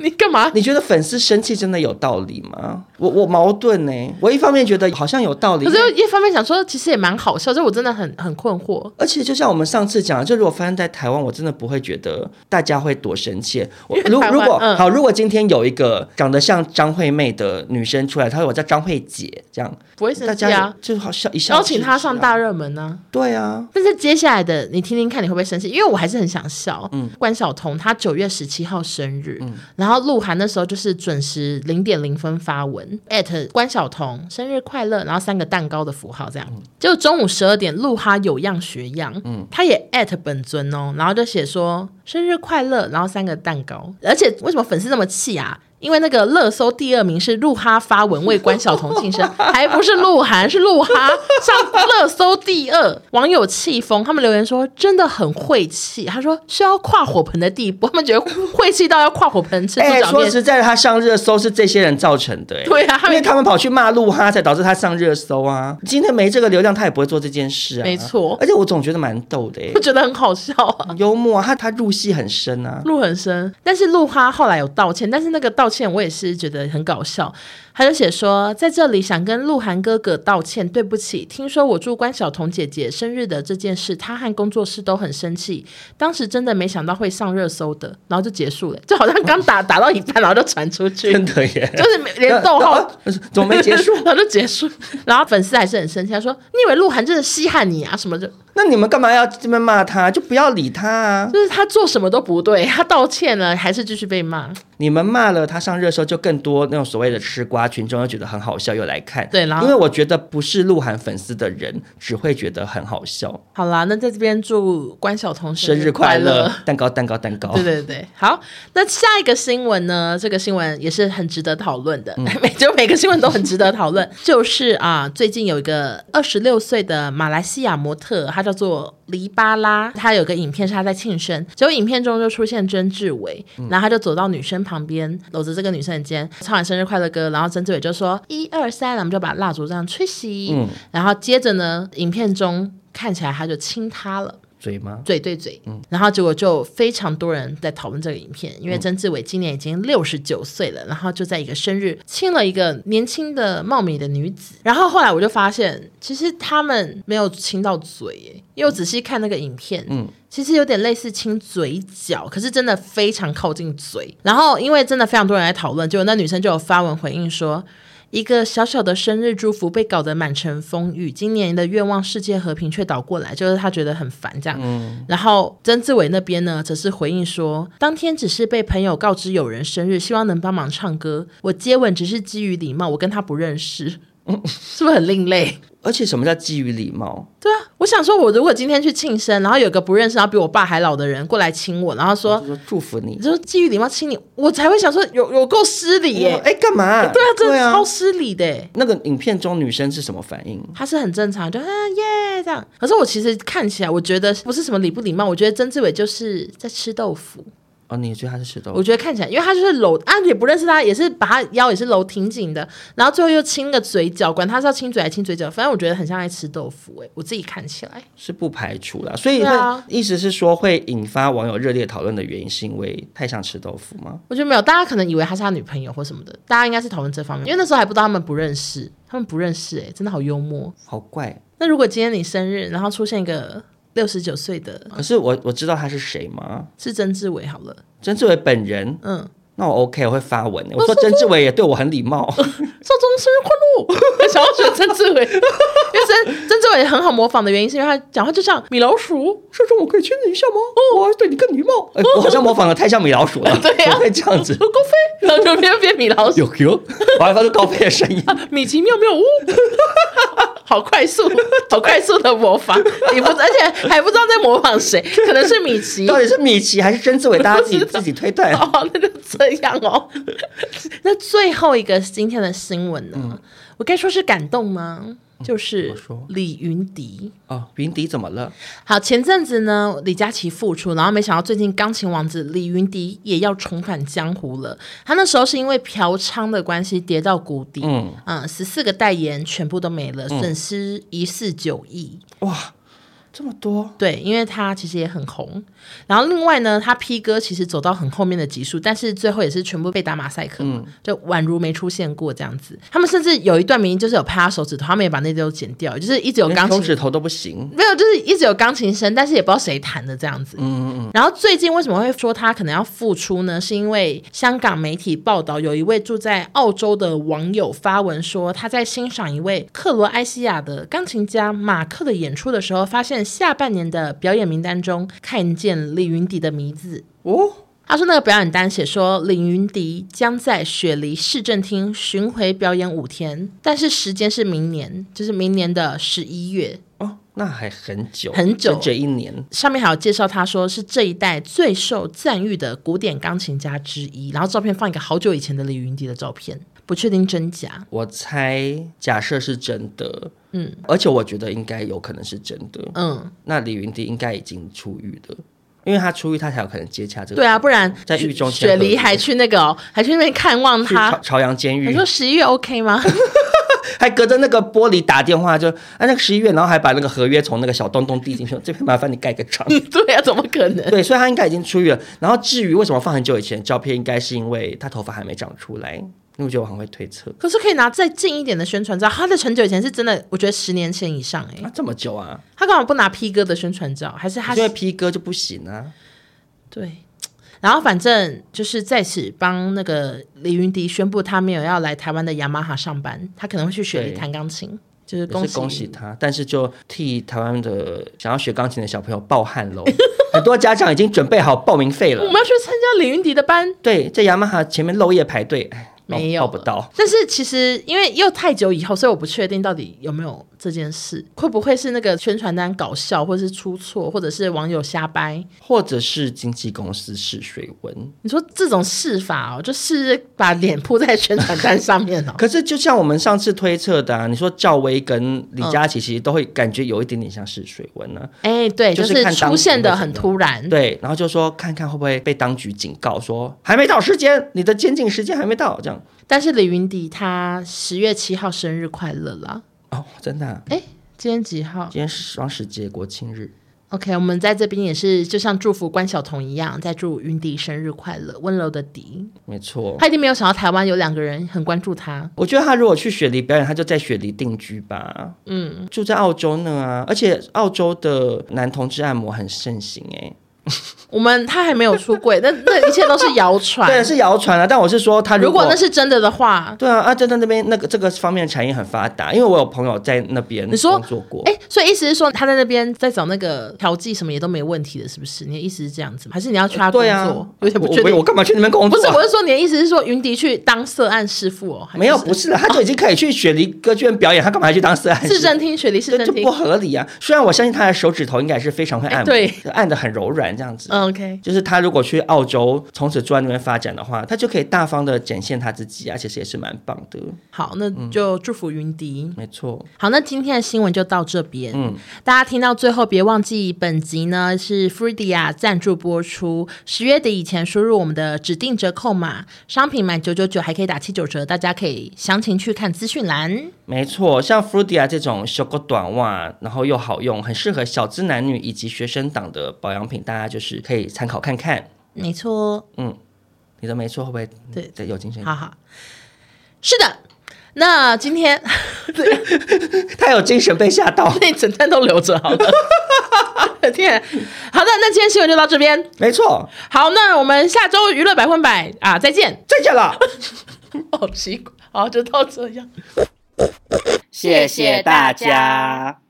Speaker 3: 你干嘛？
Speaker 2: 你觉得粉丝生气真的有道理吗？我我矛盾呢、我一方面觉得好像有道理
Speaker 3: 可，是一方面想说，其实也蛮好笑，就我真的很很困惑。
Speaker 2: 而且就像我们上次讲的，就如果发生在台湾，我真的不会觉得大家会多生气。我
Speaker 3: 因为
Speaker 2: 如
Speaker 3: 台湾
Speaker 2: 如果、
Speaker 3: 嗯
Speaker 2: 好，如果今天有一个长得像张惠妹的女生出来，她说我叫张惠姐，这样
Speaker 3: 不会
Speaker 2: 大
Speaker 3: 生气
Speaker 2: 家
Speaker 3: 啊，
Speaker 2: 就好笑一笑
Speaker 3: 邀
Speaker 2: 置
Speaker 3: 请
Speaker 2: 之
Speaker 3: 他上
Speaker 2: 啊
Speaker 3: 大热门呢、
Speaker 2: 对啊，
Speaker 3: 但是接下来的你听听看，你会不会生气？因为我还是很想笑。关晓彤她九月十七号生日，然后鹿晗那时候就是准时零点零分发文艾特关晓彤生日快乐，然后三个蛋糕的符号这样。就中午十二点，鹿哈有样学样，他也艾特本尊哦，然后就写说生日快乐，然后三个蛋糕。而且为什么粉丝那么气啊？因为那个热搜第二名是鹿哈发文为关晓彤庆生， 还不是鹿晗，是鹿哈上热搜第二。网友气疯，他们留言说真的很晦气。他说是要跨火盆的地步，他们觉得晦气到要跨火盆吃猪
Speaker 2: 哎、
Speaker 3: 脚
Speaker 2: 说
Speaker 3: 面。
Speaker 2: 实在，的，他上热搜是这些人造成的、哎
Speaker 3: 对啊，他
Speaker 2: 因为
Speaker 3: 们
Speaker 2: 他们跑去骂鹿哈，才导致他上热搜啊。今天没这个流量，他也不会做这件事啊。
Speaker 3: 没错
Speaker 2: 而且我总觉得蛮逗的、欸
Speaker 3: 不，觉得很好笑啊。
Speaker 2: 很幽默、啊，他他入戏很深啊。
Speaker 3: 路很深，但是路哈后来有道歉，但是那个道歉我也是觉得很搞笑。他就写说，在这里想跟鹿晗哥哥道歉，对不起。听说我祝关晓彤姐姐生日的这件事，他和工作室都很生气，当时真的没想到会上热搜的，然后就结束了，就好像刚打打到一半，然后就传出去，
Speaker 2: 真
Speaker 3: 就
Speaker 2: 的耶，
Speaker 3: 是没连逗 号
Speaker 2: 啊怎么没结束？
Speaker 3: 然后就结束。然后粉丝还是很生气，他说：“你以为鹿晗真的稀罕你啊？什么的，
Speaker 2: 那你们干嘛要这么骂他？就不要理他啊！
Speaker 3: 就是他做什么都不对，他道歉了，还是继续被骂。
Speaker 2: 你们骂了他上热搜，就更多那种所谓的吃瓜群众又觉得很好笑，又来看。
Speaker 3: 对然后
Speaker 2: 因为我觉得不是鹿晗粉丝的人只会觉得很好笑。”
Speaker 3: 好啦，那在这边祝关晓彤
Speaker 2: 生日
Speaker 3: 日
Speaker 2: 快
Speaker 3: 乐
Speaker 2: 乐！，蛋糕蛋糕蛋糕。
Speaker 3: 对对对，好，那下一个新闻呢？这个新闻也是很值得讨论的， 每、就每个新闻都很值得讨论。就是啊，最近有一个二十六岁的马来西亚模特，她叫做黎巴拉，她有个影片是她在庆生，结果影片中就出现曾志伟，然后她就走到女生旁边，搂着这个女生的肩，唱完生日快乐歌，然后曾志伟就说一二三，然后我们就把蜡烛这样吹熄，
Speaker 2: 嗯
Speaker 3: 然后接着呢，影片中看起来他就亲她了。
Speaker 2: 嘴吗？
Speaker 3: 嘴对嘴，然后结果就非常多人在讨论这个影片，因为曾志伟今年已经六十九岁了，然后就在一个生日亲了一个年轻的貌美的女子，然后后来我就发现，其实他们没有亲到嘴耶，因为我仔细看那个影片，嗯。其实有点类似亲嘴角，可是真的非常靠近嘴。然后因为真的非常多人来讨论，结果那女生就有发文回应说，一个小小的生日祝福被搞得满城风雨，今年的愿望世界和平却倒过来，就是他觉得很烦这样。然后曾志伟那边呢，则是回应说，当天只是被朋友告知有人生日，希望能帮忙唱歌。我接吻只是基于礼貌，我跟他不认识， 是不是很另类？
Speaker 2: 而且什么叫基于礼貌？
Speaker 3: 对啊，我想说，我如果今天去庆生，然后有个不认识，然后比我爸还老的人过来亲我，然后
Speaker 2: 我
Speaker 3: 说
Speaker 2: 就说祝福你
Speaker 3: 你。说基于礼貌亲你，我才会想说有有够失礼耶、
Speaker 2: 哎，干嘛？
Speaker 3: 对啊，真
Speaker 2: 对
Speaker 3: 的
Speaker 2: 啊
Speaker 3: 超。失礼的、耶
Speaker 2: 那个影片中女生是什么反应？
Speaker 3: 他是很正常，就啊耶这样。可是我其实看起来，我觉得不是什么礼不礼貌，我觉得曾志伟就是在吃豆腐。
Speaker 2: 哦，你觉得她是石头
Speaker 3: 我？觉得看起来，因为他就是搂啊，也不认识他，也是把他腰也是搂挺紧的，然后最后又亲个嘴角，管他是要亲嘴还是亲嘴角，反正我觉得很像爱吃豆腐哎、我自己看起来。
Speaker 2: 是不排除啦，所以
Speaker 3: 对
Speaker 2: 会、
Speaker 3: 啊
Speaker 2: 意思是说会引发网友热烈讨论的原因，是因为太想吃豆腐吗？
Speaker 3: 我觉得没有，大家可能以为她是他女朋友或什么的，大家应该是讨论这方面，因为那时候还不知道他们不认识，他们不认识哎、真的好幽默。
Speaker 2: 好怪。
Speaker 3: 那如果今天你生日，然后出现一个六十九岁的，
Speaker 2: 可是我我知道他是谁吗？
Speaker 3: 是曾志伟好了，
Speaker 2: 曾志伟本人，
Speaker 3: 嗯，
Speaker 2: 那我 OK，我会发文。
Speaker 3: 哦
Speaker 2: 我说曾志伟也对我很礼 貌，
Speaker 3: 少宗生日快乐！想要 学曾志伟，因为曾曾志伟很好模仿的原因，是因为他讲话就像米老鼠。
Speaker 2: 少中我可以亲你一下吗？我对你更礼貌。哎我好像模仿的太像米老鼠了，
Speaker 3: 哦 对啊
Speaker 2: 我会这样子。
Speaker 3: 高飞，然后就变变米老鼠，
Speaker 2: 有 有，我还发出高飞的声音。
Speaker 3: 米奇妙妙屋， 好快速，好快速的模仿，你不，而且还不知道在模仿谁，可能是米奇。
Speaker 2: 到底是米奇还是曾志伟？大家 自己
Speaker 3: 不知道
Speaker 2: 自己推断。
Speaker 3: 哦，那就这样哦。那最后一个今天的新闻呢？我该说是感动吗？就是
Speaker 2: 我说
Speaker 3: 李云迪。
Speaker 2: 哦，云迪怎么了？
Speaker 3: 好，前阵子呢，李佳琦复出，然后没想到最近钢琴王子李云迪也要重返江湖了。他那时候是因为嫖娼的关系跌到谷底，
Speaker 2: 嗯
Speaker 3: 嗯，十四、个代言全部都没了，损失一四九亿。
Speaker 2: 哇，这么多！
Speaker 3: 对，因为他其实也很红。然后另外呢，他 P 哥其实走到很后面的集数，但是最后也是全部被打马赛克
Speaker 2: 嗯
Speaker 3: 嘛，就宛如没出现过这样子。他们甚至有一段明明就是有拍他手指头，他们也把那都剪掉，就是一直有
Speaker 2: 连
Speaker 3: 钢琴
Speaker 2: 手指头都不行，
Speaker 3: 没有，就是一直有钢琴声，但是也不知道谁弹的这样子。嗯嗯。然后最近为什么会说他可能要复出呢？是因为香港媒体报道，有一位住在澳洲的网友发文说，他在欣赏一位克罗埃西亚的钢琴家马克的演出的时候，发现下半年的表演名单中看见李云迪的名字。
Speaker 2: 哦，
Speaker 3: 他说那个表演单写说李云迪将在雪梨市政厅巡回表演五天，但是时间是明年，就是明年的十一月。
Speaker 2: 哦，那还很久，
Speaker 3: 很久
Speaker 2: 整整一年。
Speaker 3: 上面还有介绍，他说是这一代最受赞誉的古典钢琴家之一。然后照片放一个好久以前的李云迪的照片，不确定真假。
Speaker 2: 我猜，假设是真的，
Speaker 3: 嗯
Speaker 2: 而且我觉得应该有可能是真的。
Speaker 3: 嗯，
Speaker 2: 那李云迪应该已经出狱了，因为他出狱，他才有可能接洽这个。
Speaker 3: 对啊，不然
Speaker 2: 在狱中签
Speaker 3: 雪
Speaker 2: 合约
Speaker 3: 梨还去那个、哦，还去那边看望
Speaker 2: 去朝
Speaker 3: 他。
Speaker 2: 朝阳监
Speaker 3: 你
Speaker 2: 狱
Speaker 3: 说，十一月 OK 吗？
Speaker 2: 还隔着那个玻璃打电话，就啊那个十一月，然后还把那个合约从那个小洞洞递进去，这边麻烦你盖个章。
Speaker 3: 对啊，怎么可 能？
Speaker 2: 对，所以他应该已经出狱了。然后至于为什么放很久以前的照片，应该是因为他头发还没长出来。你我觉得我很会推测
Speaker 3: 可是可以拿再近一点的宣传照，他的很久以前是真的，我觉得十年前以上哎、
Speaker 2: 啊，这么久啊，
Speaker 3: 他干嘛不拿 P 哥的宣传照？还是他
Speaker 2: 因为 P 哥就不行啊。
Speaker 3: 对，然后反正就是在此帮那个李云迪宣布，他没有要来台湾的雅马哈上班，他可能会去雪梨
Speaker 2: 对
Speaker 3: 弹钢琴，就是
Speaker 2: 也
Speaker 3: 恭
Speaker 2: 是
Speaker 3: 喜
Speaker 2: 恭喜他，但是就替台湾的想要学钢琴的小朋友抱憾喽。 很多家长已经准备好报名费
Speaker 3: 我们
Speaker 2: 了。
Speaker 3: 要去参加李云迪的班。
Speaker 2: 对，在雅马哈前面漏夜排队，哎报
Speaker 3: 没有
Speaker 2: 报不到。
Speaker 3: 但是其实因为又太久以后，所以我不确定到底有没有这件事，会不会是那个宣传单搞笑，或者是出错，或者是网友瞎掰？
Speaker 2: 或者是经纪公司试水温。
Speaker 3: 你说这种试法哦，就是把脸铺在宣传单上面哦
Speaker 2: 。可是就像我们上次推测的、啊，你说赵薇跟李佳
Speaker 3: 嗯
Speaker 2: 琦其实都会感觉有一点点像试水温啊呢、
Speaker 3: 哎、对，
Speaker 2: 就
Speaker 3: 就是是
Speaker 2: 看当
Speaker 3: 出现的
Speaker 2: 时会
Speaker 3: 很
Speaker 2: 怎
Speaker 3: 突然，
Speaker 2: 对，然后就说看看会不会被当局警告说还没到时间，你的监禁时间还没到，这样
Speaker 3: 但是李云迪他十月七号生日快乐啦！
Speaker 2: 哦，真的啊、
Speaker 3: 哎，今天几号
Speaker 2: 今天是双十节国庆日，
Speaker 3: ？OK，我们在这边也是就像祝福关晓彤一样，在祝云迪生日快乐，温柔的迪。
Speaker 2: 没错。
Speaker 3: 他一定没有想到台湾有两个人很关注他，
Speaker 2: 我觉得他如果去雪梨表演，他就在雪梨定居吧，嗯，住在澳洲呢啊，而且澳洲的男同志按摩很盛行哎、
Speaker 3: 我们他还没有出柜，那那一切都是谣传。
Speaker 2: 对，是谣传啊，但我是说他
Speaker 3: 如
Speaker 2: 果
Speaker 3: 果那是真的的话，
Speaker 2: 对啊，啊，真的那边那个这个方面的产业很发达，因为我有朋友在那边
Speaker 3: 你说
Speaker 2: 工作过。
Speaker 3: 哎，所以意思是说他在那边在找那个调剂什么也都没问题的，是不是？你的意思是这样子吗？还是你要去他工
Speaker 2: 对
Speaker 3: 作？
Speaker 2: 啊，
Speaker 3: 有点不
Speaker 2: 我
Speaker 3: 确定。
Speaker 2: 我我干嘛去那边工
Speaker 3: 不
Speaker 2: 作
Speaker 3: 是，
Speaker 2: 啊、
Speaker 3: 我是说你的意思是说云迪去当色案师傅哦？还
Speaker 2: 没有，不是啦，他就已经可以去雪梨歌剧院表演，他干嘛还去当色案？
Speaker 3: 市政厅雪梨市
Speaker 2: 这
Speaker 3: 政
Speaker 2: 就
Speaker 3: 厅
Speaker 2: 不。合理啊！虽然我相信他的手指头应该也是非常会按摩，
Speaker 3: 哎
Speaker 2: 按的很柔软这样子。
Speaker 3: 嗯 OK，
Speaker 2: 就是他如果去澳洲，从此住在那边发展的话，他就可以大方的展现他自己啊，其实也是蛮棒的。
Speaker 3: 好，那
Speaker 2: 嗯
Speaker 3: 就祝福云迪。
Speaker 2: 没错，
Speaker 3: 好，那今天的新闻就到这边。嗯，大家听到最后别忘记，本集呢是 Freedia 赞助播出。十月底以前输入我们的指定折扣码，商品满九九九还可以打七九折，大家可以详情去看资讯栏。
Speaker 2: 没错，像 Frudia 这种修个短袜，然后又好用，很适合小资男女以及学生党的保养品，大家就是可以参考看看。嗯
Speaker 3: 没错，
Speaker 2: 你的没错会不会
Speaker 3: 对
Speaker 2: 对有精神？
Speaker 3: 好好，是的。那今天
Speaker 2: 他有精神被吓到，
Speaker 3: 那整段都留着好了。 天，好的，那今天新闻就到这边。
Speaker 2: 没错，
Speaker 3: 好，那我们下周娱乐百分百啊，再 见。
Speaker 2: 再见了。
Speaker 3: 好奇怪，好，就到这样。
Speaker 1: 谢谢大家。